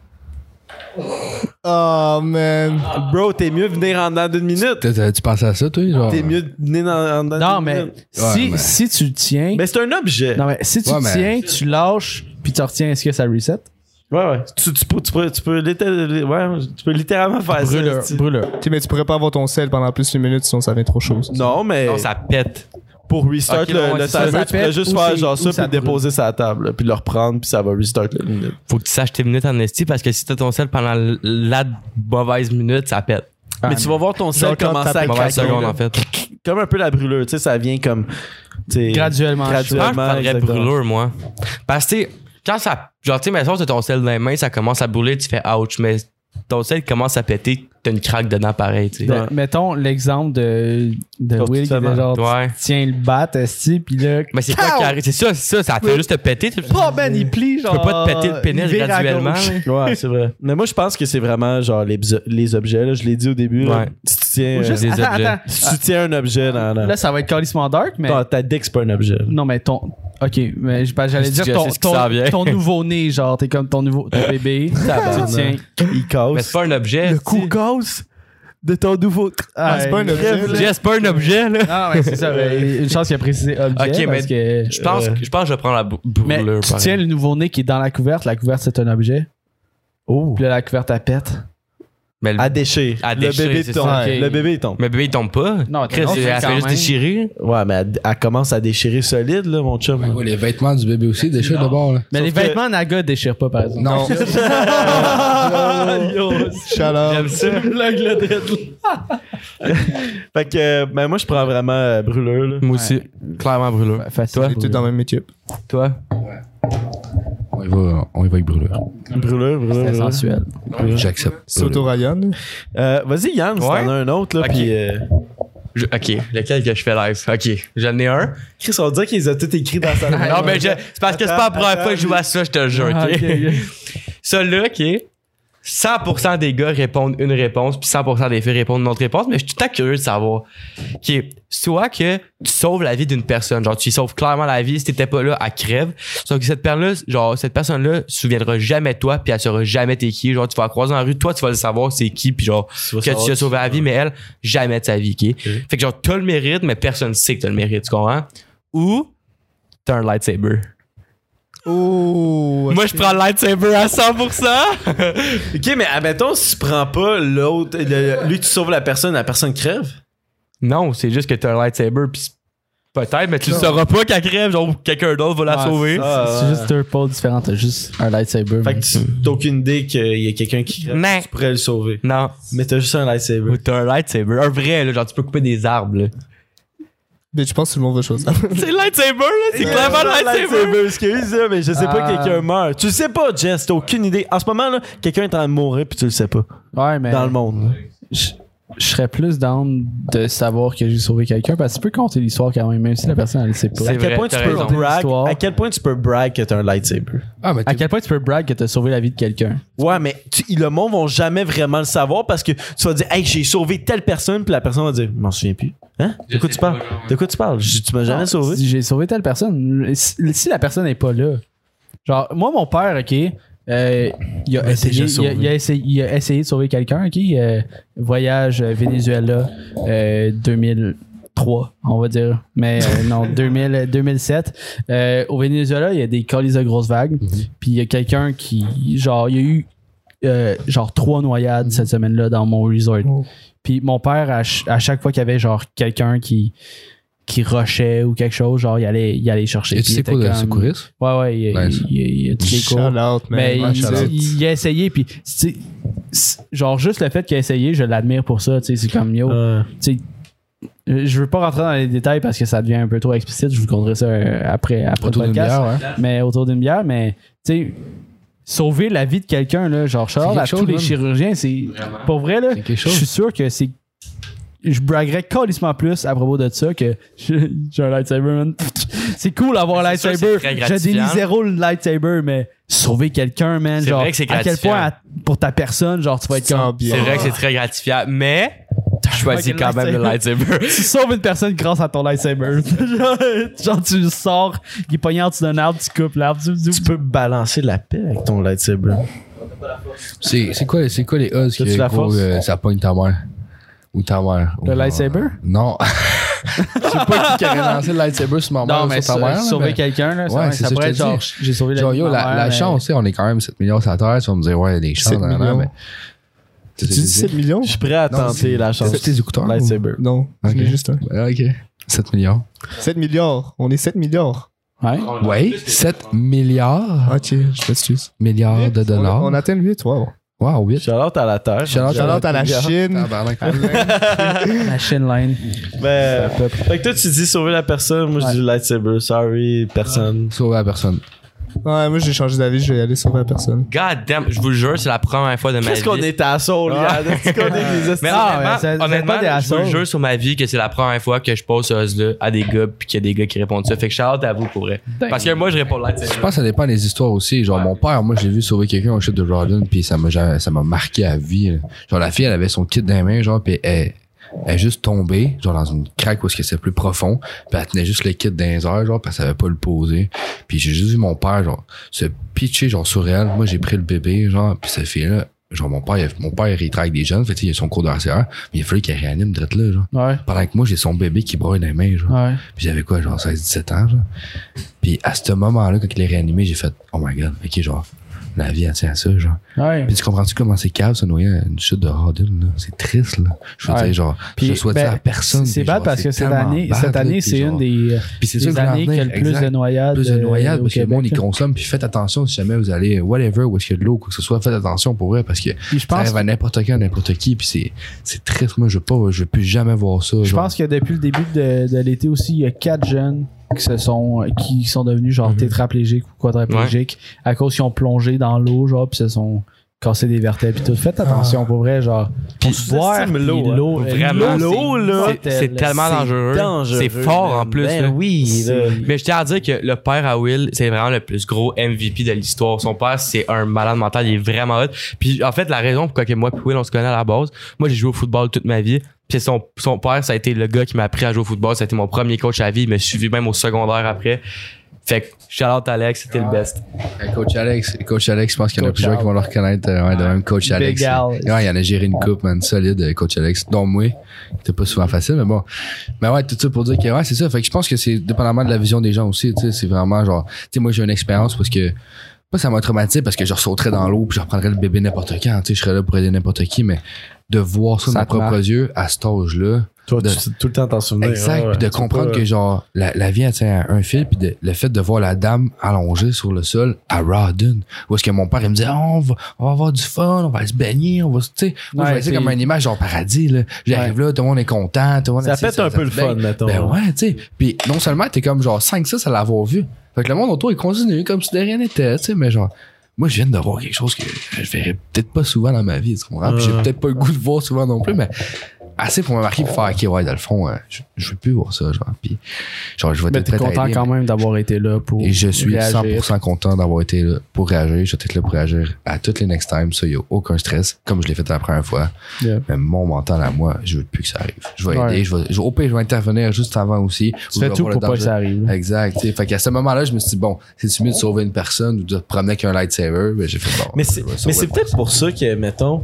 Speaker 2: Oh, man.
Speaker 1: Ah. Bro, t'es mieux de venir en dedans d'une minute.
Speaker 5: T'as- t'as- Tu pensais à ça, toi? Genre?
Speaker 1: T'es mieux de venir en, en dedans d'une
Speaker 3: Non, mais
Speaker 1: minute.
Speaker 5: Ouais,
Speaker 3: si,
Speaker 5: mais-
Speaker 3: si tu le tiens.
Speaker 1: Mais c'est un objet.
Speaker 3: Non, mais si tu
Speaker 5: Ouais,
Speaker 3: le
Speaker 5: mais-
Speaker 3: tiens, tu lâches, puis tu retiens, est-ce que ça reset?
Speaker 1: Ouais, ouais. Tu, tu, peux, tu, peux, tu, peux, littér- ouais, tu peux littéralement faire ça. c'est-
Speaker 3: brûleur.
Speaker 2: Tu sais, mais tu pourrais pas avoir ton sel pendant plus d'une minute, sinon ça vient trop chaud.
Speaker 1: Non, mais
Speaker 4: Non, ça pète.
Speaker 1: pour restart
Speaker 4: Ok,
Speaker 1: le,
Speaker 4: ouais,
Speaker 1: le
Speaker 4: c'est ça,
Speaker 1: timer, tu
Speaker 3: ça
Speaker 1: pourrais
Speaker 3: pète
Speaker 1: juste
Speaker 3: ou
Speaker 1: faire
Speaker 3: c'est-
Speaker 1: genre
Speaker 3: ou
Speaker 1: ça,
Speaker 3: ça
Speaker 1: puis le déposer sa table, puis le reprendre, puis ça va restart la minute.
Speaker 4: Faut que tu saches tes minutes en esti parce que si t'as ton sel pendant l- la mauvaise minute, ça pète.
Speaker 1: Ah, mais tu vas voir ton sel
Speaker 2: Genre quand
Speaker 1: commencer
Speaker 2: t'as
Speaker 1: à
Speaker 2: pas
Speaker 1: craquer.
Speaker 4: Mauvaise seconde,
Speaker 1: là.
Speaker 4: en fait.
Speaker 1: Comme un peu la brûlure, tu sais, ça vient comme. tu sais,
Speaker 3: Graduellement.
Speaker 1: Gradu-
Speaker 4: Je pense que je
Speaker 1: Vraiment,
Speaker 4: prendrais
Speaker 1: exactement.
Speaker 4: brûlure, moi. Parce que, tu sais, quand ça. Genre, tu sais, mettons, t'as ton sel dans les mains, ça commence à brûler, tu fais ouch, mais ton sel commence à péter, t'as une craque dedans pareil, tu sais.
Speaker 3: Mais- Mettons l'exemple de, de
Speaker 1: Genre,
Speaker 3: Will qui
Speaker 1: totalement.
Speaker 3: était genre,
Speaker 4: Ouais.
Speaker 3: tu tiens le bat, esti, puis là.
Speaker 4: Mais c'est quoi qui arrive? C'est ça, c'est ça, ça fait juste te péter. Tu peux
Speaker 3: Oh, man, il plie, genre.
Speaker 4: pas te péter le pénis
Speaker 3: il vire à
Speaker 4: graduellement.
Speaker 3: gauche.
Speaker 1: Ouais, c'est vrai. Mais moi, je pense que c'est vraiment genre les, bzo- les objets. Là, je l'ai dit au début. là.
Speaker 4: Ouais.
Speaker 1: si tu tiens,
Speaker 3: Ou juste-
Speaker 1: euh,
Speaker 4: des
Speaker 3: attends,
Speaker 4: objets.
Speaker 3: attends.
Speaker 1: si tu tiens un objet dans, dans-
Speaker 3: Là, ça va être carrément dark, mais.
Speaker 1: dans ta dick, c'est pas un objet. là.
Speaker 3: Non, mais ton. Ok, mais j- j'allais
Speaker 4: Je
Speaker 3: dire
Speaker 4: sais
Speaker 3: ton,
Speaker 4: ce qui s'en vient.
Speaker 3: ton, ton nouveau-né, genre, t'es comme ton nouveau
Speaker 4: [LAUGHS]
Speaker 3: ton bébé, tu le tiens.
Speaker 1: Il
Speaker 4: Mais
Speaker 1: casse.
Speaker 4: c'est pas un objet.
Speaker 1: Le coup casse de ton nouveau.
Speaker 2: Ah, c'est pas un objet.
Speaker 4: tu sais. Objet, c'est pas un objet, là.
Speaker 3: Ah, ouais, c'est ça. mais Une chance qu'il a précisé objet.
Speaker 4: Ok, mais-
Speaker 3: parce que,
Speaker 4: Je pense,
Speaker 1: Euh.
Speaker 4: que- je pense que je vais prendre la brû-
Speaker 3: Mais
Speaker 4: brûlure.
Speaker 3: tu
Speaker 4: pareil.
Speaker 3: tiens le nouveau-né qui est dans la couverte, la couverte c'est un objet.
Speaker 1: Oh.
Speaker 3: Puis là, la couverte, elle pète.
Speaker 4: Mais le,
Speaker 1: À déchirer.
Speaker 4: À
Speaker 1: le
Speaker 4: déchirer,
Speaker 1: bébé
Speaker 4: c'est
Speaker 1: tombe.
Speaker 3: ça, ok.
Speaker 1: Le bébé il tombe.
Speaker 4: mais bébé, il tombe pas.
Speaker 3: Non,
Speaker 4: Chris,
Speaker 3: non,
Speaker 4: elle
Speaker 3: quand
Speaker 4: fait juste
Speaker 3: même.
Speaker 4: déchirer.
Speaker 1: Ouais, mais elle, elle commence à déchirer solide, là, mon chum.
Speaker 5: Ouais, les vêtements du bébé aussi, déjà de bord. Là.
Speaker 3: Mais les
Speaker 1: que-
Speaker 3: vêtements Naga déchirent pas, par
Speaker 5: [LAUGHS]
Speaker 3: exemple.
Speaker 5: Non.
Speaker 2: Chaleur.
Speaker 1: Fait que, euh, ben, moi, je prends vraiment euh, brûleur, là.
Speaker 4: Moi aussi. Clairement brûlure.
Speaker 3: Ouais, facile.
Speaker 2: T'es dans le même métier.
Speaker 4: Toi?
Speaker 5: On y va, on y va avec brûlure.
Speaker 4: Mm.
Speaker 1: Brûleur, brûleur,
Speaker 3: C'est
Speaker 1: brûleur.
Speaker 3: sensuel.
Speaker 5: J'accepte.
Speaker 2: Soto Ryan.
Speaker 1: Euh, Vas-y, Yann, si
Speaker 4: Ouais.
Speaker 1: t'en as un autre, là,
Speaker 4: Ok.
Speaker 1: puis... euh,
Speaker 4: Je- ok, lequel que je fais live? Ok, j'en ai un.
Speaker 1: Chris, on dirait qu'ils ont tout écrit dans
Speaker 4: [LAUGHS]
Speaker 1: sa tête.
Speaker 4: Non, mais je- c'est parce que c'est pas la première
Speaker 1: attends,
Speaker 4: fois que je joue à ça, je te le jure, ok?
Speaker 3: Ah, ok, ok.
Speaker 4: Ça là, ok. 100% des gars répondent une réponse, puis 100% des filles répondent une autre réponse, mais je suis tout le temps curieux de savoir. Qui est soit que tu sauves la vie d'une personne, genre tu lui sauves clairement la vie, si t'étais pas là, elle crève. Sauf que cette personne-là, genre cette personne-là se souviendra jamais de toi, puis elle saura jamais t'es qui. Genre tu vas la croiser dans la rue, toi tu vas le savoir c'est qui, puis genre
Speaker 1: vas
Speaker 4: que
Speaker 1: savoir
Speaker 4: tu as
Speaker 1: qui
Speaker 4: sauvé la vie, mais elle, jamais de sa vie, qui Fait que genre t'as le mérite, mais personne sait que t'as le mérite, tu comprends? Ou t'as un lightsaber.
Speaker 6: Oh.
Speaker 4: Moi je prends le lightsaber à 100%!
Speaker 1: Ok, mais admettons, si tu prends pas l'autre, le- lui, tu sauves la personne, la personne crève.
Speaker 4: Non, c'est juste que t'as un lightsaber pis c'est- peut-être, mais tu le sauras pas qu'elle crève, genre quelqu'un d'autre va la
Speaker 3: Ouais,
Speaker 4: sauver.
Speaker 1: Ah,
Speaker 3: C'est juste deux pôles différents, t'as juste un lightsaber.
Speaker 1: Fait que tu t'as aucune idée qu'il y a quelqu'un qui crève.
Speaker 4: Non.
Speaker 1: Tu pourrais le sauver.
Speaker 4: Non.
Speaker 1: Mais t'as juste un lightsaber.
Speaker 4: Ou t'as un lightsaber. Un vrai, là, genre tu peux couper des arbres. là.
Speaker 2: Mais Ben, je pense que tout le monde veut chose.
Speaker 4: [LAUGHS] C'est le lightsaber, là, c'est
Speaker 1: Ouais,
Speaker 4: clairement
Speaker 1: ouais,
Speaker 4: le lightsaber.
Speaker 1: lightsaber, Euh, excuse, là, mais je sais pas
Speaker 3: Ah.
Speaker 1: quelqu'un meurt. Tu le sais pas, Jess, t'as aucune idée. En ce moment, là, quelqu'un est en train de mourir puis tu le sais pas.
Speaker 3: ouais, mais
Speaker 1: Dans le monde.
Speaker 3: je je serais plus down de savoir que j'ai sauvé quelqu'un parce que tu peux compter l'histoire quand même, même si la personne elle le sait pas.
Speaker 1: À
Speaker 4: C'est
Speaker 1: quel
Speaker 4: vrai,
Speaker 1: point tu
Speaker 4: t'as
Speaker 1: peux
Speaker 4: raison.
Speaker 1: brag,
Speaker 3: Histoire.
Speaker 1: à quel point tu peux brag que t'as un lightsaber?
Speaker 5: Ah, mais
Speaker 3: À quel point tu peux brag que t'as sauvé la vie de quelqu'un?
Speaker 1: Ouais, mais tu, le monde vont jamais vraiment le savoir parce que tu vas dire, hey, j'ai sauvé telle personne, puis la personne va dire, je m'en souviens plus. Hein? De quoi tu parles? De quoi tu parles? Je- tu m'as jamais
Speaker 3: Non,
Speaker 1: sauvé?
Speaker 3: Ah, si J'ai sauvé telle personne. Si, si la personne n'est pas là. Genre, moi, mon père, OK, euh, il, a essayé, il, a, il a essayé, il a essayé de sauver quelqu'un, OK? euh, voyage euh, Venezuela euh, 2003, on va dire. Mais
Speaker 1: [LAUGHS]
Speaker 3: euh, non, 2000, euh, 2007. Euh, au Venezuela, il y a des colis de grosses vagues.
Speaker 1: Mhm.
Speaker 3: Puis il y a quelqu'un qui, genre, il y a eu euh, genre trois noyades cette semaine-là dans mon resort. Puis mon père, à, ch- à chaque fois qu'il y avait genre quelqu'un qui qui rushait ou quelque chose, genre il allait, il allait chercher.
Speaker 5: tu
Speaker 3: Puis il
Speaker 5: sais
Speaker 3: était
Speaker 5: quoi de
Speaker 3: comme-
Speaker 5: secouriste?
Speaker 3: Ouais, ouais, il,
Speaker 5: Nice.
Speaker 3: il- il- il a tous les cours.
Speaker 2: out,
Speaker 3: Mais
Speaker 4: Ben,
Speaker 2: man.
Speaker 3: il,
Speaker 2: Shout out.
Speaker 3: il- il a essayé, puis tu sais, c'est- genre juste le fait qu'il a essayé, je l'admire pour ça. tu sais, C'est comme yo.
Speaker 1: Euh,
Speaker 3: tu sais, je veux pas rentrer dans les détails parce que ça devient un peu trop explicite. Je vous conterai ça euh, après, après
Speaker 5: Autour
Speaker 3: le
Speaker 5: d'une
Speaker 3: podcast
Speaker 5: bière, ouais.
Speaker 3: mais autour d'une bière, mais tu sais, sauver la vie de quelqu'un, là, genre Charles,
Speaker 5: quelque
Speaker 3: à
Speaker 5: chose,
Speaker 3: tous les
Speaker 5: man.
Speaker 3: chirurgiens, c'est pour vrai, là,
Speaker 5: C'est quelque
Speaker 3: je
Speaker 5: chose.
Speaker 3: suis sûr que c'est. Je braguerais calissement plus à propos de ça que [LAUGHS] j'ai j'ai un lightsaber, man. [LAUGHS] C'est cool d'avoir un
Speaker 4: C'est sûr que
Speaker 3: lightsaber.
Speaker 4: c'est très
Speaker 3: Je
Speaker 4: gratifiant.
Speaker 3: dénie zéro le lightsaber, mais sauver quelqu'un, man.
Speaker 4: C'est
Speaker 3: Genre,
Speaker 4: vrai que c'est
Speaker 3: à quel
Speaker 4: gratifiant.
Speaker 3: point, à- pour ta personne, genre, tu vas être
Speaker 2: Tu te sens
Speaker 3: comme.
Speaker 2: bien.
Speaker 4: C'est vrai que c'est très gratifiant, mais je choisis
Speaker 3: fucking
Speaker 4: quand même le [LAUGHS] lightsaber.
Speaker 3: Tu sauves une personne grâce à ton lightsaber. [LAUGHS] genre, genre, tu sors, il est pogné en dessous d'un arbre, tu coupes l'arbre, tu, tu-
Speaker 1: tu peux balancer la paix avec ton lightsaber.
Speaker 5: C'est c'est quoi, c'est quoi les odds
Speaker 1: T'as-tu la
Speaker 5: que gros,
Speaker 1: force?
Speaker 5: euh, ça pogne ta mère? Ou ta mère?
Speaker 3: Le
Speaker 5: Ou-
Speaker 3: lightsaber?
Speaker 5: Non. [LAUGHS] Je sais pas qui qui a lancé le lightsaber sur ma mère
Speaker 3: Non,
Speaker 5: ou
Speaker 3: mais
Speaker 5: sur ta
Speaker 3: sauver,
Speaker 5: mère. là,
Speaker 3: sauver
Speaker 5: mais-
Speaker 3: quelqu'un, là,
Speaker 5: Ouais,
Speaker 3: ça,
Speaker 5: c'est
Speaker 3: ça
Speaker 5: ça,
Speaker 3: pourrait
Speaker 5: je
Speaker 3: être
Speaker 5: te
Speaker 3: genre,
Speaker 5: dis.
Speaker 3: j'ai sauvé la
Speaker 5: Genre,
Speaker 3: vie de
Speaker 5: yo,
Speaker 3: ma
Speaker 5: la,
Speaker 3: mère, euh,
Speaker 5: la
Speaker 3: mais-
Speaker 5: chance, tu sais, on est quand même 7 millions sur la terre. Tu vas me dire, ouais, il y a des chances.
Speaker 2: 7
Speaker 5: nan, nan,
Speaker 2: millions.
Speaker 5: mais.
Speaker 2: Tu dis 7 millions?
Speaker 1: Je suis prêt à
Speaker 5: Non,
Speaker 1: tenter
Speaker 5: c'est-
Speaker 1: la chance.
Speaker 5: c'est tes écouteurs,
Speaker 1: Lightsaber.
Speaker 2: Non,
Speaker 5: Ok.
Speaker 2: c'est juste un.
Speaker 5: Ah, Ok. 7 millions.
Speaker 2: 7 milliards. On est 7 milliards.
Speaker 3: Ouais.
Speaker 5: Ouais, 7
Speaker 3: Ah,
Speaker 5: milliards.
Speaker 2: Ok, je m'excuse.
Speaker 5: Milliards de
Speaker 2: On,
Speaker 5: dollars.
Speaker 2: on atteint le 8, wow.
Speaker 5: Wow, 8.
Speaker 1: Charlotte à la terre.
Speaker 5: Shout-out
Speaker 2: Shout out à la
Speaker 5: milliards.
Speaker 2: Chine.
Speaker 5: Tabarnak.
Speaker 3: La chaîne line.
Speaker 1: Ben, fait que toi, tu dis sauver la personne. Moi, je dis lightsaber. Sorry, personne.
Speaker 5: Sauver la personne.
Speaker 2: Ouais, moi j'ai changé d'avis, je vais aller sauver la personne.
Speaker 4: God damn, je vous le jure, c'est la première fois de ma
Speaker 1: Qu'est-ce
Speaker 4: vie.
Speaker 1: qu'on est à sauver?
Speaker 4: Ah.
Speaker 1: Qu'est-ce qu'on est des
Speaker 4: Mais
Speaker 3: Ah, ouais,
Speaker 4: honnêtement,
Speaker 3: ça- ça
Speaker 4: honnêtement,
Speaker 3: fait pas des
Speaker 4: je vous le
Speaker 3: assauts.
Speaker 4: jure sur ma vie que c'est la première fois que je pose ce odds-là à des gars puis qu'il y a des gars qui répondent ça. Fait que shout out à vous pour vrai. Parce que moi, je réponds
Speaker 5: Ben Je
Speaker 4: lightsaber.
Speaker 5: pense que ça dépend des histoires aussi. Genre, mon père, moi, j'ai vu sauver quelqu'un au chute de Jordan, puis ça m'a jamais- ça m'a marqué à vie. là. Genre, la fille, elle avait son kit dans les mains, genre, puis elle, elle est juste tombée, genre, dans une craque où est-ce que c'est plus profond, puis elle tenait juste le kit dans les airs, genre, parce qu'elle savait pas le poser. Puis j'ai juste vu mon père, genre, se pitcher, genre, sur elle. Moi, j'ai pris le bébé, genre, puis cette fille-là, genre, mon père, il a- mon père, il travaille avec des jeunes, fait que, tu sais, il a son cours de RCR, mais il a fallu qu'elle réanime direct là, genre.
Speaker 3: Ouais.
Speaker 5: Pendant que moi, j'ai son bébé qui broye dans les mains, genre.
Speaker 3: Ouais.
Speaker 5: Puis j'avais quoi, genre 16-17 ans, genre. Puis à ce moment-là, quand il est réanimé, j'ai fait « Oh my God, ok, genre, la vie, elle tient à ça, genre. »
Speaker 3: Ouais.
Speaker 5: Puis tu comprends-tu comment c'est cave, se noyer à une chute de Hardin, là? C'est triste, là. Je veux
Speaker 3: Ouais.
Speaker 5: dire, genre, je
Speaker 3: Puis,
Speaker 5: le souhaite
Speaker 3: ben,
Speaker 5: ça à personne.
Speaker 3: C'est
Speaker 5: puis
Speaker 3: bad
Speaker 5: genre,
Speaker 3: parce que
Speaker 5: c'est
Speaker 3: cette
Speaker 5: tellement
Speaker 3: année,
Speaker 5: bad,
Speaker 3: cette
Speaker 5: là,
Speaker 3: année,
Speaker 5: puis
Speaker 3: c'est
Speaker 5: genre-
Speaker 3: une des,
Speaker 5: Puis c'est
Speaker 3: des
Speaker 5: ça que je voulais en
Speaker 3: années qui a le
Speaker 5: venir,
Speaker 3: plus
Speaker 5: exact.
Speaker 3: de noyades.
Speaker 5: plus de noyades,
Speaker 3: euh, au
Speaker 5: parce que le monde,
Speaker 3: Québec,
Speaker 5: il
Speaker 3: là.
Speaker 5: consomme, puis faites attention si jamais vous allez, whatever, où est-ce qu'il y a de l'eau, quoi que ce soit, faites attention pour vrai, parce que
Speaker 3: Puis je
Speaker 5: ça
Speaker 3: pense,
Speaker 5: arrive à n'importe quand, à n'importe qui, puis c'est, c'est triste, moi, je veux pas, je veux plus jamais voir ça,
Speaker 3: je
Speaker 5: genre.
Speaker 3: pense que depuis le début de, de l'été aussi, il y a quatre jeunes qui se sont, euh, qui sont devenus genre tétraplégiques ou quadriplégiques à cause qu'ils ont plongé dans l'eau, genre, puis se sont casser des vertèbres puis tout. Faites attention pour vrai, genre.
Speaker 1: Puis
Speaker 3: boire,
Speaker 1: sous-estime
Speaker 3: puis
Speaker 1: l'eau, hein.
Speaker 3: l'eau, euh,
Speaker 4: Vraiment,
Speaker 1: l'eau,
Speaker 4: c'est-
Speaker 1: là,
Speaker 4: c'est- c'est tellement
Speaker 1: c'est
Speaker 4: dangereux.
Speaker 1: dangereux,
Speaker 4: C'est fort en
Speaker 1: man.
Speaker 4: plus.
Speaker 1: Ben
Speaker 4: là.
Speaker 1: oui, là.
Speaker 4: Mais je tiens à dire que le père à Will, c'est vraiment le plus gros MVP de l'histoire. Son père, c'est un malade mental, il est vraiment hot. Puis en fait, la raison pourquoi que moi et Will, on se connaît à la base, moi j'ai joué au football toute ma vie. Puis son, son père, ça a été le gars qui m'a appris à jouer au football. Ça a été mon premier coach à vie. Il m'a suivi même au secondaire après. Fait que, shout-out Alex, c'était le best.
Speaker 5: Euh, Coach Alex, Coach Alex, je pense qu'il y en a
Speaker 3: Coach
Speaker 5: plusieurs qui
Speaker 3: Al.
Speaker 5: vont le reconnaître. euh, ouais, de même Coach
Speaker 3: Big
Speaker 5: Alex.
Speaker 3: Al.
Speaker 5: Ouais, il en a géré une coupe, man, solide, euh, Coach Alex. Donc moi, c'était pas souvent facile, mais bon. Mais ouais, tout ça pour dire que ouais, c'est ça. Fait que je pense que c'est dépendamment de la vision des gens aussi. Tu sais, c'est vraiment genre, tu sais, moi j'ai une expérience parce que moi ça m'a traumatisé parce que je sauterais dans l'eau puis je reprendrais le bébé n'importe quand. Tu sais, je serais là pour aider n'importe qui, mais de voir ça de
Speaker 3: Ça
Speaker 5: mes
Speaker 3: te
Speaker 5: propres
Speaker 3: marque.
Speaker 5: yeux à cet âge-là.
Speaker 1: Toi, tu
Speaker 5: de-
Speaker 1: sais tout le temps t'en souvenir. hein, ouais,
Speaker 5: Exact,
Speaker 1: ouais.
Speaker 5: puis de
Speaker 1: Tu
Speaker 5: comprendre
Speaker 1: peux, euh,
Speaker 5: que genre la, la vie elle tient à un fil, puis de- le fait de voir la dame allongée sur le sol à Rawdon, où est-ce que mon père il me disait Ah, on, va, on va avoir du fun, on va aller se baigner, on va, se- tu sais, moi je
Speaker 3: Ouais,
Speaker 5: voyais ça
Speaker 3: c'est-
Speaker 5: comme une image genre paradis là. J'arrive là, tout le monde est content, tout le monde
Speaker 1: Ça
Speaker 5: essaie,
Speaker 1: pète un peu le
Speaker 5: se baigne.
Speaker 1: fun, mettons.
Speaker 5: Ben ouais, tu sais. Puis non seulement t'es comme genre 5-6 à l'avoir vu, fait que le monde autour il continue comme si de rien n'était, tu sais, mais genre. Moi, je viens de voir quelque chose que je verrais peut-être pas souvent dans ma vie, tu comprends? Puis j'ai
Speaker 1: Ouais.
Speaker 5: peut-être pas le goût de voir souvent non plus, mais assez pour me marquer pour faire ok ouais dans le fond euh, je, je veux plus voir ça genre puis genre je vais
Speaker 3: Mais
Speaker 5: être
Speaker 3: t'es
Speaker 5: prêt à
Speaker 3: content
Speaker 5: aider,
Speaker 3: quand même d'avoir été là pour.
Speaker 5: mais- et je suis
Speaker 3: réagir.
Speaker 5: 100% content d'avoir été là pour réagir je vais être là pour réagir à toutes les next time ça y a aucun stress comme je l'ai fait la première fois
Speaker 3: Yeah.
Speaker 5: mais mon mental à moi je veux plus que ça arrive je vais
Speaker 3: Ouais.
Speaker 5: aider je vais je- au pire je vais intervenir juste avant aussi
Speaker 3: Tu fais tout pour pas que ça arrive.
Speaker 5: Exact. tu sais. Fait qu'à ce moment-là, je me suis dit, bon, c'est-tu mieux de sauver une personne ou de te promener avec un lightsaber? Mais j'ai fait, bon.
Speaker 1: Mais
Speaker 5: je
Speaker 1: c'est,
Speaker 5: vais
Speaker 1: mais
Speaker 5: sauver
Speaker 1: c'est
Speaker 5: mon-
Speaker 1: peut-être pour ça que, mettons,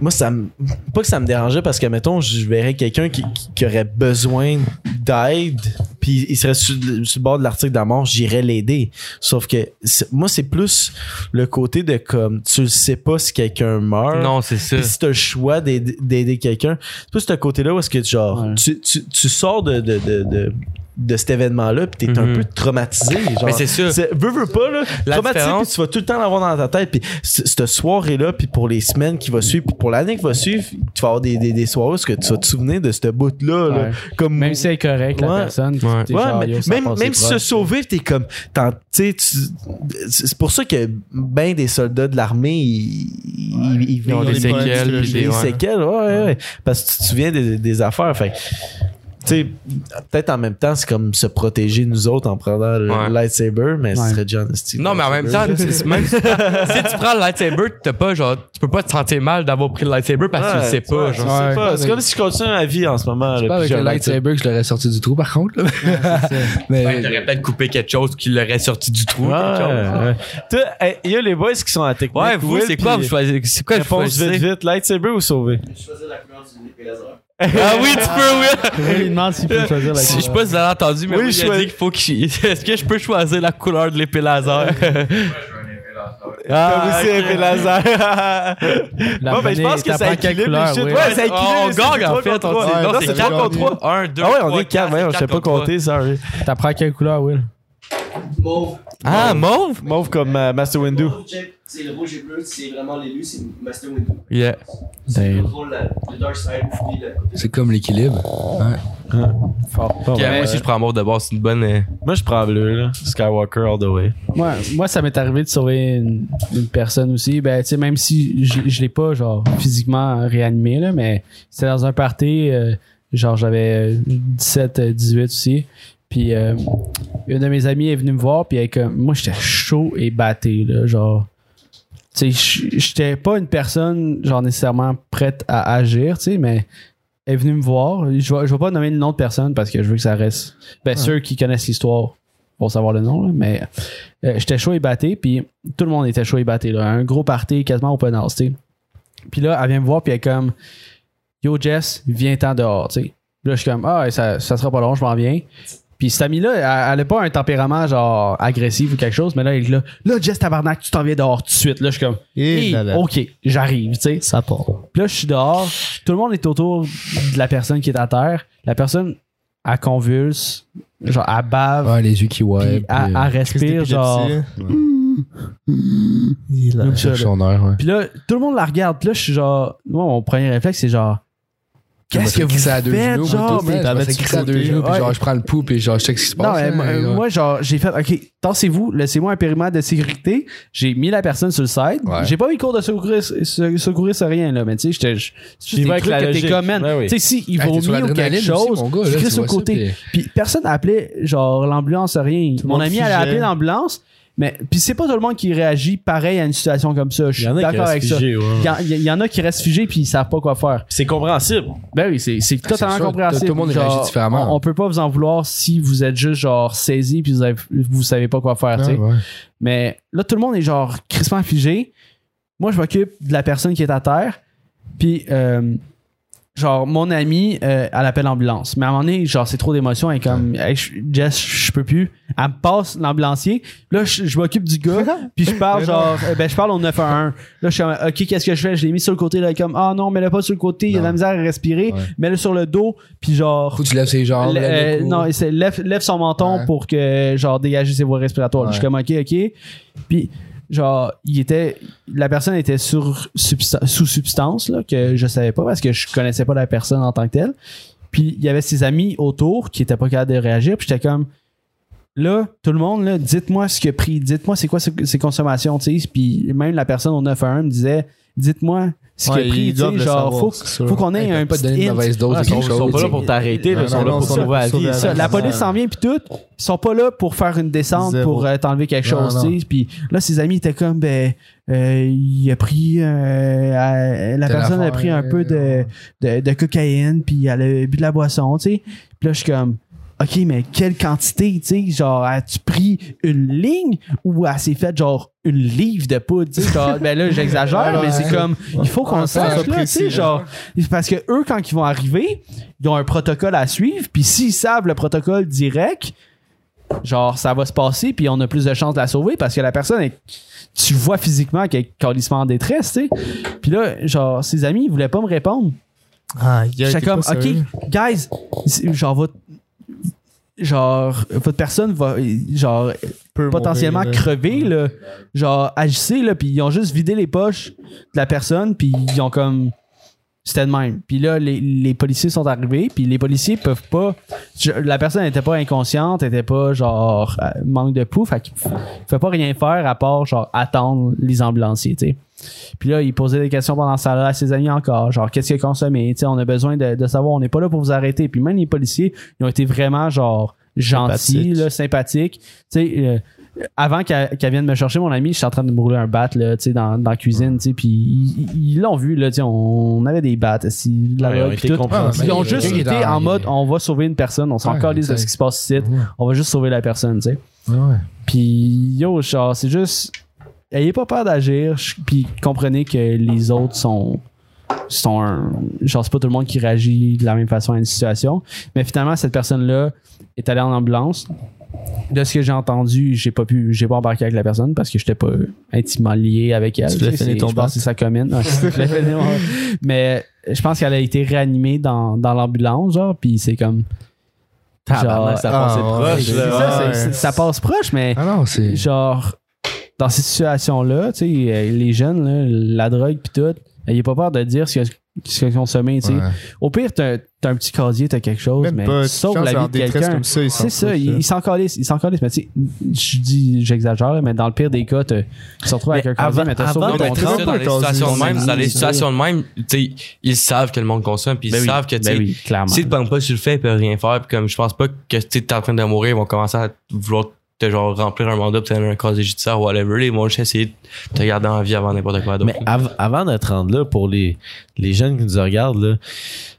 Speaker 1: moi, ça me. Pas que ça me dérangeait parce que, mettons, je verrais quelqu'un qui, qui- qui aurait besoin d'aide, puis il serait sur, le- sur le bord de l'article de la mort, j'irais l'aider. Sauf que, c'est- moi, c'est plus le côté de comme, tu le sais pas si quelqu'un meurt.
Speaker 4: Non, c'est ça.
Speaker 3: Euh.
Speaker 1: Puis si t'as le choix d'aider d'aider quelqu'un, c'est plus ce côté-là où est-ce que genre,
Speaker 3: Ouais.
Speaker 1: tu, tu, tu sors de, de, de, de, de cet événement-là, puis t'es un
Speaker 4: Mhm.
Speaker 1: peu traumatisé. Genre,
Speaker 4: Mais c'est ça.
Speaker 1: Veux, veux pas, là.
Speaker 4: La
Speaker 1: traumatisé,
Speaker 4: différence-
Speaker 1: puis tu vas tout le temps l'avoir dans ta tête. Puis c- cette soirée-là, puis pour les semaines qui vont suivre, puis pour l'année qui va suivre, tu vas avoir des, des, des soirées où est-ce que tu vas te souvenir de ce bout-là. là.
Speaker 3: Ouais.
Speaker 1: Comme
Speaker 3: Même si c'est correct, la
Speaker 1: Ouais.
Speaker 3: personne.
Speaker 4: Ouais.
Speaker 3: t'es
Speaker 1: Ouais,
Speaker 3: genre,
Speaker 1: mais
Speaker 3: yo, ça
Speaker 1: même,
Speaker 3: passe,
Speaker 1: même
Speaker 3: c'est
Speaker 1: se
Speaker 3: [LAUGHS] proche.
Speaker 1: sauver, t'es comme. t'en- t'sais, tu- C'est pour ça que ben des soldats de l'armée, ils, ils, ils
Speaker 4: Ils ont
Speaker 1: vivent
Speaker 4: des séquelles, puis
Speaker 1: des
Speaker 4: des- ouais.
Speaker 1: séquelles, ouais, ouais, ouais. Parce que tu te souviens des, des affaires. Fait que, t'sais, peut-être en même temps, c'est comme se protéger nous autres en prenant le
Speaker 4: Ouais.
Speaker 1: lightsaber, mais ce
Speaker 3: Ouais.
Speaker 1: serait John Steve.
Speaker 4: Non, mais en même temps,
Speaker 1: lightsaber, là.
Speaker 4: c'est- même si, si tu prends le lightsaber, t'as pas, genre, tu peux pas te sentir mal d'avoir pris le lightsaber parce que tu le sais pas.
Speaker 1: Ouais,
Speaker 4: genre.
Speaker 1: tu sais
Speaker 5: Ouais.
Speaker 1: pas. C'est comme si je continue ma vie en ce moment.
Speaker 5: C'est
Speaker 1: là, puis
Speaker 5: pas avec
Speaker 1: j'ai
Speaker 5: le
Speaker 1: un lightsaber.
Speaker 5: lightsaber que je l'aurais sorti du trou, par contre. là. [LAUGHS] mais,
Speaker 4: Fait que t'aurais peut-être coupé quelque chose qui l'aurait sorti du trou.
Speaker 1: Ouais,
Speaker 4: quelque chose.
Speaker 1: ouais. Toi, hey, il y a les boys qui sont à technique.
Speaker 4: Ouais, vous,
Speaker 1: Will,
Speaker 4: c'est quoi
Speaker 1: puis-
Speaker 4: vous choisissez? C'est quoi
Speaker 1: Réponse
Speaker 4: vous
Speaker 1: vite, vite. Lightsaber ou sauver?
Speaker 7: Je choisis la couleur du épée laser.
Speaker 4: Ah oui, tu peux, oui!
Speaker 6: Il demande s'il peut choisir la
Speaker 4: Je sais pas si vous avez entendu, mais
Speaker 1: Oui,
Speaker 4: oui, il
Speaker 1: je
Speaker 4: a dit qu'il faut qu'il. [LAUGHS] Est-ce que je peux choisir la couleur de l'épée laser?
Speaker 1: Ah,
Speaker 4: Ah,
Speaker 1: Comme aussi un épée
Speaker 4: [LAUGHS]
Speaker 1: laser.
Speaker 3: La
Speaker 1: Bon, ben, je
Speaker 3: monnaie,
Speaker 1: pense que
Speaker 3: t'apprends
Speaker 1: ça
Speaker 3: quelle
Speaker 1: équilibre
Speaker 3: couleur,
Speaker 1: le shit.
Speaker 3: oui.
Speaker 1: Ouais, ça équilibre.
Speaker 4: on
Speaker 1: c'est
Speaker 4: gagne en
Speaker 1: trois
Speaker 4: fait.
Speaker 1: contre
Speaker 4: on-
Speaker 1: trois.
Speaker 4: c'est-
Speaker 1: Ouais,
Speaker 4: Non,
Speaker 1: non,
Speaker 4: c'est
Speaker 1: ça
Speaker 4: 4
Speaker 1: fait
Speaker 4: contre
Speaker 1: gagner.
Speaker 4: 3. 1, 2,
Speaker 1: Ah
Speaker 4: 3.
Speaker 1: ouais, on est 4, ouais, je sais pas compter, sorry.
Speaker 3: T'apprends quelle couleur, Will?
Speaker 7: Mauve.
Speaker 4: Ah, mauve?
Speaker 1: Mauve comme euh, Master Windu.
Speaker 7: Mauve, check. C'est le rouge et bleu, c'est vraiment l'élu, c'est Master Windu.
Speaker 4: Yeah.
Speaker 7: C'est
Speaker 3: Damn.
Speaker 7: contrôle la- le Dark Side, puis le côté.
Speaker 5: c'est comme l'équilibre.
Speaker 1: Bon,
Speaker 4: Puis,
Speaker 1: ben,
Speaker 4: euh, Moi aussi, je prends mauve de base, c'est une bonne. euh,
Speaker 1: Moi, je prends bleu, là. Skywalker all the way.
Speaker 3: Moi, moi ça m'est arrivé de sauver une, une personne aussi. Ben, tu sais, même si je, je l'ai pas, genre, physiquement réanimé, là, mais c'était dans un party, euh, genre, j'avais euh, 17, euh, 18 aussi. Puis, euh, une de mes amies est venue me voir, puis elle, est comme, moi, j'étais chaud et batté, là, genre. Tu sais, j- j'étais pas une personne, genre, nécessairement prête à agir, tu sais, mais elle est venue me voir. Je vais, je vais pas nommer le nom de personne parce que je veux que ça reste. Ben, ceux qui connaissent l'histoire vont savoir le nom, là, mais euh, j'étais chaud et batté, puis tout le monde était chaud et batté. Là. Un gros party, quasiment open house, tu sais. Puis là, elle vient me voir, puis elle est comme Yo Jess, viens-t'en dehors, tu sais. Puis Là, je suis comme Ah, ça, ça sera pas long, je m'en viens. Puis cette amie-là, elle, elle a pas un tempérament genre agressif ou quelque chose, mais là, elle est là, là, Jess Tabarnak, tu t'en viens dehors tout de suite. Là, je suis comme
Speaker 2: Et
Speaker 3: Hey,
Speaker 2: là là.
Speaker 3: OK, j'arrive, tu sais.
Speaker 6: Ça part.
Speaker 3: Puis là, je suis dehors. Tout le monde est autour de la personne qui est à terre. La personne, elle convulse, genre, elle bave,
Speaker 5: Ah, les yeux qui
Speaker 3: puis
Speaker 5: euh, ouais.
Speaker 3: elle, elle respire, genre.
Speaker 2: Ah, Il
Speaker 3: comme ça, là.
Speaker 5: Sur son heure, ouais.
Speaker 3: Puis là, tout le monde la regarde. Puis là, je suis genre. Moi, mon premier réflexe, c'est genre. Qu'est-ce que vous
Speaker 5: ça à deux
Speaker 3: faites,
Speaker 5: genoux,
Speaker 3: genre,
Speaker 5: genre,
Speaker 3: man?
Speaker 5: man,
Speaker 3: T'en
Speaker 5: je me
Speaker 3: mets-tu
Speaker 5: fais crisser à
Speaker 3: côté,
Speaker 5: deux genoux, puis
Speaker 3: ouais.
Speaker 5: genre, je prends le pouls, puis genre, je check ce qui se
Speaker 3: Non,
Speaker 5: passe.
Speaker 3: mais
Speaker 5: hein,
Speaker 3: moi,
Speaker 5: et, euh,
Speaker 3: moi, genre, j'ai fait, OK, tassez-vous, laissez-moi un périmètre de sécurité. J'ai mis la personne sur le site.
Speaker 5: Ouais.
Speaker 3: J'ai pas eu cours de secouriste, secouriste rien, là, mais tu sais, j'étais. je- c'est
Speaker 1: Il
Speaker 3: des
Speaker 1: va avec
Speaker 3: trucs
Speaker 1: la
Speaker 3: que t'es
Speaker 1: logique.
Speaker 3: comme, man,
Speaker 1: Ouais, oui.
Speaker 3: Tu sais, si il
Speaker 5: Hey, t'es
Speaker 3: vont
Speaker 5: sur
Speaker 3: ou quelque
Speaker 5: l'adrénaline aussi,
Speaker 3: chose,
Speaker 5: mon gars, là,
Speaker 3: tu
Speaker 5: tu
Speaker 3: crisses sur
Speaker 5: vois
Speaker 3: le
Speaker 5: ça,
Speaker 3: côté.
Speaker 5: puis-
Speaker 3: Puis personne appelait, genre, l'ambulance, rien.
Speaker 2: le
Speaker 3: Mon
Speaker 2: monde
Speaker 3: ami, elle a
Speaker 2: figeait.
Speaker 3: appelé l'ambulance, mais. Puis c'est pas tout le monde qui réagit pareil à une situation comme ça. Je
Speaker 1: Il y
Speaker 3: suis
Speaker 1: en a qui
Speaker 3: d'accord avec
Speaker 1: restent
Speaker 3: ça.
Speaker 1: figés, ouais.
Speaker 3: Il y en- Il y en a qui restent figés, puis ils savent pas quoi faire.
Speaker 1: C'est compréhensible.
Speaker 3: Ben oui, c'est c'est totalement
Speaker 5: c'est sûr,
Speaker 3: compréhensible.
Speaker 5: tout le monde
Speaker 3: Genre,
Speaker 5: réagit différemment.
Speaker 3: On, on peut pas vous en vouloir si vous êtes juste genre saisi puis vous, avez- vous savez pas quoi faire. tu sais.
Speaker 5: ouais, ouais.
Speaker 3: Mais là, tout le monde est genre crispement figé. Moi, je m'occupe de la personne qui est à terre. Puis, euh, genre, mon amie, euh, elle appelle l'ambulance. Mais à un moment donné, genre, c'est trop d'émotion. Elle est comme, Hey, je- Jess, je peux plus. Elle me passe l'ambulancier. Là, je, je m'occupe du gars. puis, je parle, genre, euh, ben, je parle au 911. Là, je suis comme, OK, qu'est-ce que je fais? Je l'ai mis sur le côté. Là, elle est comme, ah non, mais là, pas sur le côté. Il y a de la misère à respirer.
Speaker 5: Ouais.
Speaker 3: Mets-le sur le dos. Puis, genre,
Speaker 5: Faut que tu lèves ses jambes.
Speaker 3: le-
Speaker 5: lève
Speaker 3: euh,
Speaker 5: le cou.
Speaker 3: non, c'est lève, lève son menton
Speaker 5: Ouais.
Speaker 3: pour que, genre, dégager ses voies respiratoires. Je suis
Speaker 5: Ouais.
Speaker 3: comme, ok, ok. Puis, genre, il était, la personne était sur substa- sous substance, là, que je savais pas parce que je connaissais pas la personne en tant que telle. Puis, il y avait ses amis autour qui étaient pas capables de réagir. Puis, j'étais comme, là, tout le monde, là, dites-moi ce qu'il a pris, dites-moi c'est quoi ses, ses consommations, tu sais. Puis, même la personne au 911 me disait, dites-moi ce qu'il
Speaker 2: Ouais,
Speaker 3: a pris,
Speaker 2: ils
Speaker 3: tu sais.
Speaker 2: doivent le
Speaker 3: Genre,
Speaker 2: savoir,
Speaker 3: faut,
Speaker 2: c'est sûr.
Speaker 3: faut qu'on ait
Speaker 5: Hey,
Speaker 3: un
Speaker 5: t'as pas
Speaker 3: petit
Speaker 5: donné une
Speaker 3: hint.
Speaker 5: mauvaise
Speaker 1: Ils
Speaker 5: dose de quelque
Speaker 1: sont, sont
Speaker 5: chose.
Speaker 1: pas là
Speaker 5: tu
Speaker 1: pour
Speaker 5: sais.
Speaker 1: t'arrêter, là,
Speaker 2: Non,
Speaker 1: ils sont
Speaker 2: non,
Speaker 1: là pour
Speaker 2: ils sont
Speaker 1: te
Speaker 2: là
Speaker 1: sauver la
Speaker 2: pour
Speaker 1: vie.
Speaker 2: sauver
Speaker 3: Ça, la police s'en vient puis tout. Ils sont pas là pour faire une descente
Speaker 2: Zéro.
Speaker 3: pour euh, t'enlever quelque
Speaker 5: Non,
Speaker 3: chose,
Speaker 5: non.
Speaker 3: tu sais. Puis là, ses amis étaient comme ben euh, il a pris euh, euh, la
Speaker 5: Telle
Speaker 3: personne a
Speaker 5: affaire,
Speaker 3: pris un peu de,
Speaker 5: euh,
Speaker 3: de, de cocaïne puis elle a bu de la boisson, tu sais. Puis là, je suis comme OK, mais quelle quantité, tu sais, genre as-tu pris une ligne ou elle s'est faite genre une livre de poudre, tu sais, genre, ben là j'exagère, mais c'est comme il faut qu'on
Speaker 2: Ouais,
Speaker 3: le
Speaker 2: ça,
Speaker 3: sache
Speaker 2: c'est
Speaker 3: là, tu
Speaker 2: précis,
Speaker 3: sais,
Speaker 2: là.
Speaker 3: genre parce que eux quand ils vont arriver, ils ont un protocole à suivre, puis s'ils savent le protocole direct, genre ça va se passer, puis on a plus de chances de la sauver parce que la personne, est- tu vois physiquement qu'elle est carrément en détresse, tu sais. Puis là, genre, ses amis, ils voulaient pas me répondre.
Speaker 2: Ah, il y a
Speaker 3: J'étais
Speaker 2: été
Speaker 3: comme,
Speaker 2: pas sérieux.
Speaker 3: ok, guys, c'est- genre, votre. Genre, votre personne va genre
Speaker 2: Peu
Speaker 3: potentiellement
Speaker 2: monter, là.
Speaker 3: crever, là. Genre, agissez, là. Puis ils ont juste vidé les poches de la personne, puis ils ont comme. C'était de même. Puis là, les, les policiers sont arrivés, puis les policiers peuvent pas. je- la personne n'était pas inconsciente, n'était pas genre euh, manque de pouf, fait qu'il f- fait pas rien faire à part genre attendre les ambulanciers, tu sais. Puis là, il posait des questions pendant ça là à ses amis encore, genre qu'est-ce qu'il a consommé, tu sais, on a besoin de, de savoir, on n'est pas là pour vous arrêter. Puis même les policiers, ils ont été vraiment genre gentils,
Speaker 2: Sympathiques.
Speaker 3: là, sympathiques, tu sais. euh, avant qu'elle qu'elle vienne me chercher, mon ami, j'étais en train de me rouler un bat là, tu sais, dans, dans la cuisine, tu sais, puis ils- ils ils l'ont vu, là, tu sais, on avait des battes, si, la
Speaker 1: Ouais,
Speaker 3: drogue,
Speaker 1: ils ont
Speaker 3: puis
Speaker 1: été
Speaker 3: tout.
Speaker 1: compréhensibles.
Speaker 3: Puis Ils ont
Speaker 5: Ouais,
Speaker 3: juste
Speaker 5: ouais.
Speaker 3: été en mode on va sauver une personne, on s'en
Speaker 5: Ouais,
Speaker 3: calise de
Speaker 5: exact.
Speaker 3: ce qui se passe ici, on va juste sauver la personne, tu sais.
Speaker 5: Ouais, ouais.
Speaker 3: Puis yo, genre, c'est juste. Ayez pas peur d'agir, ch- puis comprenez que les autres sont. sont un- genre, c'est pas tout le monde qui réagit de la même façon à une situation. Mais finalement, cette personne-là est allée en ambulance. De ce que j'ai entendu, j'ai pas pu, j'ai pas embarqué avec la personne parce que j'étais pas intimement lié avec elle.
Speaker 2: Tu voulais
Speaker 3: Tu sais,
Speaker 2: finir
Speaker 3: c'est-
Speaker 2: ton
Speaker 3: je pense
Speaker 2: bac.
Speaker 3: que c'est sa
Speaker 2: [LAUGHS]
Speaker 3: commune. Ouais, je voulais finir mon- Mais je pense qu'elle a été réanimée dans, dans l'ambulance, genre, puis c'est comme.
Speaker 1: Tabarnak, ça passe
Speaker 2: Ah,
Speaker 1: proche,
Speaker 2: ouais,
Speaker 3: Ben, C'est
Speaker 1: là.
Speaker 3: ça,
Speaker 2: ouais.
Speaker 3: c'est- c'est- ça passe proche, mais
Speaker 5: Ah non, c'est.
Speaker 3: genre dans ces situations là tu sais euh, les jeunes là, la drogue puis tout n'ayez pas peur de dire ce que- ce qu'ils ont consommé tu sais
Speaker 5: Ouais.
Speaker 3: au pire t'as t'as un petit casier t'as quelque chose
Speaker 2: Même
Speaker 3: mais
Speaker 2: pas,
Speaker 3: tu sauves
Speaker 2: quand
Speaker 3: la
Speaker 2: c'est en
Speaker 3: vie de
Speaker 2: détresse
Speaker 3: quelqu'un
Speaker 2: comme ça, ils s'en
Speaker 3: c'est ça
Speaker 2: foutent,
Speaker 3: ils
Speaker 2: là.
Speaker 3: ils s'en calissent ils s'en calissent mais tu sais je dis j'exagère là, mais dans le pire des cas t'as- ils se retrouvent avec un casier
Speaker 1: avant-
Speaker 3: mais t'as
Speaker 1: avant
Speaker 3: sauvé
Speaker 1: d'être
Speaker 3: ton
Speaker 2: très
Speaker 4: Ça,
Speaker 3: temps
Speaker 2: bon,
Speaker 4: dans les situations de même, dans les situations de même, tu sais, ils savent que le monde consomme, puis ils
Speaker 1: Ben oui,
Speaker 4: savent que, tu sais,
Speaker 3: ben oui clairement
Speaker 4: S'ils te prennent pas sur le fait, ils peuvent rien faire. Puis comme je pense pas que si t'es en train de mourir, ils vont commencer à vouloir te genre remplir un mandat, peut-être un casier judiciaire ou whatever. Ils vont juste essayer de te garder en vie avant n'importe quoi d'autre.
Speaker 1: Mais av- avant de te rendre là, pour les, les jeunes qui nous regardent, là,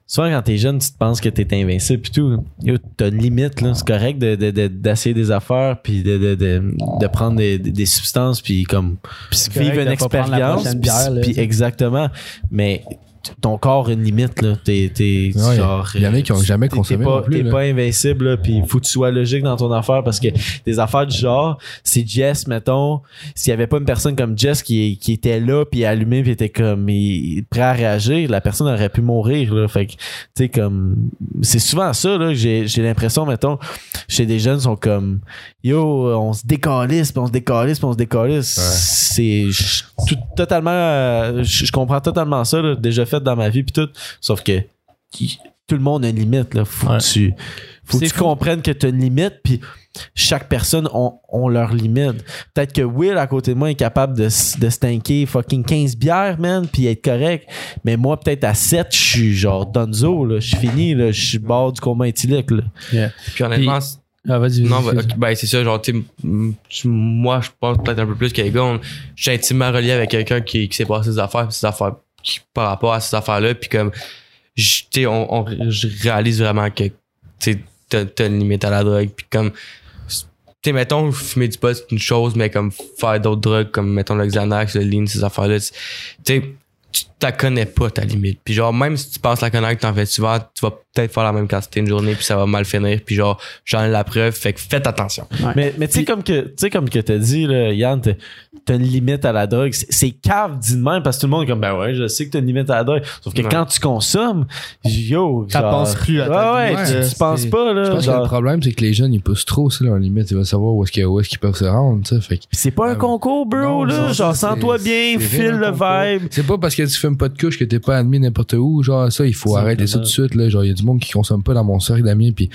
Speaker 1: souvent quand t'es jeune, tu te penses que t'es invincible pis tout. Yo, T'as une limite, là. C'est correct de- de- de- d'essayer des affaires puis de, de, de, de prendre des, des- des substances puis comme
Speaker 3: c'est
Speaker 1: vivre
Speaker 3: correct
Speaker 1: une
Speaker 3: de pas prendre la
Speaker 1: expérience.
Speaker 3: prochaine
Speaker 1: puis-
Speaker 3: bière, là,
Speaker 1: puis
Speaker 3: tu sais.
Speaker 1: exactement. Mais t- ton corps a une limite, là. T'es t'es
Speaker 5: Ouais,
Speaker 1: genre.
Speaker 5: il y en a
Speaker 1: euh,
Speaker 5: qui ont jamais
Speaker 1: t'es-
Speaker 5: consommé
Speaker 1: T'es pas,
Speaker 5: non plus,
Speaker 1: t'es
Speaker 5: là.
Speaker 1: pas invincible, là. Puis faut que tu sois logique dans ton affaire parce que des affaires du genre, c'est Jess, mettons, s'il y avait pas une personne comme Jess qui, qui était là puis allumée puis était comme il- prêt à réagir la personne aurait pu mourir là fait que tu sais comme c'est souvent ça là que j'ai j'ai l'impression mettons chez des jeunes ils sont comme yo on se décalisse puis on se décalisse puis on se décalisse c'est je- tout- totalement euh, je je comprends totalement ça là, déjà fait dans ma vie puis tout sauf que qui- tout le monde a une limite. Là. Faut
Speaker 9: Ouais.
Speaker 1: que tu, faut que
Speaker 3: C'est
Speaker 1: tu
Speaker 3: fou.
Speaker 1: comprennes que tu as une limite, puis chaque personne ont, ont leur limite. Peut-être que Will, à côté de moi, est capable de, s- de stinker fucking 15 bières, man, puis être correct. Mais moi, peut-être à 7, je suis genre Donzo, là. Je suis fini, là. Je suis bord du coma éthylique, là.
Speaker 4: Puis honnêtement, c'est-
Speaker 3: Ah, vas-y, vas-y,
Speaker 4: non, bah,
Speaker 3: vas-y.
Speaker 4: ok, ben, c'est ça, genre, tu sais, m- tu- moi, je pense peut-être un peu plus qu'Egon. Je suis intimement relié avec quelqu'un qui, qui s'est passé ses affaires, puis ses affaires, qui- par rapport à ces affaires-là, puis comme, je- tu sais, on, on- je réalise vraiment que, tu sais, t'as- t'as une limite à la drogue, puis comme, tu sais, mettons, fumer du pot, c'est une chose, mais comme faire d'autres drogues, comme, mettons, le Xanax, le Lean, ces affaires-là, c'est- tu sais, tu t'as connais pas ta limite. Puis genre, même si tu penses la connaître, t'en fais souvent, tu vas peut-être faire la même quantité une journée, puis ça va mal finir. Puis genre, j'en ai la preuve, fait que faites attention.
Speaker 1: Mais, mais tu sais, comme que tu sais, comme que t'as dit, là, Yann, t'as t'as une limite à la drogue. C'est- C'est cave, dit de même, parce que tout le monde est comme, ben ouais, je sais que t'as une limite à la drogue. Sauf que
Speaker 4: Ouais.
Speaker 1: quand tu consommes, yo,
Speaker 9: Ça
Speaker 1: genre,
Speaker 9: pense plus à ta
Speaker 1: ouais,
Speaker 9: limite,
Speaker 1: ouais,
Speaker 9: là.
Speaker 1: tu, tu penses
Speaker 9: C'est-
Speaker 1: pas,
Speaker 5: Je
Speaker 1: là.
Speaker 5: pense que le
Speaker 1: genre.
Speaker 5: problème, c'est que les jeunes, ils poussent trop aussi leurs limites. Ils veulent savoir où est-ce qu'ils où est-ce qu'ils peuvent se rendre. tu sais. Fait que-
Speaker 1: Pis C'est pas un
Speaker 5: Euh,
Speaker 1: concours, bro,
Speaker 5: Non,
Speaker 1: là.
Speaker 5: non,
Speaker 1: Genre,
Speaker 5: ça,
Speaker 1: sens-toi
Speaker 5: c'est-
Speaker 1: bien,
Speaker 5: c'est
Speaker 1: file
Speaker 5: rien
Speaker 1: le
Speaker 5: à comprendre.
Speaker 1: vibe.
Speaker 5: C'est pas parce que tu fumes pas de couche que t'es pas admis n'importe où. Genre, ça, il faut
Speaker 1: C'est
Speaker 5: arrêter ça tout
Speaker 1: vraiment-
Speaker 5: de suite. Là. Genre, il y a du monde qui consomme pas dans mon cercle d'amis. Puis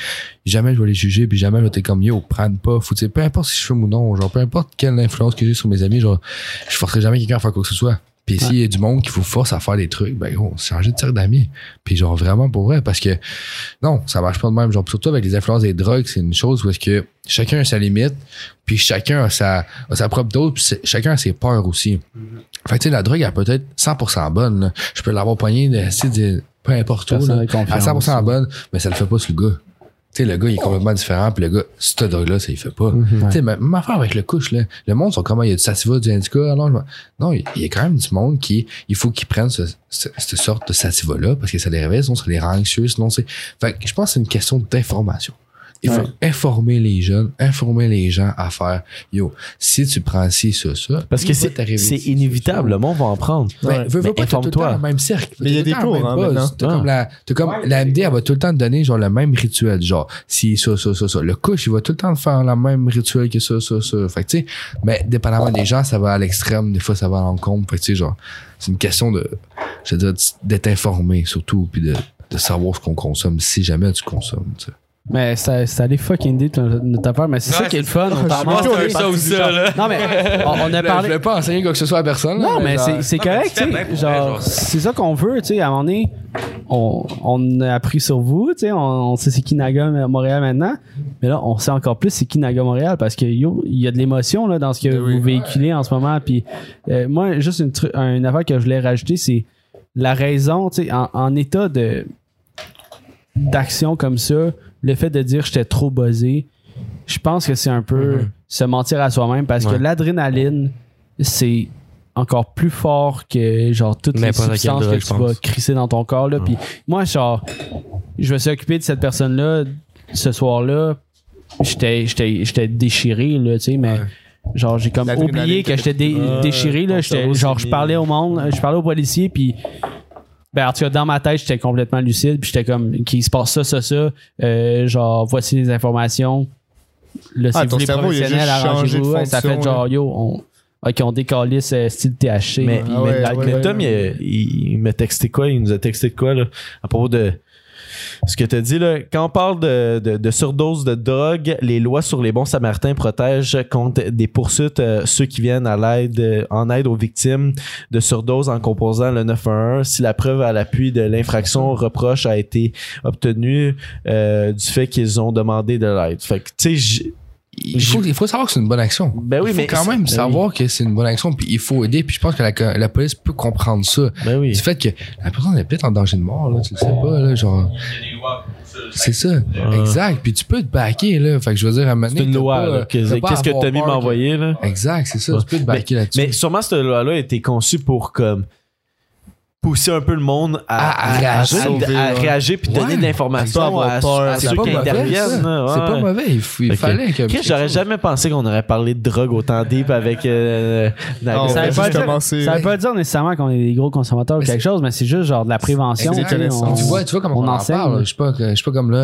Speaker 5: jamais je vais les juger. Puis jamais je vais être comme yo, prends pas. Faut, tu sais, peu importe si je fume ou non. Genre, peu importe quelle influence que j'ai sur mes amis. Genre, je forcerai jamais quelqu'un à faire quoi que ce soit. Puis s'il y a du monde qui vous force à faire des trucs, ben gros, changez de cercle d'amis. Puis genre vraiment pour vrai, parce que non, ça marche pas de même. Genre, surtout avec les influences des drogues, c'est une chose où est-ce que chacun a sa limite, puis chacun a sa, a sa propre dose, puis c'est- chacun a ses peurs aussi. Fait que, tu sais, la drogue, elle peut être 100% bonne. là. Je peux l'avoir poignée de, tu sais, de- peu importe où,
Speaker 3: Personne
Speaker 5: là,
Speaker 3: avec
Speaker 5: à
Speaker 3: confiance.
Speaker 5: 100% bonne, mais ça le fait pas sur le gars. Tu sais, le gars, il est complètement différent, puis le gars, cette drogue-là, ça, il fait pas.
Speaker 1: Mhm.
Speaker 5: Tu sais, même même affaire avec le couche, là. Le monde, sont comment, il y a du sativa, du indica, alors je m'en- non, il il y a quand même du monde qui, il faut qu'ils prennent ce- ce- cette sorte de sativa-là, parce que ça les réveille, sinon ça les rend anxieux, sinon c'est, fait que je pense que c'est une question d'information. Il faut informer les jeunes, informer les gens à faire, yo, si tu prends ci, ça, ça.
Speaker 1: Parce que
Speaker 5: il va
Speaker 1: c'est
Speaker 5: t'arriver
Speaker 1: c'est
Speaker 5: ci, ça,
Speaker 1: inévitable,
Speaker 5: ça.
Speaker 1: le monde va en prendre.
Speaker 5: Ben, veux, veux
Speaker 1: Mais
Speaker 5: pas, t'as tout le temps
Speaker 1: informe-toi.
Speaker 5: le même cercle.
Speaker 9: Mais il y a des
Speaker 5: T'as tout le temps la
Speaker 9: cours,
Speaker 5: même
Speaker 9: hein,
Speaker 5: base. T'as
Speaker 1: maintenant.
Speaker 3: Ah.
Speaker 5: comme la, t'as comme, la MD, elle va tout le temps te donner, genre, le même rituel. Genre, si, ça, ça, ça, ça. Le couche, il va tout le temps te faire le même rituel que ça, ça, ça. Fait que, tu sais, mais dépendamment des gens, ça va à l'extrême. Des fois, ça va à l'encontre. Fait que, tu sais, genre, c'est une question de, je veux dire, d'être informé, surtout, puis de, de savoir ce qu'on consomme, si jamais tu consommes, tu sais.
Speaker 3: Mais ça, ça allait fucking deep notre, notre affaire, mais c'est
Speaker 4: Ouais,
Speaker 3: ça qui est le fun. On t'en
Speaker 4: pense
Speaker 3: mange.
Speaker 4: que c'est ça ou ça, là.
Speaker 3: Non, mais on, on
Speaker 4: [LAUGHS]
Speaker 3: a
Speaker 5: Je
Speaker 3: parlé.
Speaker 5: voulais pas enseigner quoi que ce soit à personne.
Speaker 3: Non, mais c'est c'est
Speaker 4: Non, mais
Speaker 3: correct,
Speaker 4: tu fais
Speaker 3: tu
Speaker 4: bien
Speaker 3: sais.
Speaker 4: pour vrai,
Speaker 3: Genre,
Speaker 4: genre.
Speaker 3: c'est ça qu'on veut, tu sais. À un moment donné, on, on a appris sur vous, tu sais. On, on sait c'est qui Naga à Montréal maintenant. Mais là, on sait encore plus c'est qui Naga Montréal parce que, yo, il y a de l'émotion, là, dans ce
Speaker 4: Ben
Speaker 3: que vous véhiculez en ce moment. Puis, euh, moi, juste une, tru- une affaire que je voulais rajouter, c'est la raison, tu sais, en, en état de d'action comme ça, le fait de dire j'étais trop buzzé, je pense que c'est un peu se mentir à soi-même parce que
Speaker 4: Mhm. Ouais.
Speaker 3: l'adrénaline, c'est encore plus fort que genre toutes les
Speaker 4: N'importe quelle
Speaker 3: substances
Speaker 4: drogue,
Speaker 3: que
Speaker 4: je
Speaker 3: tu
Speaker 4: pense.
Speaker 3: vas crisser dans ton corps là. Puis moi, genre, je me suis occupé de cette personne-là ce soir-là. J'étais, j'étais, j'étais déchiré là, tu sais, mais genre j'ai comme
Speaker 2: L'adrénaline
Speaker 3: oublié
Speaker 2: que
Speaker 3: que j'étais dé-
Speaker 1: Ouais,
Speaker 3: déchiré
Speaker 1: Ah, ton
Speaker 3: là. J'étais,
Speaker 1: cerveau
Speaker 3: genre,
Speaker 1: s'est
Speaker 3: je
Speaker 1: mis,
Speaker 3: parlais
Speaker 1: là.
Speaker 3: au monde, je parlais au policier, puis ben, en tout cas, dans ma tête, j'étais complètement lucide, puis j'étais comme, qu'il se passe ça, ça, ça, euh, genre, voici les informations. Là,
Speaker 2: Ah,
Speaker 3: c'est
Speaker 2: ton
Speaker 3: vous les
Speaker 2: cerveau, il a
Speaker 3: professionnels,
Speaker 2: juste changé de
Speaker 3: arrangez-vous. Ouais, ça fait
Speaker 2: fonction,
Speaker 3: genre, yo, on, ok, on décalisse euh, style THC.
Speaker 1: Mais,
Speaker 2: Ah
Speaker 1: mais
Speaker 2: ouais,
Speaker 1: l'alcool-
Speaker 2: ouais, ouais,
Speaker 1: Tom,
Speaker 2: ouais.
Speaker 1: il, il- il m'a texté quoi? Il nous a texté de quoi, là? À propos de ce que t'as dit, là. Quand on parle de, de- de surdose de drogue, les lois sur les bons samaritains protègent contre des poursuites euh, ceux qui viennent à l'aide, euh, en aide aux victimes de surdose en composant le 911 si la preuve à l'appui de l'infraction au reproche a été obtenue euh, du fait qu'ils ont demandé de l'aide. Fait que, tu sais, j-
Speaker 5: Il faut, il faut savoir que c'est une bonne action.
Speaker 1: Ben oui,
Speaker 5: il faut
Speaker 1: mais
Speaker 5: quand
Speaker 1: c'est-
Speaker 5: même
Speaker 1: ben
Speaker 5: savoir que c'est une bonne action, puis il faut aider. Puis je pense que la, la police peut comprendre ça.
Speaker 1: ben oui.
Speaker 5: Du fait que la personne est peut-être en danger de mort, là, tu le sais pas, là, genre. C'est ça, exact. Puis tu peux te baquer, là. Fait que je veux dire, à un moment
Speaker 1: Ah. C'est
Speaker 5: donné,
Speaker 1: une
Speaker 5: t'as
Speaker 1: loi,
Speaker 5: pas-
Speaker 1: là, que-
Speaker 5: t'as pas à
Speaker 1: Qu'est-ce que
Speaker 5: avoir
Speaker 1: Tommy
Speaker 5: peur
Speaker 1: m'a
Speaker 5: que-
Speaker 1: envoyé, là?
Speaker 5: Exact, c'est ça.
Speaker 1: Ouais.
Speaker 5: Tu peux te baquer là-dessus.
Speaker 1: Mais sûrement, cette loi-là a été conçue pour comme pousser un peu le monde à,
Speaker 5: À- à réagir.
Speaker 1: à- à réagir puis
Speaker 5: Ouais.
Speaker 1: donner de l'information
Speaker 5: Pas
Speaker 1: à,
Speaker 5: avoir
Speaker 1: à
Speaker 9: peur,
Speaker 5: c'est
Speaker 1: ceux
Speaker 5: pas
Speaker 1: qui
Speaker 5: mauvais, ça.
Speaker 1: interviennent. là,
Speaker 5: C'est
Speaker 1: ouais.
Speaker 5: pas mauvais. Il, f- il
Speaker 1: Fait que-
Speaker 5: fallait que.
Speaker 1: Chris, j'aurais jamais pensé qu'on aurait parlé de drogue autant deep avec euh, Naga.
Speaker 2: Ah, on
Speaker 3: ça
Speaker 2: va
Speaker 3: veut pas
Speaker 2: juste
Speaker 3: dire-
Speaker 2: commencer.
Speaker 3: Ça veut pas dire nécessairement qu'on est des gros consommateurs ou
Speaker 5: Mais
Speaker 3: quelque chose, mais c'est juste genre de la prévention.
Speaker 2: c'est
Speaker 3: tu sais,
Speaker 2: connaissance.
Speaker 3: on-
Speaker 5: tu vois, tu vois comment
Speaker 3: on
Speaker 5: on, en
Speaker 3: enseigne.
Speaker 5: parle. Je suis pas, je suis pas comme là,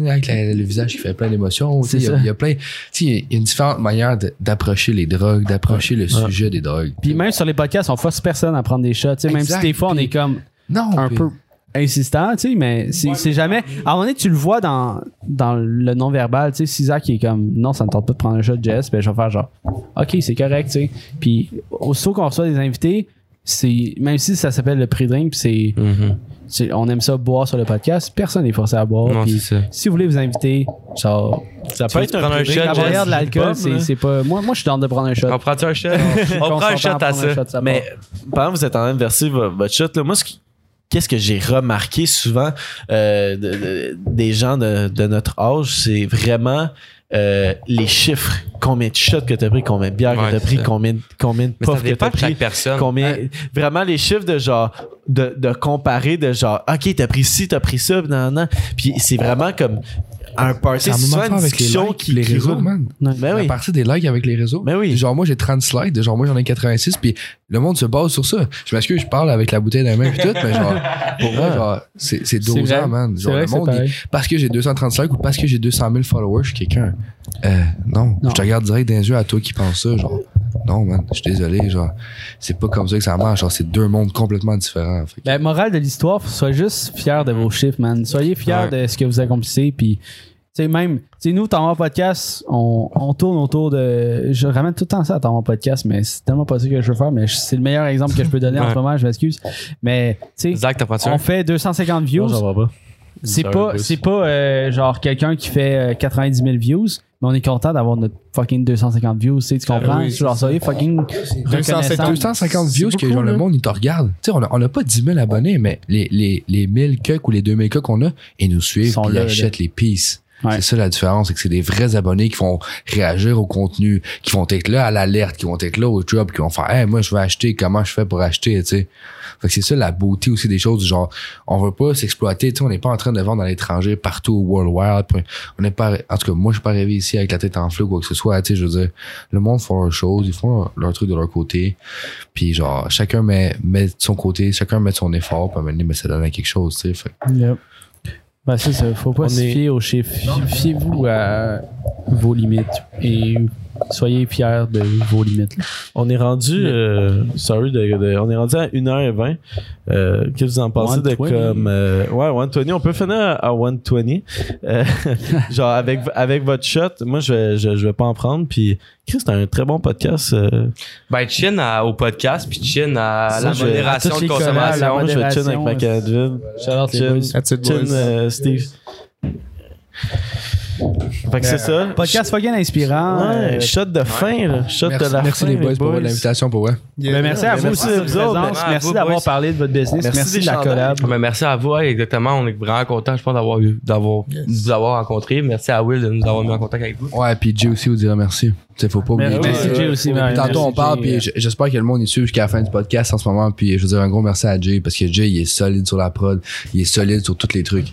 Speaker 5: euh, avec la- le visage qui fait plein d'émotions. tu sais,
Speaker 3: C'est
Speaker 5: Il y, a-
Speaker 3: ça.
Speaker 5: il y a plein. tu sais, Il y a une différente manière de- d'approcher les drogues, d'approcher le sujet des drogues.
Speaker 3: Puis même sur les podcasts, on force personne à prendre des shots. tu sais, Même si
Speaker 5: Exact,
Speaker 3: des fois, on
Speaker 5: puis-
Speaker 3: est comme
Speaker 5: non,
Speaker 3: un
Speaker 5: puis-
Speaker 3: peu insistant, tu sais, mais c'est c'est jamais. À un moment donné, tu le vois dans, dans le non-verbal, tu sais, si Zach est comme non, ça me tente pas de prendre un shot de Jess, ben je vais faire genre OK, c'est correct, tu sais. Puis aussitôt qu'on reçoit des invités, c'est même si ça s'appelle le pré-drink, puis c'est. c'est- On aime ça boire sur le podcast. Personne n'est forcé à boire.
Speaker 4: Non,
Speaker 3: puis
Speaker 4: c'est ça.
Speaker 3: si vous voulez vous inviter, genre,
Speaker 1: Ça
Speaker 4: Tu veux te prendre un
Speaker 1: pré-drink
Speaker 4: shot,
Speaker 1: à
Speaker 3: la
Speaker 4: Jess?
Speaker 1: barrière
Speaker 3: barrière de l'alcool,
Speaker 1: du
Speaker 3: c'est
Speaker 1: pub,
Speaker 3: c'est pas. Moi, moi, je suis dans de prendre un shot.
Speaker 4: On prend-tu un shot?
Speaker 3: Je
Speaker 4: On prend un
Speaker 3: consens
Speaker 4: shot
Speaker 3: pas
Speaker 4: à
Speaker 3: prendre Ben, un
Speaker 4: ça.
Speaker 3: shot, part.
Speaker 1: Mais par exemple, vous êtes en train de verser vo- votre shot. Là. Moi, ce qui- qu'est-ce que j'ai remarqué souvent euh, de- de- des gens de, de notre âge, c'est vraiment euh, les chiffres. Combien de shots que t'as pris, combien de bières
Speaker 4: Ouais,
Speaker 1: que t'as
Speaker 4: c'est
Speaker 1: pris,
Speaker 4: ça.
Speaker 1: combien, de- combien de
Speaker 4: Mais ça
Speaker 1: puffs que
Speaker 4: dépend
Speaker 1: t'as
Speaker 4: de chaque
Speaker 1: pris.
Speaker 4: personne.
Speaker 1: Combien, vraiment les chiffres de genre de, de comparer de genre ok t'as pris ci t'as pris ça nan, nan. puis c'est vraiment comme un party c'est souvent une discussion qui,
Speaker 5: les
Speaker 1: qui
Speaker 5: réseaux,
Speaker 1: roule.
Speaker 5: man.
Speaker 1: ben
Speaker 5: La
Speaker 1: oui
Speaker 5: partie des likes avec les réseaux.
Speaker 1: ben oui
Speaker 5: Genre, moi, j'ai 30 slides. Genre, moi, j'en ai 86. Puis le monde se base sur ça. Je m'excuse, je parle avec la bouteille dans la main puis tout, mais genre, pour
Speaker 1: Ah.
Speaker 5: moi, genre, c'est c'est
Speaker 3: C'est vrai.
Speaker 5: dosant, man.
Speaker 3: C'est
Speaker 5: Genre,
Speaker 3: vrai
Speaker 5: le
Speaker 3: que c'est
Speaker 5: monde,
Speaker 3: pareil.
Speaker 5: il- parce que j'ai 230 likes ou parce que j'ai 200 000 followers, je suis quelqu'un. Euh, non.
Speaker 3: Non.
Speaker 5: Je te regarde direct dans les yeux à toi qui pense ça. Genre, non, man, je suis désolé. Genre, c'est pas comme ça que ça marche. Genre, c'est deux mondes complètement différents. Fait que-
Speaker 3: Ben, morale de l'histoire, soyez juste fiers de vos chiffres, man. Soyez fiers de ce que vous accomplissez. Puis, tu sais, même, tu sais, nous, Tamar Podcast, on, on tourne autour de. Je ramène tout le temps ça à Tamar Podcast, mais c'est tellement pas ça que je veux faire. Mais je- c'est le meilleur exemple que je peux donner en
Speaker 4: Ouais.
Speaker 3: ce moment, je m'excuse. Mais, tu sais,
Speaker 4: Zach, t'en prends-tu un?
Speaker 3: on fait 250 views. C'est
Speaker 5: Sorry,
Speaker 3: pas,
Speaker 5: Bruce.
Speaker 3: c'est pas euh, genre quelqu'un qui fait euh, 90 000 views, mais on est content d'avoir notre fucking 250 views, tu sais, tu comprends?
Speaker 5: oui.
Speaker 3: genre, soyez fucking.
Speaker 2: 207,
Speaker 3: reconnaissants.
Speaker 5: 250
Speaker 2: Ben, C'est
Speaker 5: views que
Speaker 2: beaucoup,
Speaker 5: genre,
Speaker 2: là.
Speaker 5: le monde il te regarde. Tu sais, on a- on n'a pas 10 000 abonnés, mais les, les, les 1000 cucks ou les 2000 cucks qu'on a, ils nous
Speaker 3: Ils
Speaker 5: suivent,
Speaker 3: sont
Speaker 5: puis ils
Speaker 3: là,
Speaker 5: achètent les pieces.
Speaker 3: Ouais.
Speaker 5: C'est ça la différence, c'est que c'est des vrais abonnés qui vont réagir au contenu, qui vont être là à l'alerte, qui vont être là au job, qui vont faire Hey, moi je vais acheter, comment je fais pour acheter, tu sais. Fait que c'est ça la beauté aussi des choses, du genre on veut pas s'exploiter, tu sais, on n'est pas en train de vendre à l'étranger partout au worldwide. puis On n'est pas en tout cas moi je suis pas arrivé ici avec la tête en flou ou quoi que ce soit, tu sais, je veux dire, le monde font leurs choses, ils font leur, leur truc de leur côté. Puis genre chacun met, met de son côté, chacun met de son effort, puis à un moment donné, ben, ça donne à quelque chose, tu sais. Fait que-
Speaker 3: Yep. Ben, c'est ça. Faut pas
Speaker 1: On
Speaker 3: se
Speaker 1: est-
Speaker 3: fier aux chiffres. Fi- Fiez-vous à vos limites et soyez fiers de vos limites.
Speaker 1: On est rendu, euh, sorry, de- de- on est rendu à 1h20. Euh, Qu'est-ce que vous en pensez de
Speaker 3: 120?
Speaker 1: comme. euh, ouais, 120. On peut finir à, à 120. Euh, [LAUGHS] genre, avec, avec votre shot, moi, je vais, je, je vais pas en prendre. Puis, Chris, c'est un très bon podcast. euh.
Speaker 4: Ben, chin à- au podcast, puis chin à
Speaker 1: Ça,
Speaker 4: la
Speaker 1: je-
Speaker 4: modération
Speaker 3: à tous
Speaker 4: de
Speaker 3: les collabs,
Speaker 4: consommation.
Speaker 3: la
Speaker 1: moi, je vais
Speaker 3: modération,
Speaker 1: chin avec ma canette vide.
Speaker 3: Shout-out les
Speaker 1: Chin,
Speaker 3: boys.
Speaker 2: That's it,
Speaker 1: chin,
Speaker 2: boys.
Speaker 1: euh, Steve. Fait que c'est ça.
Speaker 3: Euh, Podcast fucking inspirant.
Speaker 1: Ouais,
Speaker 3: Euh,
Speaker 1: shot de fin, là. Shot
Speaker 5: Merci,
Speaker 1: de la
Speaker 5: merci
Speaker 1: fin,
Speaker 5: les boys pour l'invitation pour vrai.
Speaker 2: Yeah.
Speaker 3: ben, merci à vous
Speaker 1: Merci
Speaker 3: aussi de
Speaker 1: à
Speaker 3: votre
Speaker 1: vous autres.
Speaker 3: présence.
Speaker 4: Merci à
Speaker 3: Merci
Speaker 4: vous,
Speaker 3: d'avoir
Speaker 4: boys.
Speaker 3: parlé de votre business.
Speaker 1: Merci
Speaker 3: Merci,
Speaker 1: des
Speaker 3: de la
Speaker 1: chandelles.
Speaker 3: collab.
Speaker 4: Ben, merci à vous, ouais, exactement. On est vraiment contents, je pense, d'avoir eu, d'avoir, de vous avoir rencontré. Merci à Will de nous avoir mis en contact avec vous.
Speaker 5: Ouais, puis Jay aussi vous dira merci. Tu sais, faut pas oublier.
Speaker 3: Merci Jay aussi.
Speaker 5: Puis
Speaker 3: man.
Speaker 5: tantôt on
Speaker 3: Merci,
Speaker 5: parle,
Speaker 3: Jay.
Speaker 5: puis j- j'espère que le monde il suit jusqu'à la fin du podcast en ce moment. Puis je veux dire un gros merci à Jay parce que Jay il est solide sur la prod, il est solide sur tous les trucs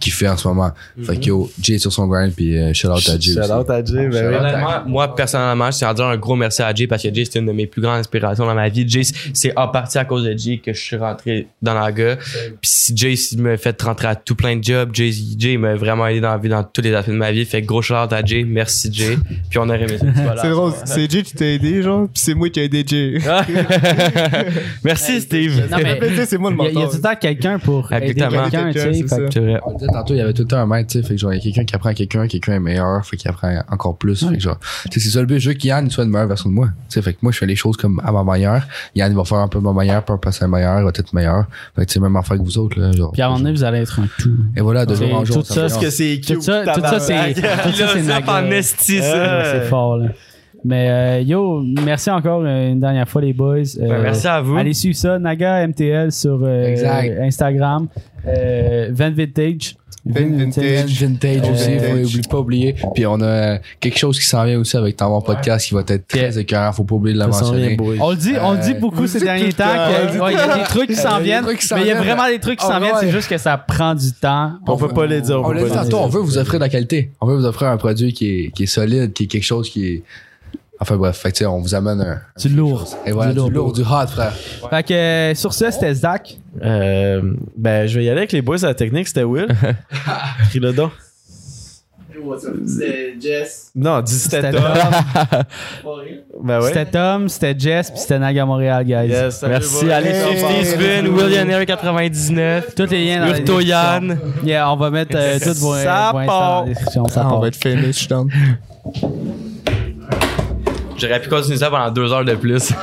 Speaker 5: qu'il fait en ce moment. Fait que yo, Jay est sur son grind, puis euh, shout out à Jay. aussi.
Speaker 1: Shout-out à Jay, ben oui.
Speaker 4: Honnêtement, moi, personnellement, je tiens à dire un gros merci à Jay parce que Jay, c'est une de mes plus grandes inspirations dans ma vie. Jay, c'est en partie à cause de Jay que je suis rentré dans la gueule. Puis si Jay il m'a fait rentrer à tout plein de jobs. Jay, Jay m'a vraiment aidé dans la vie, dans tous les aspects de ma vie. Fait que gros shout out à Jay. Merci Jay. Puis on a remis ça. Voilà.
Speaker 2: C'est drôle, c'est Jay qui t'a aidé, genre, pis c'est moi qui ai aidé Jay.
Speaker 3: [LAUGHS]
Speaker 4: [LAUGHS]
Speaker 2: Ah,
Speaker 4: merci Steve.
Speaker 3: Non, mais
Speaker 2: Tu sais, c'est moi le
Speaker 3: il y a- il y a
Speaker 2: mentor.
Speaker 3: tout le temps quelqu'un pour aider
Speaker 4: Exactement.
Speaker 3: quelqu'un. tu sais,
Speaker 2: Quelqu'un, c'est
Speaker 3: fait que-
Speaker 4: C'est vrai.
Speaker 5: On le disait tantôt, il y avait tout le temps un maître, tu sais. Fait que genre, il y a quelqu'un qui apprend à quelqu'un, quelqu'un est meilleur, fait qu'il apprend encore plus. Fait que genre, tu sais, c'est ça le but. Je veux qu'Yann il soit une meilleure version de moi. Tu sais, fait que moi, je fais les choses comme à ma manière. Yann, il va faire un peu ma manière, puis un peu sa meilleure, il va être meilleur. Fait que c'est même affaire que vous autres, là. Genre,
Speaker 3: Puis à un moment donné, vous allez être un tout.
Speaker 5: Et voilà, de
Speaker 3: C'est
Speaker 5: jour en jour.
Speaker 3: tout ça, ce
Speaker 5: me
Speaker 1: Parce que c'est
Speaker 3: Tout
Speaker 1: cute.
Speaker 3: ça, tout ça, c'est.
Speaker 1: tabarnak.
Speaker 3: Tout ça, c'est
Speaker 4: Philosophe
Speaker 3: Naga.
Speaker 4: en esti, ça.
Speaker 1: Euh,
Speaker 3: C'est fort, là. Mais euh, yo, merci encore euh, une dernière fois, les boys. Euh,
Speaker 4: Ben, merci à vous.
Speaker 3: Allez suivre ça, Naga MTL sur euh,
Speaker 5: Exact.
Speaker 3: Instagram. Euh, Van Vintage.
Speaker 2: Van Vintage.
Speaker 5: Vintage aussi,
Speaker 2: Vintage.
Speaker 5: faut oublie pas oublier. Puis on a quelque chose qui s'en vient aussi avec ton podcast qui va être très écœurant, faut pas oublier de la
Speaker 1: Ça s'en vient,
Speaker 5: mentionner.
Speaker 1: boys.
Speaker 3: On le dit, on le dit beaucoup
Speaker 2: vous
Speaker 3: ces
Speaker 2: dites tout
Speaker 3: derniers
Speaker 2: le
Speaker 3: temps.
Speaker 2: temps, on le
Speaker 3: que-
Speaker 2: dit
Speaker 3: ouais, Il y a des trucs qui s'en
Speaker 5: des
Speaker 3: viennent.
Speaker 5: trucs qui s'en
Speaker 3: Mais il y a
Speaker 5: viennent.
Speaker 3: vraiment des trucs qui
Speaker 5: Oh,
Speaker 3: s'en viennent. C'est
Speaker 5: ouais.
Speaker 3: juste que ça prend du temps.
Speaker 1: On peut pas les dire.
Speaker 5: On
Speaker 1: peut
Speaker 5: l'a dit
Speaker 1: pas les
Speaker 5: tantôt,
Speaker 1: dire.
Speaker 5: on veut vous offrir de la qualité. On veut vous offrir un produit qui est, qui est solide, qui est quelque chose qui est. Enfin bref, fait que, tu sais, on vous amène un.
Speaker 3: Du lourd.
Speaker 5: Et voilà,
Speaker 3: Du
Speaker 5: du
Speaker 3: lourd.
Speaker 5: lourd, du hot, frère.
Speaker 3: Fait que euh, sur ce, c'était Zach.
Speaker 1: Euh, ben, je vais y aller avec les boys à la technique, c'était Will. Pris le don.
Speaker 7: Ouais, what's up. C'était Jess.
Speaker 1: Non, dis c'était
Speaker 3: C'était
Speaker 1: toi.
Speaker 3: Tom,
Speaker 7: Pas rien.
Speaker 1: Ben ouais.
Speaker 3: c'était Tom, c'était Jess, puis c'était Naga Montréal, guys.
Speaker 1: Yes, salut,
Speaker 3: Merci,
Speaker 1: boys.
Speaker 3: allez
Speaker 2: Hey.
Speaker 3: sur
Speaker 2: Hey.
Speaker 4: Steve Spin, Willionaire 99,
Speaker 3: Tout est liens dans la
Speaker 4: Urto
Speaker 3: description.
Speaker 4: Yann.
Speaker 3: Yeah, on va mettre euh, tous vos,
Speaker 1: Ça
Speaker 3: vos Insta
Speaker 1: part.
Speaker 3: dans la description. Ça
Speaker 2: Ah,
Speaker 3: part.
Speaker 2: on va être fini, je suis down.
Speaker 3: [LAUGHS]
Speaker 4: J'aurais pu continuer ça pendant deux heures de plus.